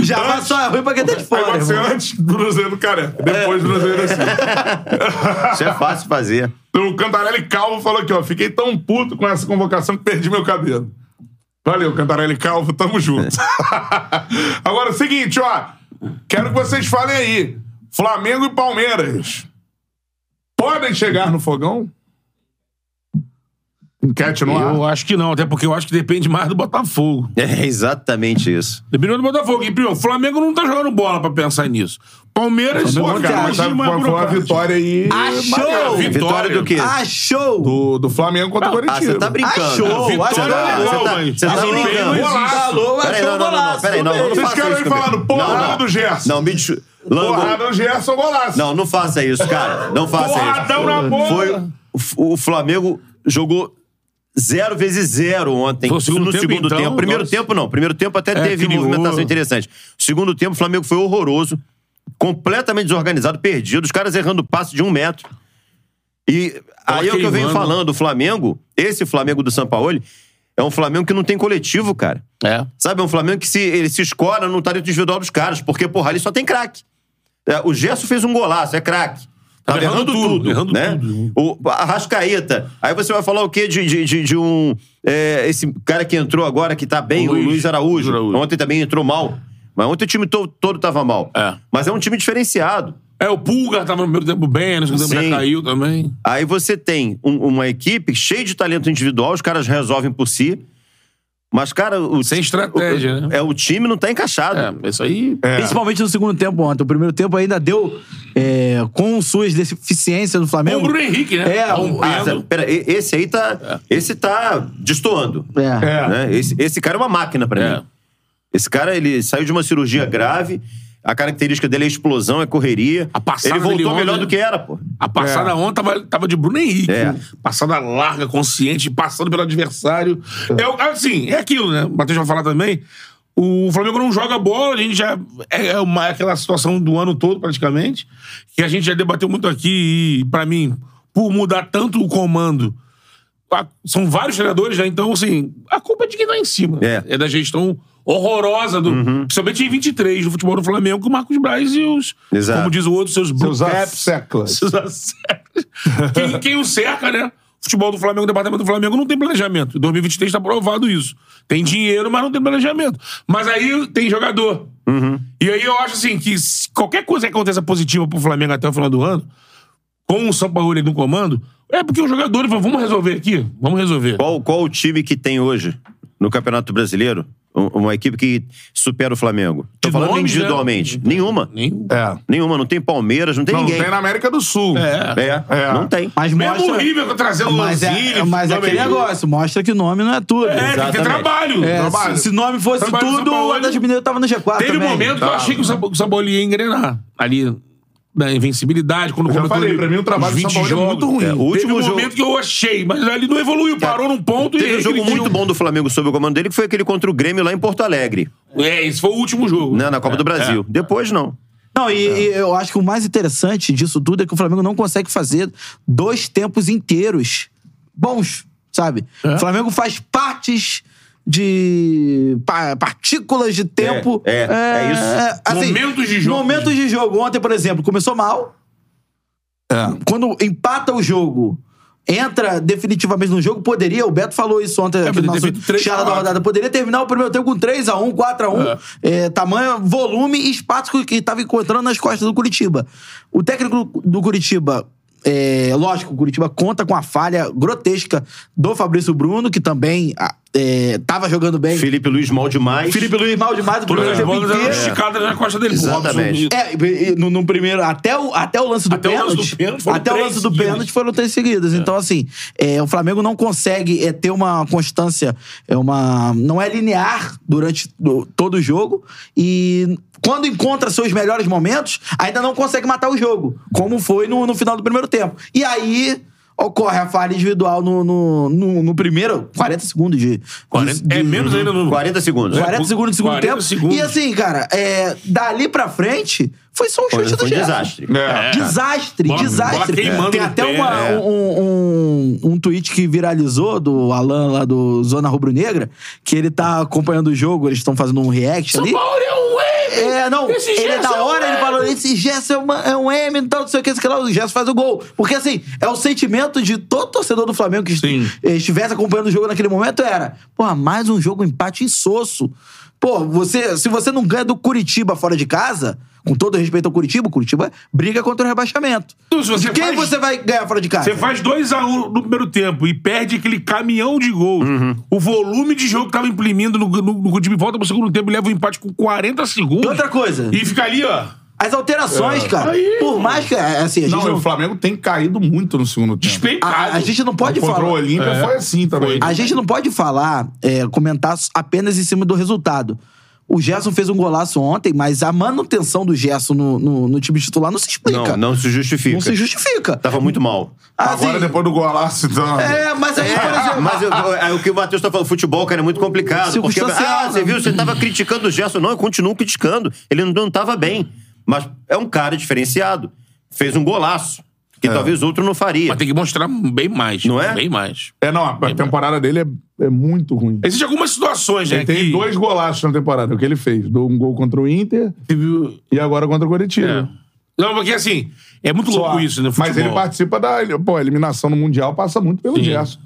Speaker 4: Já mas só é ruim pra quem tá de
Speaker 1: Aí
Speaker 4: fora.
Speaker 1: pode ser
Speaker 4: irmão.
Speaker 1: antes do Cruzeiro
Speaker 2: É.
Speaker 1: careca, depois do Cruzeiro assim.
Speaker 3: Isso é fácil fazer.
Speaker 1: O Cantarelli Calvo falou aqui, ó. Fiquei tão puto com essa convocação que perdi meu cabelo. Valeu, Cantarelli Calvo, tamo junto. Agora é o seguinte, ó. Quero que vocês falem aí. Flamengo e Palmeiras podem chegar no fogão? Enquete no ar.
Speaker 2: Eu acho que não, até porque eu acho que depende mais do Botafogo.
Speaker 3: É exatamente isso.
Speaker 2: Dependendo do Botafogo. E, primeiro, o Flamengo não tá jogando bola pra pensar nisso. Palmeiras,
Speaker 1: Pô,
Speaker 2: pô,
Speaker 1: cara,
Speaker 2: cara,
Speaker 1: mas sabe,
Speaker 2: imagina
Speaker 1: foi foi uma
Speaker 2: burocrático.
Speaker 1: vitória aí
Speaker 4: Achou!
Speaker 2: Vitória.
Speaker 3: Vitória do quê?
Speaker 4: Achou!
Speaker 1: do, do Flamengo contra o
Speaker 3: Ah,
Speaker 1: Corinthians.
Speaker 3: você tá brincando.
Speaker 4: Achou!
Speaker 2: Vitória
Speaker 4: achou!
Speaker 3: Você
Speaker 2: é legal,
Speaker 3: tá-
Speaker 2: mas-
Speaker 3: você tá
Speaker 2: Assim,
Speaker 3: brincando.
Speaker 2: não existe.
Speaker 4: Falou,
Speaker 3: Peraí,
Speaker 4: achou
Speaker 3: não, não, não,
Speaker 4: o
Speaker 3: não,
Speaker 4: golaço.
Speaker 3: peraí, não, não, não
Speaker 4: Vocês
Speaker 3: faça
Speaker 1: querem
Speaker 3: isso comigo.
Speaker 1: falar do porrada
Speaker 3: Não, não.
Speaker 1: do Gerson.
Speaker 3: Não, me desculpa.
Speaker 1: Porrada no Gerson, golaço.
Speaker 3: Não, não faça isso, cara. Não faça
Speaker 2: Porradão
Speaker 3: isso.
Speaker 2: na bola.
Speaker 3: Foi, o o Flamengo jogou zero vezes zero ontem.
Speaker 2: Foi o segundo
Speaker 3: no
Speaker 2: tempo,
Speaker 3: segundo
Speaker 2: então?
Speaker 3: tempo. Primeiro
Speaker 2: Nossa. É,
Speaker 3: tempo, não. Primeiro tempo até teve
Speaker 2: criou.
Speaker 3: movimentação interessante. Segundo tempo, o Flamengo foi horroroso. Completamente desorganizado, perdido. Os caras errando passe de um metro. E aí é o que eu venho
Speaker 2: queimando.
Speaker 3: falando. O Flamengo, esse Flamengo do Sampaoli, é um Flamengo que não tem coletivo, cara.
Speaker 2: É.
Speaker 3: Sabe, é um Flamengo que se, ele se escora no talento individual dos caras, porque, porra, ali só tem craque. É, o Gerson fez um golaço, é craque. Tá,
Speaker 2: Tava
Speaker 3: errando,
Speaker 2: errando
Speaker 3: tudo,
Speaker 2: tudo, errando
Speaker 3: né?
Speaker 2: tudo.
Speaker 3: O Arrascaeta. Aí você vai falar o quê de, de, de, de um... é, esse cara que entrou agora, que tá bem, o Luiz,
Speaker 2: Luiz-
Speaker 3: Araújo.
Speaker 2: Luiz Araújo.
Speaker 3: Ontem também entrou mal. Mas ontem o time to- todo tava mal.
Speaker 2: É.
Speaker 3: Mas é um time diferenciado.
Speaker 2: É, o Pulgar tava no primeiro tempo bem, né? no segundo tempo
Speaker 3: Sim.
Speaker 2: já caiu também.
Speaker 3: Aí você tem um- uma equipe cheia de talento individual, os caras resolvem por si. Mas, cara, o,
Speaker 2: Sem estratégia,
Speaker 3: o,
Speaker 2: né?
Speaker 3: é, o time não tá encaixado.
Speaker 2: É, isso aí.
Speaker 4: Principalmente no segundo tempo ontem. O primeiro tempo ainda deu é, com suas deficiências no
Speaker 2: É o
Speaker 4: Flamengo.
Speaker 2: Bruno Henrique, né?
Speaker 4: É,
Speaker 2: Tá É. um
Speaker 3: Ah,
Speaker 2: pênalti.
Speaker 3: Zé, pera, e- esse aí tá. Esse tá destoando.
Speaker 4: É.
Speaker 1: É.
Speaker 3: né? Esse, esse cara é uma máquina pra
Speaker 2: É.
Speaker 3: mim. Esse cara, ele saiu de uma cirurgia grave. A característica dele é explosão, é correria.
Speaker 2: A
Speaker 3: ele
Speaker 2: passada dele
Speaker 3: voltou
Speaker 2: ontem,
Speaker 3: melhor
Speaker 2: né?
Speaker 3: do que era, pô.
Speaker 2: A passada
Speaker 1: É.
Speaker 2: ontem tava, tava de Bruno Henrique.
Speaker 3: É.
Speaker 2: Passada larga, consciente, passando pelo adversário. É, o- assim, é aquilo, né? O Matheus vai falar também. O Flamengo não joga bola, a gente já. É é uma, é aquela situação do ano todo, praticamente, que a gente já debateu muito aqui, e, pra mim, por mudar tanto o comando. a- São vários treinadores, né? Então, assim, a culpa é de quem tá em cima.
Speaker 3: É. Uhum.
Speaker 2: da gestão horrorosa do. Principalmente em 23, do futebol do Flamengo, com o Marcos Braz e os.
Speaker 3: Exato.
Speaker 2: Como diz o outro, seus blue
Speaker 1: Seus
Speaker 2: caps.
Speaker 1: asseclas.
Speaker 2: Seus acertos. quem, quem o cerca, né? O Futebol do Flamengo, o departamento do Flamengo não tem planejamento. Em 2023 está tá provado isso. Tem dinheiro, mas não tem planejamento. Mas aí tem jogador.
Speaker 4: Uhum.
Speaker 2: E aí eu acho assim que se qualquer coisa que aconteça positiva pro Flamengo até o final do ano, com o São Paulo no comando, é porque o jogador falou, vamos resolver aqui, vamos resolver.
Speaker 3: Qual, qual o time que tem hoje no Campeonato Brasileiro? Um- Uma equipe que supera o Flamengo. Tô
Speaker 2: De
Speaker 3: falando
Speaker 2: nomes, né?
Speaker 3: individualmente. Nenhuma.
Speaker 2: Nem-
Speaker 1: É.
Speaker 3: Nenhuma. Não tem Palmeiras, não tem
Speaker 1: Não,
Speaker 3: ninguém.
Speaker 1: tem na América do Sul.
Speaker 2: É.
Speaker 3: É,
Speaker 1: É.
Speaker 3: não tem.
Speaker 4: Mas
Speaker 2: Mesmo o
Speaker 4: mostra.
Speaker 2: River tá trazendo o
Speaker 4: Mas
Speaker 2: Lanzini.
Speaker 4: é, mas é aquele
Speaker 2: Flamengo.
Speaker 4: negócio, mostra que nome não é tudo.
Speaker 2: É, tem que ter
Speaker 3: Exatamente.
Speaker 2: trabalho.
Speaker 4: É,
Speaker 2: trabalho.
Speaker 4: se, se nome fosse
Speaker 2: Trabalho do São
Speaker 4: tudo, o
Speaker 2: Paulo,
Speaker 1: Ah,
Speaker 4: Atlético Mineiro tava no G4
Speaker 2: um Teve
Speaker 1: Tá.
Speaker 4: também.
Speaker 2: um momento que eu achei que o Sabo- o Sabolinho ia engrenar ali da invencibilidade, quando
Speaker 1: Eu já
Speaker 2: começou
Speaker 1: falei,
Speaker 2: ali
Speaker 1: pra mim o trabalho
Speaker 2: os
Speaker 1: do
Speaker 2: 20
Speaker 1: São Paulo é
Speaker 2: jogos.
Speaker 1: muito ruim.
Speaker 2: É,
Speaker 3: O último
Speaker 2: Teve um
Speaker 3: jogo-
Speaker 2: momento que eu achei, mas ele não evoluiu,
Speaker 1: Tá.
Speaker 2: parou num ponto e
Speaker 3: Teve um jogo
Speaker 2: regrediu.
Speaker 3: muito bom do Flamengo sob o comando dele, que foi aquele contra o Grêmio lá em Porto Alegre,
Speaker 2: É, esse foi o último jogo.
Speaker 3: né, na Copa
Speaker 2: É,
Speaker 3: do Brasil. Depois, não.
Speaker 4: Não, e, e eu acho que o mais interessante disso tudo é que o Flamengo não consegue fazer dois tempos inteiros bons, sabe?
Speaker 2: É.
Speaker 4: O Flamengo faz partes de pa- partículas de tempo. assim,
Speaker 3: é, é isso.
Speaker 2: Momentos de jogo.
Speaker 4: Momentos de jogo. Ontem, por exemplo, começou mal.
Speaker 2: É.
Speaker 4: Quando empata o jogo, entra definitivamente no jogo, poderia, o Beto falou isso ontem aqui no
Speaker 2: É, poderia ter
Speaker 4: nosso
Speaker 2: feito três,
Speaker 4: charla da
Speaker 2: quatro.
Speaker 4: rodada, poderia terminar o primeiro tempo com 3x1, 4x1, é, tamanho, volume e espaço que- que estava encontrando nas costas do Curitiba. O técnico do Curitiba. é, lógico, o Curitiba conta com a falha grotesca do Fabrício Bruno, que também estava jogando bem.
Speaker 3: Felipe Luiz mal demais.
Speaker 4: Felipe Luiz né? mal demais, o
Speaker 2: Todas
Speaker 1: é
Speaker 4: primeiro
Speaker 2: as
Speaker 4: tempo
Speaker 2: bolas eram
Speaker 4: inteiro.
Speaker 2: esticadas na costa dele.
Speaker 3: Exatamente.
Speaker 4: É, e- e no, no primeiro, até o, até o lance do
Speaker 2: Até o lance
Speaker 4: pênalti.
Speaker 2: do pênalti foram
Speaker 4: Até o
Speaker 2: três
Speaker 4: lance do
Speaker 2: seguidas.
Speaker 4: pênalti foram três seguidas. Então, assim, é, o Flamengo não consegue é, ter uma constância, é uma, não é linear durante do- todo o jogo. E quando encontra seus melhores momentos, ainda não consegue matar o jogo, como foi no, no final do primeiro tempo. E aí. Ocorre a falha individual no, no, no- no primeiro 40 segundos de.
Speaker 2: 40,
Speaker 4: de-
Speaker 2: é menos ainda no
Speaker 3: 40 segundos.
Speaker 4: 40 segundos do segundo
Speaker 2: 40
Speaker 4: tempo.
Speaker 2: segundos.
Speaker 4: E assim, cara, é, dali pra frente, foi só um
Speaker 3: Foi,
Speaker 4: chute do
Speaker 3: foi um
Speaker 4: Gerson.
Speaker 3: desastre. É.
Speaker 1: É.
Speaker 4: Desastre,
Speaker 2: Bola- bola
Speaker 4: desastre.
Speaker 2: queimando
Speaker 4: Tem
Speaker 2: no
Speaker 4: até
Speaker 2: pé,
Speaker 4: uma-
Speaker 2: é.
Speaker 4: um, um, um tweet que viralizou do Alan lá do Zona Rubro Negra, que ele tá acompanhando o jogo, eles estão fazendo um react ali.
Speaker 2: é um wave!
Speaker 4: É, não.
Speaker 2: Esse
Speaker 4: ele
Speaker 2: Gerson
Speaker 4: da hora,
Speaker 2: é um
Speaker 4: ele
Speaker 2: M.
Speaker 4: falou: esse Gerson é, uma- é um M e tal, não sei o que, esse que lá, o Gerson faz o gol. Porque assim, é o sentimento de todo torcedor do Flamengo que est-
Speaker 2: Sim.
Speaker 4: eh, estivesse acompanhando o jogo naquele momento era: porra, mais um jogo empate insosso. Pô, você, se você não ganha do Curitiba fora de casa, com todo respeito ao Curitiba, o Curitiba briga contra o rebaixamento.
Speaker 2: Então, se você
Speaker 4: de quem
Speaker 2: faz-
Speaker 4: você vai ganhar fora de casa?
Speaker 2: Você faz 2x1 no primeiro tempo e perde aquele caminhão de gols.
Speaker 3: Uhum.
Speaker 2: O volume de jogo que tava imprimindo no, no, no time volta pro segundo tempo e leva o empate com 40 segundos.
Speaker 4: E outra coisa,
Speaker 2: E fica ali, ó.
Speaker 4: as alterações, cara.
Speaker 2: Aí,
Speaker 4: por mais que. Assim, a gente
Speaker 1: Não,
Speaker 4: não-
Speaker 1: o Flamengo tem caído muito no segundo tempo.
Speaker 2: Despeitado.
Speaker 4: a- a gente não pode
Speaker 1: Contra o
Speaker 4: falar.
Speaker 1: Olímpia
Speaker 2: É.
Speaker 1: foi assim também.
Speaker 4: A gente não pode falar, é, comentar apenas em cima do resultado. O Gerson fez um golaço ontem, mas a manutenção do Gerson no, no, no time titular não se explica.
Speaker 3: Não, não se justifica.
Speaker 4: Não se justifica.
Speaker 3: Tava muito mal. Ah,
Speaker 1: Agora,
Speaker 4: Assim,
Speaker 1: depois do golaço, então...
Speaker 4: É, mas aí, por exemplo.
Speaker 3: Mas eu- eu- é o que o Matheus tá falando, futebol, cara, é muito complicado. Porque,
Speaker 4: Circunstancial,
Speaker 3: ah, você
Speaker 4: né?
Speaker 3: viu, você tava criticando o Gerson. Não, eu continuo criticando. Ele não, não tava bem. Mas é um cara diferenciado. Fez um golaço. Que talvez outro não faria.
Speaker 2: Mas tem que mostrar bem mais.
Speaker 3: Não é?
Speaker 2: Bem mais.
Speaker 1: É, não, a temporada dele é, é muito ruim.
Speaker 2: Existem algumas situações, né?
Speaker 1: Ele tem
Speaker 2: que-
Speaker 1: dois golaços na temporada, o que ele fez. Deu um gol contra o Inter e agora contra o
Speaker 2: É.
Speaker 1: Coritiba.
Speaker 2: Não, porque assim, é muito
Speaker 1: Só.
Speaker 2: louco isso, né?
Speaker 1: Mas ele participa da. ele- Pô, a eliminação no Mundial passa muito pelo Gerson.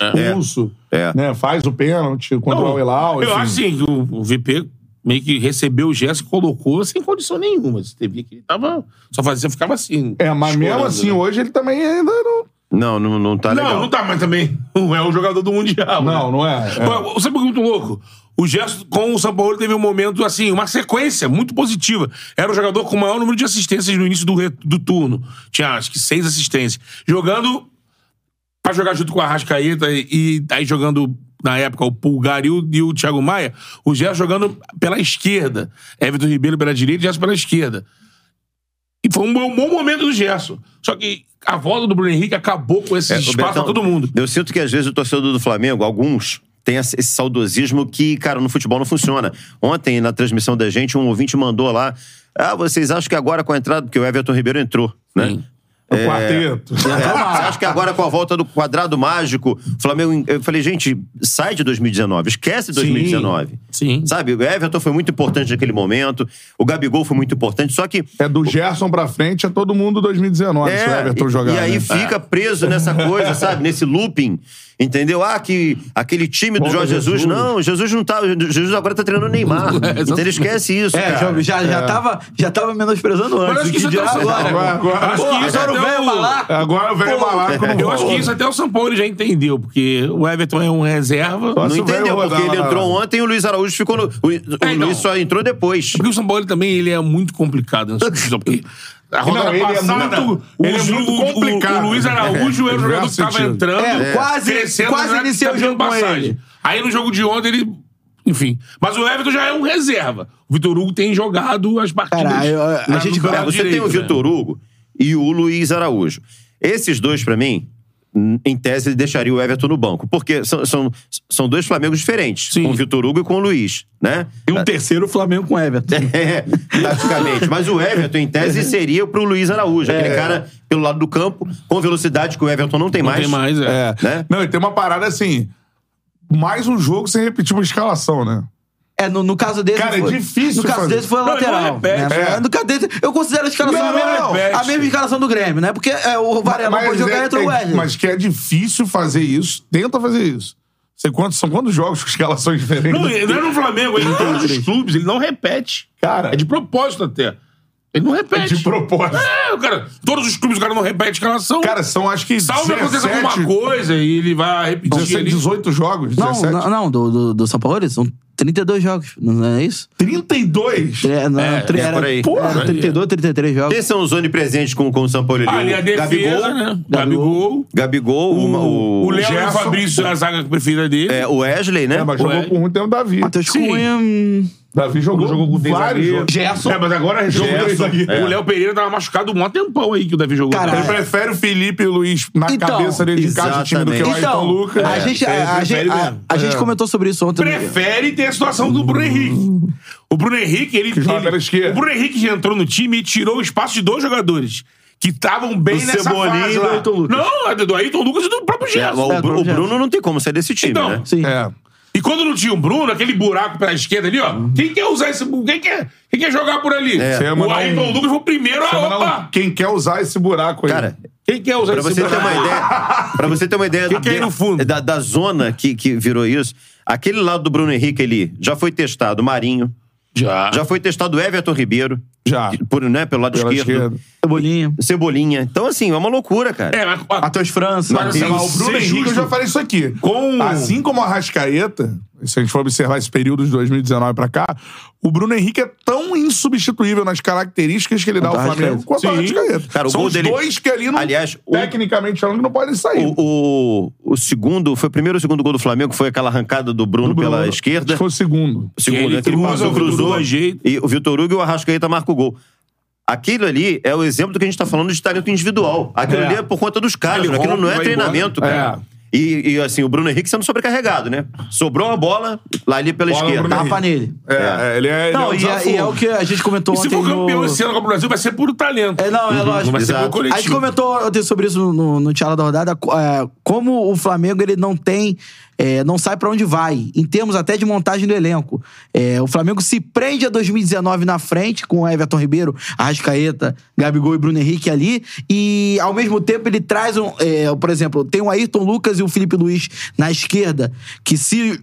Speaker 1: Expulso.
Speaker 3: É.
Speaker 1: Né? Faz o pênalti contra o Al-Hilal.
Speaker 2: Eu
Speaker 1: enfim.
Speaker 2: acho assim, que o, o VP meio que recebeu o gesto e colocou sem condição nenhuma. Você teve que ele tava. Só fazia, ficava assim.
Speaker 1: É, mas mesmo
Speaker 2: chorando,
Speaker 1: assim,
Speaker 2: né?
Speaker 1: hoje ele também ainda não.
Speaker 3: Não, não, não tá
Speaker 2: não,
Speaker 3: legal.
Speaker 2: não tá, mas também não é o jogador do Mundial. né?
Speaker 1: Não, não é.
Speaker 2: Pô, Sabe o que é muito louco? O gesto com o São Paulo teve um momento, assim, uma sequência muito positiva. Era o jogador com o maior número de assistências no início do, re- do turno. Tinha, acho que, seis assistências. Jogando pra jogar junto com a Rascaeta e, e tá aí jogando, na época, o Pulgar e o, e o Thiago Maia. O Gerson jogando pela esquerda. Everton Ribeiro pela direita e Gerson pela esquerda. E foi um bom, bom momento do Gerson. Só que a volta do Bruno Henrique acabou com esse
Speaker 3: É, o
Speaker 2: espaço
Speaker 3: Betão,
Speaker 2: pra todo mundo.
Speaker 3: Eu sinto que às vezes o torcedor do Flamengo, alguns, tem esse esse saudosismo que, cara, no futebol não funciona. Ontem, na transmissão da gente, um ouvinte mandou lá. Ah, vocês acham que agora com a entrada, porque o Everton Ribeiro entrou, né?
Speaker 1: É o quarteto.
Speaker 3: É, você acha que agora com a volta do quadrado mágico, o Flamengo. Eu falei, gente, sai de 2019, esquece 2019.
Speaker 2: Sim.
Speaker 3: Sabe, o Everton foi muito importante naquele momento, o Gabigol foi muito importante, só que
Speaker 1: É do Gerson pra frente, é todo mundo 2019, se o
Speaker 4: É,
Speaker 1: Everton
Speaker 3: É, e-
Speaker 1: jogar.
Speaker 3: E aí
Speaker 1: né?
Speaker 3: fica preso nessa coisa, sabe? Nesse looping. Entendeu? Ah, que aquele time do
Speaker 1: Volta
Speaker 3: Jorge Jesus.
Speaker 1: Jesus.
Speaker 3: Não, Jesus não tá. Jesus agora tá treinando o Neymar. então ele esquece isso.
Speaker 4: É,
Speaker 3: cara.
Speaker 4: já, já, já, tava, já tava menosprezando antes.
Speaker 2: Mas acho
Speaker 4: o
Speaker 2: que isso
Speaker 4: dirá
Speaker 2: tá certo.
Speaker 4: agora.
Speaker 1: Agora- agora-
Speaker 2: Acho
Speaker 4: Pô,
Speaker 2: que isso
Speaker 4: agora o
Speaker 2: até
Speaker 4: velho
Speaker 2: o-
Speaker 4: malaco.
Speaker 1: é um- Agora veio
Speaker 4: Pô, é,
Speaker 1: malaco no
Speaker 2: Eu acho que isso até o São Paulo já entendeu, porque o Everton é um reserva.
Speaker 1: Só
Speaker 3: Não
Speaker 1: Isso veio
Speaker 3: entendeu,
Speaker 1: rodar
Speaker 3: porque ele
Speaker 1: lá.
Speaker 3: entrou ontem e o Luiz Araújo ficou no. O, o
Speaker 2: É, então.
Speaker 3: Luiz só entrou depois.
Speaker 2: Porque o São Paulo também ele é muito complicado nessa posição, porque a
Speaker 1: Não,
Speaker 2: rodada
Speaker 1: ele é
Speaker 2: passada,
Speaker 1: muito-
Speaker 2: o,
Speaker 1: ele é
Speaker 2: Ju-
Speaker 1: muito
Speaker 2: o- o-
Speaker 1: complicado.
Speaker 2: o Luiz Araújo era
Speaker 1: É,
Speaker 2: o jogador que
Speaker 1: diverso
Speaker 2: tava
Speaker 1: sentido.
Speaker 2: entrando,
Speaker 4: É, quase-
Speaker 2: crescendo,
Speaker 4: quase
Speaker 2: né,
Speaker 4: iniciou o
Speaker 2: pedindo
Speaker 4: jogo com ele.
Speaker 2: Aí no jogo de ontem ele Enfim. Mas o Everton já é um reserva. O Vitor Hugo tem jogado as partidas.
Speaker 4: Cara, eu- a
Speaker 2: na-
Speaker 4: gente-
Speaker 2: no
Speaker 3: É,
Speaker 2: canal
Speaker 3: você tem
Speaker 2: direito,
Speaker 3: o
Speaker 2: né?
Speaker 3: Vitor Hugo e o Luiz Araújo. Esses dois, pra mim, n- em tese, deixaria o Everton no banco. Porque são, são, são dois Flamengos diferentes.
Speaker 2: Sim.
Speaker 3: Com o Vitor Hugo e com o Luiz, né?
Speaker 4: E um terceiro, o Flamengo com o Everton.
Speaker 3: É, taticamente. Mas o Everton, em tese, seria pro Luiz Araújo. Aquele cara pelo lado do campo, com velocidade que o Everton não tem
Speaker 2: Não
Speaker 3: mais.
Speaker 2: tem mais, é.
Speaker 1: É.
Speaker 3: Né?
Speaker 1: Não, e tem uma parada assim. Mais um jogo sem repetir uma escalação, né?
Speaker 4: É, no, no caso dele.
Speaker 1: Cara, é
Speaker 4: foi-
Speaker 1: difícil
Speaker 4: No caso
Speaker 1: fazer.
Speaker 4: dele foi a
Speaker 2: Não, ele não
Speaker 4: lateral.
Speaker 2: repete,
Speaker 4: né?
Speaker 1: é.
Speaker 4: No caso dele, eu considero a escalação
Speaker 1: Não,
Speaker 4: a, mesma,
Speaker 1: não
Speaker 2: repete.
Speaker 4: a mesma escalação do Grêmio, né? Porque é, o Varela pode jogar
Speaker 1: é-
Speaker 4: entre o
Speaker 1: é-
Speaker 4: Wesley.
Speaker 1: mas que é difícil fazer isso. Tenta fazer isso. Sei quantos, são quantos jogos com escalações diferentes?
Speaker 2: Não, ele não é no Flamengo, ele em todos os clubes, ele não repete.
Speaker 1: Cara.
Speaker 2: É de propósito até. Ele não repete.
Speaker 1: de propósito.
Speaker 2: É, o cara. Todos os clubes o cara não repete a escalação.
Speaker 1: Cara, são acho que
Speaker 2: Salve aconteça
Speaker 1: 17,
Speaker 2: alguma coisa e ele vai repetir.
Speaker 1: 17,
Speaker 2: ali.
Speaker 1: 18 jogos.
Speaker 4: Não,
Speaker 1: 17.
Speaker 4: não, não, do, do, do São Paulo são 32 jogos, não é isso?
Speaker 1: 32?
Speaker 4: É, não,
Speaker 2: É,
Speaker 4: tri-
Speaker 3: é por aí.
Speaker 4: era, porra,
Speaker 2: Porra,
Speaker 4: era 32, 33 jogos.
Speaker 3: Quem são os onipresentes com, com o São Paulo?
Speaker 2: Ali Ah, a defesa,
Speaker 3: Gabigol,
Speaker 2: né?
Speaker 4: Gabigol.
Speaker 2: Gabigol.
Speaker 3: Gabigol, uma- o,
Speaker 2: O Léo e o
Speaker 1: Gerson.
Speaker 2: Fabrício na zaga preferida dele.
Speaker 3: é, o Wesley, né?
Speaker 1: É, mas
Speaker 2: Ué.
Speaker 1: jogou por muito tempo o Davi.
Speaker 4: Matheus
Speaker 2: Sim. Então,
Speaker 4: Cunha. hum,
Speaker 1: Davi jogou, jogou com vários jogos.
Speaker 4: Gerson.
Speaker 1: É, mas agora jogou
Speaker 3: Gerson.
Speaker 1: três zagueiros.
Speaker 2: O Léo Pereira tava machucado um maior tempão aí que o Davi jogou.
Speaker 4: Cara,
Speaker 1: Ele prefere o Felipe Luiz na
Speaker 4: Então,
Speaker 1: cabeça dele de casa do time do que o
Speaker 3: exatamente.
Speaker 2: tá
Speaker 1: Ayrton
Speaker 4: Então,
Speaker 1: Lucas.
Speaker 2: é.
Speaker 4: a, gente, a- a,
Speaker 2: prefere
Speaker 4: gente- a-
Speaker 2: mesmo.
Speaker 4: a gente comentou sobre isso ontem. no-
Speaker 2: prefere ter a situação do Bruno Henrique. O Bruno Henrique, ele.
Speaker 1: Que joga
Speaker 2: ele-
Speaker 1: pela esquerda.
Speaker 2: O Bruno Henrique já entrou no time e tirou o espaço de dois jogadores. Que estavam bem
Speaker 3: Do
Speaker 2: nessa
Speaker 3: Cebolinha
Speaker 2: fase
Speaker 3: e do
Speaker 2: lá.
Speaker 3: Ayrton Lucas.
Speaker 2: Não, é do Ayrton Lucas e do próprio
Speaker 3: É,
Speaker 2: Gerson.
Speaker 3: o,
Speaker 4: É,
Speaker 3: Bru-
Speaker 4: Bruno
Speaker 3: o Bruno não tem como sair desse time,
Speaker 2: Então,
Speaker 3: né?
Speaker 4: Sim.
Speaker 1: É.
Speaker 2: E quando não tinha o Bruno, aquele buraco pra esquerda ali, ó. Quem quer usar esse. Quem quer, quem quer jogar por ali?
Speaker 3: É. Você
Speaker 1: Uhum. ia
Speaker 2: O
Speaker 1: mandar
Speaker 2: Ayrton
Speaker 1: um-
Speaker 2: Lucas foi o primeiro a.
Speaker 1: Chama lá um-
Speaker 2: Opa!
Speaker 1: Quem quer usar esse buraco aí?
Speaker 3: Cara,
Speaker 2: Quem quer usar
Speaker 3: Pra
Speaker 2: esse
Speaker 3: você ter uma ideia, pra você ter uma ideia
Speaker 2: Fica é aí
Speaker 3: de-
Speaker 2: no fundo.
Speaker 3: Da, da zona que, que virou isso, aquele lado do Bruno Henrique ali já foi testado Marinho,
Speaker 1: um.
Speaker 2: Já.
Speaker 3: já foi testado Everton Ribeiro,
Speaker 1: Já.
Speaker 3: por, né, pelo lado
Speaker 1: Pela
Speaker 3: esquerdo,
Speaker 1: esquerda.
Speaker 4: Cebolinha.
Speaker 3: Cebolinha. Então, assim, é uma loucura, cara.
Speaker 2: É, mas. a-
Speaker 4: Matheus França.
Speaker 2: Mas
Speaker 1: Sei
Speaker 2: assim,
Speaker 1: lá, o Bruno
Speaker 2: ser
Speaker 1: Henrique,
Speaker 2: justo-
Speaker 1: eu já falei isso aqui.
Speaker 2: Com-
Speaker 1: Assim como a Rascaeta, se a gente for observar esse período de 2019 pra cá, o Bruno Henrique é tão insubstituível nas características que ele dá ao
Speaker 4: Quanto ao
Speaker 1: Flamengo quanto
Speaker 4: Arrascaeta.
Speaker 1: a
Speaker 2: Sim.
Speaker 1: Rascaeta.
Speaker 3: Cara, o
Speaker 1: São
Speaker 3: gol
Speaker 1: os
Speaker 3: dele-
Speaker 1: dois que ali, não,
Speaker 3: Aliás, o-
Speaker 1: tecnicamente falando, que não podem sair.
Speaker 3: O, o, o segundo, foi o primeiro ou segundo gol do Flamengo, foi aquela arrancada do Bruno,
Speaker 1: Do Bruno.
Speaker 3: pela
Speaker 1: Acho que
Speaker 3: esquerda.
Speaker 1: Foi o segundo.
Speaker 3: O segundo,
Speaker 2: Ele
Speaker 3: né, que ele
Speaker 2: cruza,
Speaker 3: passou,
Speaker 2: o Vitor
Speaker 3: cruzou,
Speaker 2: Hugo ajeita.
Speaker 3: e o Vitor Hugo e o Arrascaeta marca o gol. Aquilo ali é o exemplo do que a gente tá falando de talento individual. Aquilo
Speaker 1: É.
Speaker 3: ali é por conta dos caras,
Speaker 2: Ele
Speaker 3: aquilo
Speaker 2: rompe,
Speaker 3: não é
Speaker 2: vai É.
Speaker 3: treinamento,
Speaker 1: embora.
Speaker 3: cara. E, e, assim, o Bruno Henrique sendo sobrecarregado, né? Sobrou uma bola lá ali pela
Speaker 1: Bola no
Speaker 3: esquerda.
Speaker 1: Bruno
Speaker 4: Tapa nele.
Speaker 1: É, é, ele é.
Speaker 4: Não,
Speaker 1: ele
Speaker 4: e,
Speaker 1: é um
Speaker 4: é- e é o que a gente comentou
Speaker 2: E se
Speaker 4: ontem.
Speaker 2: for campeão
Speaker 4: no...
Speaker 2: esse ano com o Brasil, vai ser puro talento.
Speaker 4: É, não, é lógico.
Speaker 2: Vai ser
Speaker 3: Exato.
Speaker 2: puro coletivo.
Speaker 4: A gente comentou ontem sobre isso no, no Tiara da Rodada, co- é, como o Flamengo ele não tem, é, não sai pra onde vai, em termos até de montagem do elenco. É, o Flamengo se prende a 2019 na frente, com Everton Ribeiro, Arrascaeta, Gabigol e Bruno Henrique ali, e ao mesmo tempo ele traz, um, é, por exemplo, tem o Ayrton Lucas e o Felipe Luiz na esquerda, que se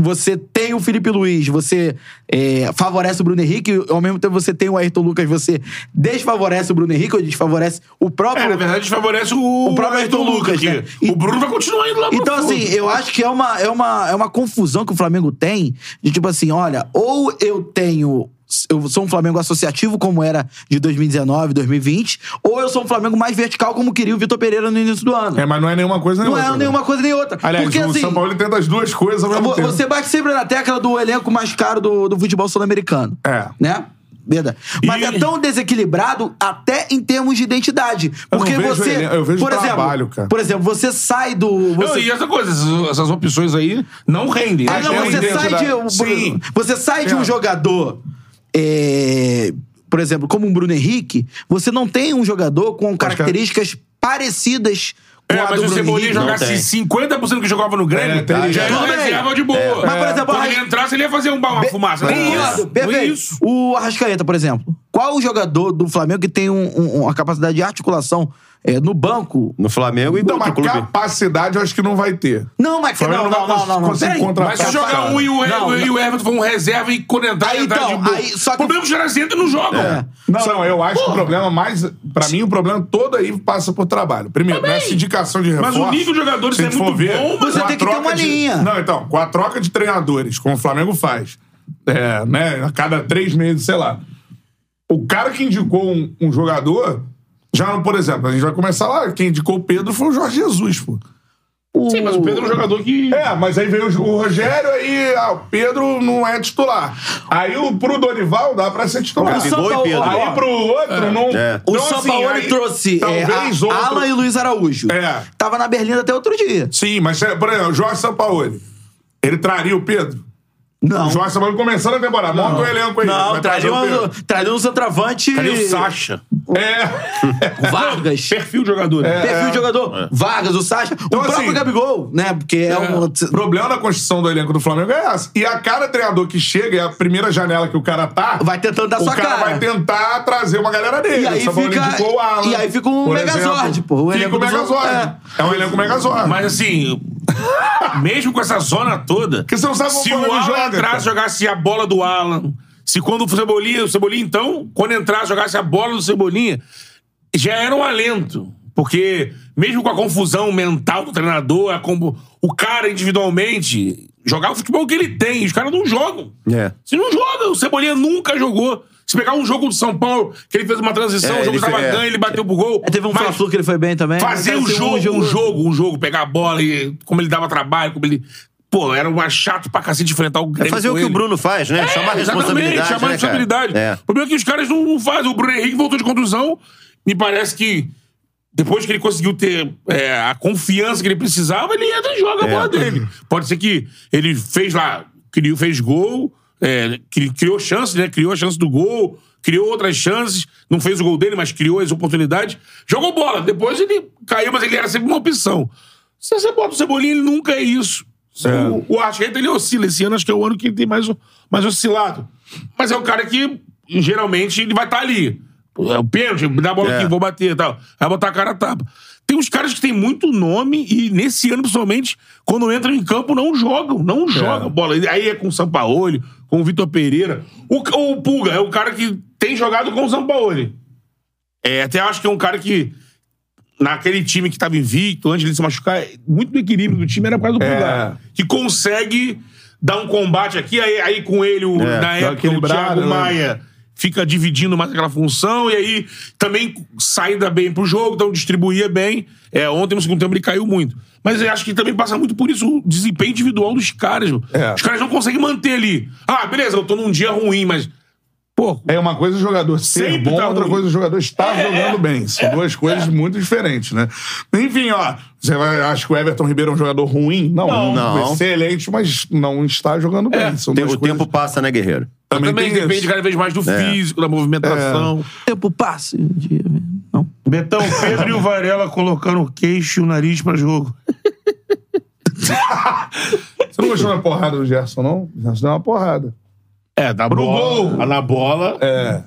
Speaker 4: você tem o Felipe Luiz, você é, favorece o Bruno Henrique, e ao mesmo tempo você tem o Ayrton Lucas, você desfavorece o Bruno Henrique, ou desfavorece o próprio.
Speaker 2: É, na verdade, favorece o,
Speaker 4: O próprio Ayrton Lucas,
Speaker 2: aqui.
Speaker 4: né? E-
Speaker 2: O Bruno vai continuar indo lá pro
Speaker 4: Então,
Speaker 2: fundo.
Speaker 4: assim, eu acho que é uma, é, uma, é uma confusão que o Flamengo tem de tipo assim: olha, ou eu tenho. Eu sou um Flamengo associativo, como era de 2019, 2020, ou eu sou um Flamengo mais vertical, como queria o Vitor Pereira no início do ano.
Speaker 1: É, mas não é nenhuma coisa nem
Speaker 4: não
Speaker 1: outra.
Speaker 4: é nenhuma coisa nem outra.
Speaker 1: Aliás,
Speaker 4: Porque
Speaker 1: o
Speaker 4: assim.
Speaker 1: São Paulo ele tenta as duas coisas ao mesmo
Speaker 4: Vo-
Speaker 1: tempo.
Speaker 4: Você bate sempre na tecla do elenco mais caro do, do futebol sul-americano.
Speaker 1: É.
Speaker 4: Né? Verdade. Mas
Speaker 2: E-
Speaker 4: é tão desequilibrado até em termos de identidade. Porque
Speaker 1: vejo
Speaker 4: você.
Speaker 1: ele- eu vejo
Speaker 4: por exemplo,
Speaker 1: trabalho, cara.
Speaker 4: Por exemplo, você sai do.
Speaker 2: Não,
Speaker 4: você-
Speaker 2: e essa coisa, essas, essas opções aí não rendem. é
Speaker 4: Ah,
Speaker 2: Mas
Speaker 4: não,
Speaker 1: tem
Speaker 2: tem
Speaker 1: é uma
Speaker 4: você sai, de,
Speaker 1: identidade.
Speaker 4: um-
Speaker 1: Sim.
Speaker 4: você sai de um
Speaker 1: É.
Speaker 4: jogador. é, por exemplo, como um Bruno Henrique, você não tem um jogador com
Speaker 1: é.
Speaker 4: características parecidas com
Speaker 2: É,
Speaker 4: a
Speaker 2: mas
Speaker 4: do
Speaker 2: se o
Speaker 4: Bruno Henrique.
Speaker 2: Cebolinha jogasse
Speaker 3: tem.
Speaker 2: 50% que jogava no
Speaker 1: É,
Speaker 2: Grêmio,
Speaker 1: tem.
Speaker 2: já era
Speaker 4: Tudo
Speaker 2: uma
Speaker 4: bem.
Speaker 2: reserva de boa.
Speaker 4: É, Mas, por exemplo,
Speaker 2: Quando
Speaker 4: a-
Speaker 2: ele entrasse, ele ia fazer um ba- uma fumaça.
Speaker 1: né?
Speaker 2: Não é
Speaker 4: Concordo,
Speaker 2: isso. Não é
Speaker 4: perfeito.
Speaker 2: isso.
Speaker 4: O Arrascaeta, por exemplo. Qual o jogador do Flamengo que tem um- um- uma capacidade de articulação é, no banco?
Speaker 3: No Flamengo e no
Speaker 1: Então,
Speaker 3: outro
Speaker 1: mas
Speaker 3: clube.
Speaker 1: capacidade eu acho que não vai ter.
Speaker 4: Não, mas
Speaker 1: Flamengo
Speaker 4: não,
Speaker 1: não
Speaker 4: não,
Speaker 1: vai
Speaker 4: não, não, não.
Speaker 1: conseguir
Speaker 4: peraí.
Speaker 1: contratar.
Speaker 2: Mas se jogar um e o,
Speaker 4: Não,
Speaker 2: e o Everton for um reserva e quando entrar,
Speaker 4: Aí,
Speaker 2: entrar
Speaker 4: então,
Speaker 2: de boa.
Speaker 4: aí, só que-
Speaker 2: O problema é que os caras entram e não jogam.
Speaker 1: É.
Speaker 4: É.
Speaker 1: Não, não, eu acho que o problema mais. Pra mim, o problema todo aí passa por trabalho. Primeiro,
Speaker 2: Também.
Speaker 1: nessa indicação de
Speaker 2: Mas
Speaker 1: reforço.
Speaker 2: o nível de jogadores
Speaker 1: se a
Speaker 2: é
Speaker 1: gente for
Speaker 2: muito bom,
Speaker 1: com
Speaker 2: mas
Speaker 4: você
Speaker 1: a
Speaker 4: tem que ter
Speaker 1: troca
Speaker 4: uma
Speaker 1: de-
Speaker 4: linha.
Speaker 1: Não, então, com a troca de treinadores, como o Flamengo faz, é, né, a cada três meses, sei lá. O cara que indicou um, um jogador, já, por exemplo, a gente vai começar lá, quem indicou o Pedro foi o Jorge Jesus, pô.
Speaker 4: o.
Speaker 2: Sim, mas o Pedro é um jogador que.
Speaker 1: É, mas aí veio o o Rogério, aí ah, o Pedro não é titular. Aí o, pro Dorival dá pra ser titular.
Speaker 3: Gabigol e
Speaker 4: São Paulo-
Speaker 3: Pedro.
Speaker 2: é
Speaker 1: Aí pro outro não.
Speaker 3: É.
Speaker 4: O
Speaker 1: então,
Speaker 4: São
Speaker 1: assim,
Speaker 4: Paulo
Speaker 1: aí
Speaker 4: trouxe é,
Speaker 1: talvez
Speaker 4: a-
Speaker 1: outro-
Speaker 4: Alan e Luiz Araújo.
Speaker 1: É.
Speaker 4: Tava na Berlinda até outro dia.
Speaker 1: Sim, mas, é, por exemplo, o Jorge Sampaoli. Ele traria o Pedro?
Speaker 4: Não.
Speaker 1: O Jorge Sampaoli começando a temporada. Monta o elenco aí.
Speaker 4: Não,
Speaker 1: vai trazer
Speaker 4: traria
Speaker 1: o
Speaker 4: um,
Speaker 1: Pedro.
Speaker 4: traria um centroavante.
Speaker 2: Cadê o Sacha?
Speaker 1: É.
Speaker 4: Vargas.
Speaker 2: Perfil de jogador. né?
Speaker 4: Perfil de jogador. Vargas, o Sacha. o próprio
Speaker 1: assim,
Speaker 4: Gabigol, né? Porque é, um.
Speaker 1: O problema da construção do elenco do Flamengo é essa. E a cada treinador que chega, é a primeira janela que o cara tá.
Speaker 4: Vai tentando dar
Speaker 1: o
Speaker 4: sua
Speaker 1: cara,
Speaker 4: cara.
Speaker 1: vai tentar trazer uma galera dele.
Speaker 4: E aí
Speaker 1: O São Paulo
Speaker 4: fica-
Speaker 1: indicou o Alan,
Speaker 4: e aí fica um
Speaker 1: por
Speaker 4: Megazord,
Speaker 1: exemplo.
Speaker 4: pô, o
Speaker 1: fica
Speaker 4: elenco
Speaker 1: o
Speaker 4: do São-
Speaker 1: Megazord. É. um elenco Megazord.
Speaker 2: Mas assim, mesmo com essa zona toda,
Speaker 1: Porque você não sabe como
Speaker 2: se
Speaker 1: o
Speaker 2: o
Speaker 1: Flamengo
Speaker 2: Alan
Speaker 1: joga, cara.
Speaker 2: atrás jogasse a bola do Alan, se quando o Cebolinha, o Cebolinha então, quando entrasse jogasse a bola do Cebolinha, já era um alento. Porque mesmo com a confusão mental do treinador, a combo- o cara individualmente jogar o futebol que ele tem, os caras não jogam.
Speaker 3: É.
Speaker 2: Se não joga, o Cebolinha nunca jogou. Se pegar um jogo do São Paulo, que ele fez uma transição,
Speaker 3: É,
Speaker 2: o
Speaker 3: ele
Speaker 2: jogo estava
Speaker 3: fez- é.
Speaker 2: ganho, ele bateu pro gol.
Speaker 4: É, Teve um
Speaker 2: Mas-
Speaker 4: Fla-Flu que ele foi bem também.
Speaker 2: Fazer um
Speaker 4: Parecia
Speaker 2: jogo, um jogo, um jogo, pegar a bola e como ele dava trabalho, como ele. Pô, era uma chato pra cacete enfrentar o
Speaker 3: É
Speaker 2: Grêmio.
Speaker 3: fazer
Speaker 2: com
Speaker 3: o que
Speaker 2: ele.
Speaker 3: o Bruno faz, né?
Speaker 2: É,
Speaker 3: chamar a
Speaker 2: exatamente,
Speaker 3: responsabilidade.
Speaker 2: Chamar a
Speaker 3: né, cara?
Speaker 2: responsabilidade.
Speaker 3: É.
Speaker 2: O problema é que os caras não não fazem. O Bruno Henrique voltou de contusão. Me parece que depois que ele conseguiu ter é, a confiança que ele precisava, ele entra e joga a
Speaker 3: É.
Speaker 2: bola dele. Pode ser que ele fez lá, criou, fez gol, é, cri- criou chances, né? Criou a chance do gol, criou outras chances, não fez o gol dele, mas criou as oportunidades. Jogou bola, depois ele caiu, mas ele era sempre uma opção. Se você bota o Cebolinha, ele nunca é isso. O, o Arrascaeta, ele oscila. Esse ano acho que é o ano que ele tem mais, o- mais oscilado. Mas é um cara que, geralmente, ele vai estar ali. É o pênalti, me dá a bola
Speaker 3: É.
Speaker 2: aqui, vou bater e tal. Vai botar a cara a tapa. Tem uns caras que têm muito nome e, nesse ano, principalmente, quando entram em campo, não jogam. Não jogam bola. Aí é com o Sampaoli, com o Vitor Pereira. O, ca- o Pulga é o cara que tem jogado com o Sampaoli. É, até acho que é um cara que naquele time que tava invicto, antes de ele se machucar, muito do equilíbrio do time era por causa do
Speaker 1: É.
Speaker 2: Pulgar. Que consegue dar um combate aqui, aí, aí com ele, o,
Speaker 3: É,
Speaker 2: na
Speaker 3: dá
Speaker 2: época, o
Speaker 1: equilibrado,
Speaker 2: Thiago
Speaker 1: né?
Speaker 2: Maia fica dividindo mais aquela função, e aí também saída bem pro jogo, então distribuía bem. É, ontem no segundo tempo ele caiu muito. Mas eu acho que também passa muito por isso o desempenho individual dos caras. meu.
Speaker 1: É.
Speaker 2: Os caras não conseguem manter ali. Ah, beleza, eu tô num dia ruim, mas. Pô,
Speaker 1: É uma coisa o jogador ser
Speaker 2: Sempre
Speaker 1: bom,
Speaker 2: tá
Speaker 1: outra
Speaker 2: ruim.
Speaker 1: coisa o jogador estar jogando bem. São duas coisas muito diferentes, né? Enfim, ó, você vai, acha que o Everton Ribeiro é um jogador ruim? Não, é um
Speaker 2: Não.
Speaker 3: Não.
Speaker 1: excelente, mas não está jogando bem. São
Speaker 3: Tem-
Speaker 1: duas
Speaker 3: o
Speaker 1: coisas...
Speaker 3: tempo passa, né, guerreiro?
Speaker 2: também,
Speaker 1: tem
Speaker 2: depende
Speaker 1: isso. É.
Speaker 2: cada vez mais do
Speaker 3: É.
Speaker 2: físico, da movimentação.
Speaker 4: Tempo passa. um dia, Não.
Speaker 2: Betão, Pedro e o Varela colocando o queixo e o nariz pra jogo.
Speaker 1: Você não gostou da porrada do Gerson, não? O Gerson deu uma porrada.
Speaker 2: É, na
Speaker 1: Pro
Speaker 2: bola.
Speaker 1: gol.
Speaker 2: Na bola.
Speaker 1: É.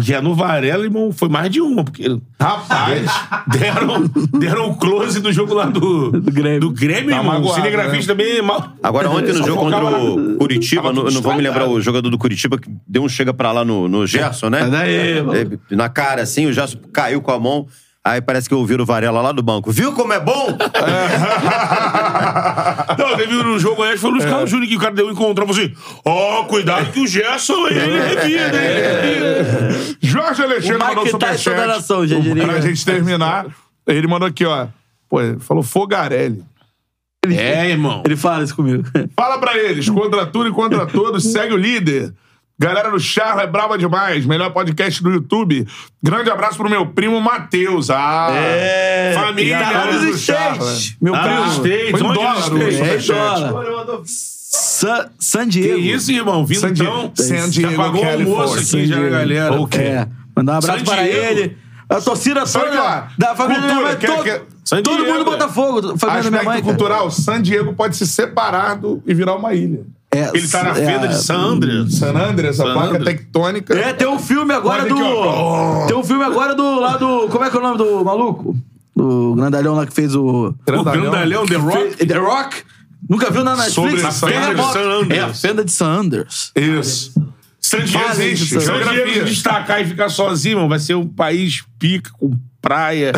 Speaker 2: Já no Varela, irmão, foi mais de uma, porque
Speaker 1: Rapaz,
Speaker 2: deram, deram o close do jogo lá do, do
Speaker 4: Grêmio.
Speaker 2: Do Grêmio,
Speaker 1: Tá
Speaker 2: irmão. o
Speaker 1: magoado,
Speaker 2: cinegrafista também é mal.
Speaker 3: Agora, ontem no
Speaker 2: Só
Speaker 3: jogo
Speaker 2: focava
Speaker 3: contra
Speaker 2: na-
Speaker 3: o Curitiba,
Speaker 2: Tava
Speaker 3: no- eu não vou me lembrar
Speaker 2: estragado. É.
Speaker 3: o jogador do Curitiba que deu um chega pra lá no, no Gerson, né?
Speaker 4: Sai daí, mano.
Speaker 3: É, Na cara, assim, o Gerson caiu com a mão. Aí parece que ouviram o Varela lá do banco. Viu como é bom?
Speaker 2: Não, teve um no jogo aí, acho que foi o Luiz Carlos Júnior que o cara deu um encontrão falou assim: Ó, cuidado que o Gerson, ele revida, ele revida.
Speaker 1: Jorge Alexandre
Speaker 4: O
Speaker 1: mandou
Speaker 4: Mike
Speaker 1: superchat.
Speaker 4: Tyson da nação, já diria.
Speaker 1: Pra gente terminar, ele mandou aqui, ó. Pô, ele falou Fogarelli.
Speaker 2: É, irmão.
Speaker 4: Ele fala isso comigo.
Speaker 1: Fala pra eles, contra tudo e contra todos, segue o líder. Galera do Charla é brava demais, melhor podcast do YouTube. Grande abraço pro meu primo Matheus. Ah,
Speaker 2: É,
Speaker 1: família
Speaker 4: Carlos
Speaker 1: do
Speaker 4: e
Speaker 1: Charla.
Speaker 4: Steins, Meu
Speaker 2: Ah,
Speaker 4: um primo.
Speaker 2: States,
Speaker 1: Foi em
Speaker 2: onde
Speaker 1: dólar,
Speaker 2: States?
Speaker 1: Luiz.
Speaker 4: Ei,
Speaker 1: superchat.
Speaker 4: dólar. Sa- San
Speaker 2: Que
Speaker 4: Diego.
Speaker 2: isso, irmão?
Speaker 1: San Di-
Speaker 2: Vintão.
Speaker 1: San
Speaker 2: já
Speaker 1: Diego,
Speaker 2: pagou o almoço
Speaker 1: Califórnia.
Speaker 2: aqui, já,
Speaker 4: San
Speaker 2: na
Speaker 4: Diego.
Speaker 2: galera.
Speaker 4: É. Mandar um abraço
Speaker 2: San
Speaker 4: para
Speaker 2: Diego.
Speaker 4: ele. A torcida
Speaker 1: Sabe
Speaker 4: toda
Speaker 1: que lá?
Speaker 4: da família da minha
Speaker 1: Cultura,
Speaker 4: mãe.
Speaker 1: quer-
Speaker 4: todo
Speaker 1: quer-
Speaker 2: San
Speaker 4: todo
Speaker 2: Diego,
Speaker 4: mundo
Speaker 2: é.
Speaker 4: Botafogo. Família da minha
Speaker 1: Aspecto
Speaker 4: mãe. cara.
Speaker 1: cultural, San Diego pode se separar do, e virar uma ilha.
Speaker 4: É,
Speaker 2: Ele tá na
Speaker 4: é,
Speaker 2: fenda de San Andreas.
Speaker 1: San Andreas, a
Speaker 2: San
Speaker 1: placa
Speaker 2: Andreas.
Speaker 1: tectônica.
Speaker 4: É, tem um filme agora
Speaker 1: Olha
Speaker 4: do.
Speaker 1: aqui, ó.
Speaker 4: Tem um filme agora do. Lá do. Como é que é o nome do maluco? Do grandalhão lá que fez o.
Speaker 2: O Grandalhão, The Rock.
Speaker 4: The Rock? Nunca viu na Netflix?
Speaker 1: Sobre
Speaker 4: a
Speaker 1: San
Speaker 4: fenda
Speaker 2: Andreas.
Speaker 4: de San Andreas. É a fenda de San Andreas.
Speaker 1: Isso.
Speaker 2: San Diego
Speaker 4: Fala,
Speaker 2: existe.
Speaker 4: San
Speaker 2: Se o
Speaker 1: Diego.
Speaker 2: Diego destacar e ficar sozinho, irmão, vai ser um país pica, com praia,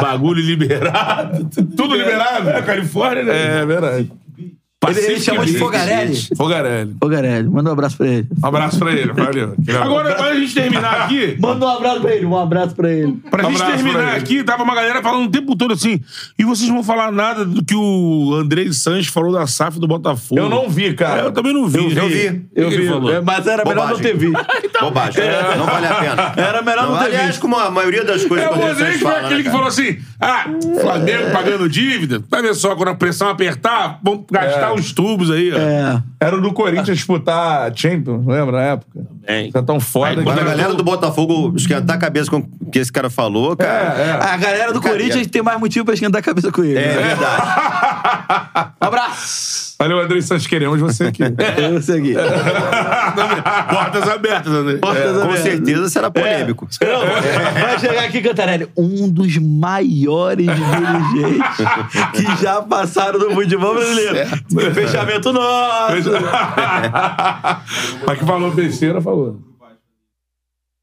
Speaker 2: bagulho liberado.
Speaker 1: Tudo liberado?
Speaker 2: É, Califórnia, né?
Speaker 1: É verdade.
Speaker 4: Ele, ele chamou de
Speaker 2: Pacificamente.
Speaker 1: É.
Speaker 4: Fogarelli?
Speaker 1: Fogarelli.
Speaker 4: Fogarelli, manda um abraço pra ele.
Speaker 1: Um abraço pra ele, valeu.
Speaker 2: Agora, pra gente terminar aqui,
Speaker 4: Manda um abraço pra ele, um abraço pra ele.
Speaker 2: pra
Speaker 1: Um
Speaker 2: gente
Speaker 1: abraço
Speaker 2: terminar
Speaker 1: pra ele.
Speaker 2: aqui, tava uma galera falando o tempo todo assim, e vocês não vão falar nada do que o Andrei Sanches falou da SAF do Botafogo.
Speaker 1: Eu não vi, cara.
Speaker 2: É, Eu também não vi.
Speaker 3: Eu vi, eu vi.
Speaker 2: O que ele falou?
Speaker 4: É, mas era melhor não
Speaker 3: Bobagem.
Speaker 4: ter visto.
Speaker 1: tá
Speaker 3: Bobagem. né? Não vale a pena.
Speaker 4: Era melhor não ter
Speaker 3: Aliás,
Speaker 4: visto.
Speaker 3: como a maioria das coisas
Speaker 2: É,
Speaker 3: que
Speaker 2: o Rodrigo
Speaker 3: vocês
Speaker 2: foi
Speaker 3: falam,
Speaker 2: aquele
Speaker 3: né,
Speaker 2: que
Speaker 3: cara?
Speaker 2: falou assim: ah,
Speaker 1: É.
Speaker 2: Flamengo pagando dívida, vai ver só, quando a pressão apertar, vamos gastar
Speaker 1: É.
Speaker 2: os tubos aí, ó.
Speaker 4: É.
Speaker 1: Era o do Corinthians disputar a Champions, lembra na época?
Speaker 2: É.
Speaker 1: Tá tão foda.
Speaker 2: Aí, quando
Speaker 3: Quando a
Speaker 1: que-
Speaker 3: galera do Botafogo esquentar a cabeça com o que esse cara falou, cara.
Speaker 1: É, é.
Speaker 4: A galera do Corinthians tem mais motivo pra esquentar a cabeça com ele. né?
Speaker 3: É, verdade.
Speaker 4: Abraço!
Speaker 1: Valeu, André Santos, queremos você aqui.
Speaker 4: Eu segui.
Speaker 2: Portas abertas, André.
Speaker 4: Portas
Speaker 3: É, Com
Speaker 4: abertas.
Speaker 3: certeza
Speaker 1: É.
Speaker 3: será polêmico.
Speaker 4: Não, vai chegar aqui, Cantarelli, um dos maiores dirigentes que já passaram no futebol brasileiro.
Speaker 1: É.
Speaker 4: Fechamento nosso.
Speaker 1: Mas que falou besteira, falou.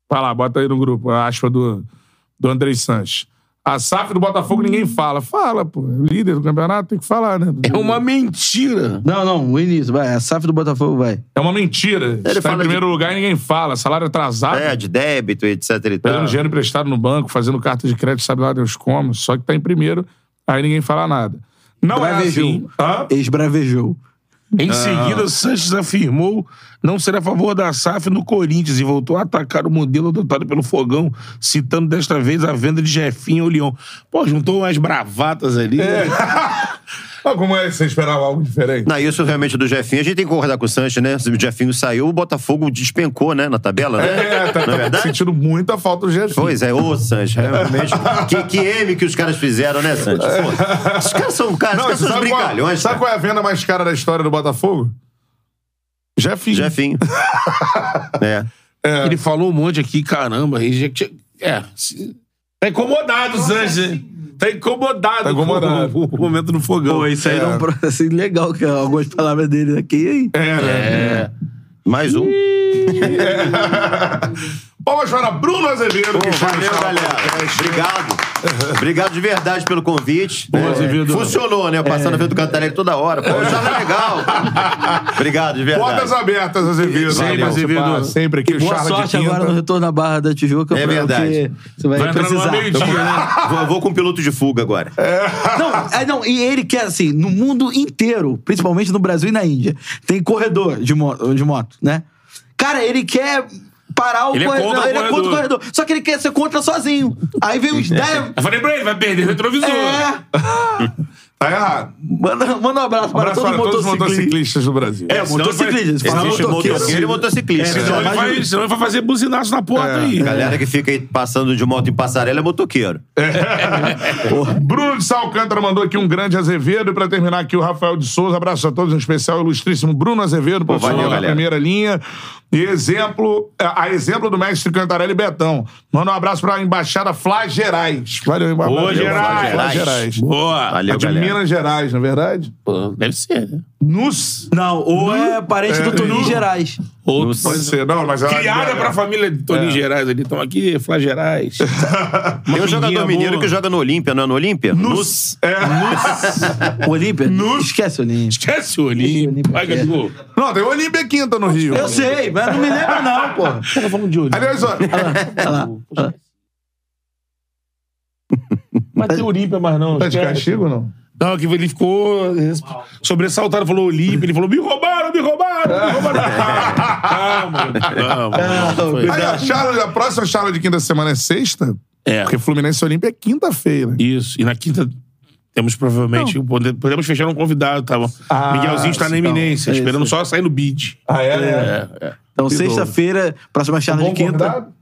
Speaker 1: Vai lá, bota aí no grupo, a aspa do, do André Sanches. A SAF do Botafogo ninguém fala. Fala, pô. Líder do campeonato tem que falar, né?
Speaker 2: É uma mentira.
Speaker 4: Não, não, o início, vai. A SAF do Botafogo vai.
Speaker 1: É uma mentira. Está
Speaker 3: fala
Speaker 1: em
Speaker 3: de-
Speaker 1: primeiro lugar e ninguém fala. Salário atrasado.
Speaker 3: É, de débito, etc e
Speaker 1: pegando
Speaker 3: tal.
Speaker 1: dinheiro emprestado no banco, fazendo carta de crédito, sabe lá Deus como, só que tá em primeiro, aí ninguém fala nada. Não
Speaker 4: Bravejou.
Speaker 1: é assim. Hã?
Speaker 4: Ex-bravejou.
Speaker 2: Em seguida, Sanches afirmou não ser a favor da SAF no Corinthians e voltou a atacar o modelo adotado pelo Fogão, citando desta vez a venda de Jefinho ao Leão. Pô, juntou umas bravatas ali.
Speaker 1: Ah, É. como é que você esperava algo diferente?
Speaker 3: Não, isso realmente do Jefinho, a gente tem que concordar com o Sanches, né? Se o Jefinho saiu, o Botafogo despencou, né? Na tabela, né?
Speaker 1: É, tá,
Speaker 3: Não
Speaker 1: tá
Speaker 3: é verdade?
Speaker 1: sentindo muita falta do Jeff.
Speaker 3: Pois é, ô Sanches, realmente. que, que M que os caras fizeram, né, Sanches? Pô, os caras são, cara, os
Speaker 1: Não,
Speaker 3: caras são uns
Speaker 1: sabe, qual,
Speaker 3: brincalhões.
Speaker 1: sabe
Speaker 3: cara.
Speaker 1: qual é a venda mais cara da história do Botafogo? Jeff.
Speaker 3: Jefinho. é.
Speaker 2: Ele falou um monte aqui, caramba. aí já tinha- É. se- Tá incomodado, Sanches. hein? Tá incomodado,
Speaker 1: Tá incomodado.
Speaker 2: com o- com o momento no fogão.
Speaker 4: Pô, isso aí é. um processo legal, que algumas palavras dele aqui, hein?
Speaker 1: É, né?
Speaker 3: Mais um.
Speaker 1: Palmas para Bruno Azevedo, que
Speaker 3: Pô,
Speaker 1: está
Speaker 3: valeu,
Speaker 1: no
Speaker 3: galera.
Speaker 4: né?
Speaker 3: Obrigado. Obrigado de verdade pelo convite. né?
Speaker 2: Azevedo.
Speaker 3: Funcionou, né? Eu
Speaker 4: É.
Speaker 3: passando a ver do Cantarelli toda hora. Pô, tava legal. Obrigado, de
Speaker 1: Portas
Speaker 3: verdade.
Speaker 1: abertas, Azevedo.
Speaker 3: Sempre,
Speaker 1: Valeu,
Speaker 2: Azevedo.
Speaker 1: você passa Sempre aqui, o
Speaker 4: Boa
Speaker 1: Charla de
Speaker 4: sorte
Speaker 1: Quinta.
Speaker 4: agora no retorno à Barra da Tijuca.
Speaker 3: É
Speaker 4: porque
Speaker 3: verdade.
Speaker 4: Você vai,
Speaker 2: Vai entrar no
Speaker 4: precisar.
Speaker 2: meio-dia, né?
Speaker 3: Vou, vou com o piloto de fuga agora.
Speaker 4: Não, é, não, e ele quer, assim, no mundo inteiro, principalmente no Brasil e na Índia, tem corredor de moto, de moto né? Cara, ele quer parar o
Speaker 2: Ele é
Speaker 4: corredor.
Speaker 2: contra o
Speaker 4: ele é contra o
Speaker 2: corredor.
Speaker 4: corredor. Só que ele quer ser contra sozinho. Aí vem uns 10.
Speaker 2: Eu falei pra ele, vai perder o retrovisor.
Speaker 4: É.
Speaker 1: Tá errado.
Speaker 4: Manda, manda um abraço para,
Speaker 1: Abraço
Speaker 4: todo
Speaker 1: para todos os
Speaker 4: motociclista.
Speaker 1: motociclistas do Brasil.
Speaker 4: É, motociclista. Se falar
Speaker 3: Existe
Speaker 4: motoqueiro, É,
Speaker 3: motoqueiro e motociclista.
Speaker 2: Senão,
Speaker 3: né?
Speaker 2: ele É. vai, senão ele vai fazer buzinaço na porta
Speaker 1: É,
Speaker 2: aí.
Speaker 3: Galera que fica aí passando de moto em passarela é motoqueiro.
Speaker 1: Bruno de Salcântara mandou aqui um grande Azevedo. E pra terminar aqui, o Rafael de Souza. Abraço a todos, em especial o ilustríssimo Bruno Azevedo, professor
Speaker 3: valeu,
Speaker 1: da
Speaker 3: galera.
Speaker 1: primeira linha. E exemplo, é, a exemplo do mestre Cantarelli Betão. Manda um abraço pra Embaixada Flá Gerais. Valeu, embaixada.
Speaker 2: Boa,
Speaker 1: Flá
Speaker 2: Gerais.
Speaker 1: Flá Gerais.
Speaker 2: Boa.
Speaker 3: Valeu,
Speaker 1: A de
Speaker 3: galera.
Speaker 1: Minas Gerais, na é verdade?
Speaker 2: Pô, deve ser, né?
Speaker 1: Nus.
Speaker 4: Não, ou é parente do Toninho Gerais.
Speaker 2: Outro.
Speaker 1: Pode ser, não, mas é ela-
Speaker 2: Criada pra família de Toninho Gerais ali. Estão aqui, Flá Gerais.
Speaker 3: Tem um jogador mineiro que joga no Olímpia, não é no Olímpia? Nus.
Speaker 4: Olímpia? Esquece o Olímpia.
Speaker 2: Esquece o é. Olímpio. Vai, Gabigol.
Speaker 1: Não, tem o Olímpia Quinta no Rio.
Speaker 4: Eu sei, mas não me lembro, não, pô.
Speaker 2: Tava falando de Olímpio.
Speaker 1: Aliás, ó,
Speaker 4: Olha lá. olha
Speaker 2: Ah.
Speaker 4: lá.
Speaker 2: Mas tem Olímpia, mas não.
Speaker 1: tá de
Speaker 2: esquece.
Speaker 1: castigo ou não?
Speaker 2: Não, que ele ficou eh, sobressaltado, falou Olímpio, ele falou: me roubaram, me roubaram, me roubaram. calma, calma. calma.
Speaker 1: Aí, a, charla, a próxima charla de quinta semana é sexta,
Speaker 2: É,
Speaker 1: porque Fluminense e Olímpia é quinta-feira.
Speaker 2: isso. E na quinta temos provavelmente. pode- Podemos fechar um convidado, tá bom?
Speaker 1: Ah,
Speaker 2: Miguelzinho está na
Speaker 1: então,
Speaker 2: iminência,
Speaker 4: é
Speaker 2: esperando
Speaker 4: isso.
Speaker 2: só sair no bid.
Speaker 1: Ah, é? é.
Speaker 4: Então, sexta-feira, próxima charla de
Speaker 1: Bom
Speaker 4: quinta.
Speaker 1: convidado?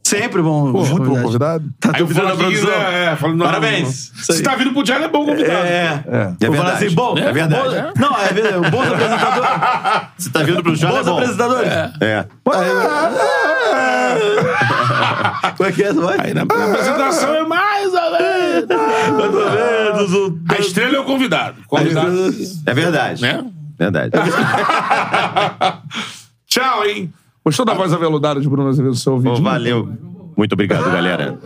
Speaker 4: Sempre Um bom.
Speaker 1: Pô, muito bom
Speaker 4: convidado.
Speaker 1: convidado.
Speaker 4: Tá
Speaker 2: Aí eu
Speaker 4: duvidando
Speaker 2: falo
Speaker 4: da
Speaker 2: aqui,
Speaker 4: produção.
Speaker 2: né, é, falo, não,
Speaker 4: Parabéns.
Speaker 2: não.
Speaker 4: Isso aí.
Speaker 2: Se tá vindo pro diário, é bom convidado.
Speaker 4: É.
Speaker 3: É
Speaker 4: Vou falar
Speaker 3: verdade.
Speaker 4: assim, bom,
Speaker 3: é verdade.
Speaker 4: bom- Não, é verdade. Bons apresentadores.
Speaker 3: Você tá vindo pro chão, é
Speaker 4: Bons
Speaker 3: bom.
Speaker 4: apresentadores.
Speaker 3: É.
Speaker 4: Como é que é essa voz?
Speaker 2: Aí na na apresentação é mais ou menos.
Speaker 4: Mais ou menos, o-
Speaker 2: A estrela é o convidado. Convidado,
Speaker 3: É verdade.
Speaker 2: né?
Speaker 3: Verdade.
Speaker 1: Tchau,
Speaker 2: Ah.
Speaker 1: hein? Gostou da voz aveludada de Bruno Azevedo, seu
Speaker 3: Pô,
Speaker 1: ouvidinho?
Speaker 3: valeu. Muito obrigado, galera.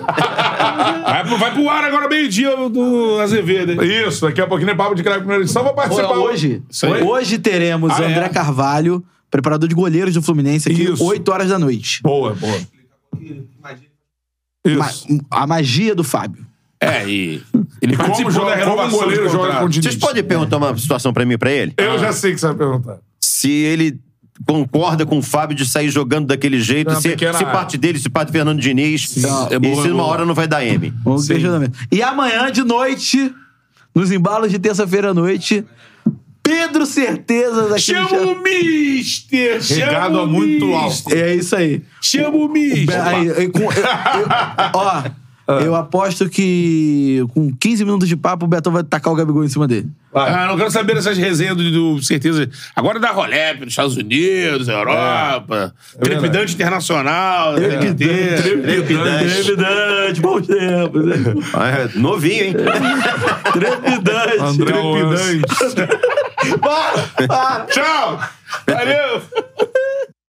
Speaker 2: Vai pro, vai pro ar agora, meio-dia do Azevedo. hein?
Speaker 1: Isso, daqui a pouquinho é papo de craque primeira edição. Vou
Speaker 4: Olha,
Speaker 1: participar
Speaker 4: é hoje,
Speaker 2: Isso aí.
Speaker 4: hoje teremos
Speaker 2: Ah, é?
Speaker 4: André Carvalho, preparador de goleiros do Fluminense, aqui,
Speaker 1: Isso.
Speaker 4: 8 horas da noite.
Speaker 1: Boa, boa.
Speaker 4: Ma-
Speaker 1: Isso.
Speaker 4: a magia do Fábio.
Speaker 2: É, e. Ele
Speaker 1: Como,
Speaker 2: participou da
Speaker 1: joga, como um
Speaker 2: renovação.
Speaker 1: goleiro
Speaker 2: do
Speaker 1: joga
Speaker 2: contrato.
Speaker 1: com o Diniz?
Speaker 3: Vocês podem perguntar uma situação pra mim, e pra ele?
Speaker 1: Eu já sei o que você vai perguntar.
Speaker 3: Se ele concorda com o Fábio de sair jogando daquele jeito,
Speaker 1: Uma
Speaker 3: se,
Speaker 1: pequena
Speaker 3: se
Speaker 1: área.
Speaker 3: parte dele, se parte Fernando Diniz,
Speaker 2: é
Speaker 3: e
Speaker 2: boa,
Speaker 3: se uma
Speaker 2: boa.
Speaker 3: hora não vai dar M.
Speaker 4: Vamos ter julgamento. Um E amanhã de noite, nos embalos de terça-feira à noite, Pedro Certezas aqui. no
Speaker 2: Chama
Speaker 4: Chá-
Speaker 2: o Mister!
Speaker 1: Regado
Speaker 2: Chama o
Speaker 1: muito
Speaker 2: Mister.
Speaker 4: É isso aí.
Speaker 2: Chama o
Speaker 4: Be-
Speaker 2: Mister!
Speaker 4: aí, eu- com- eu- eu- ó, eu aposto que com 15 minutos de papo, o Betão vai tacar o Gabigol em cima dele.
Speaker 2: Ah, não quero saber dessas resenhas do, do- certeza. Agora da Rolep, nos Estados Unidos,
Speaker 1: É.
Speaker 2: Europa, trepidante internacional, né? trepidante.
Speaker 3: Trepidante.
Speaker 4: Trepidante, bons tempos. né?
Speaker 3: É, novinho, hein?
Speaker 4: Trepidante.
Speaker 1: Então, Trepidante.
Speaker 4: Ah, ah.
Speaker 2: Tchau! Valeu!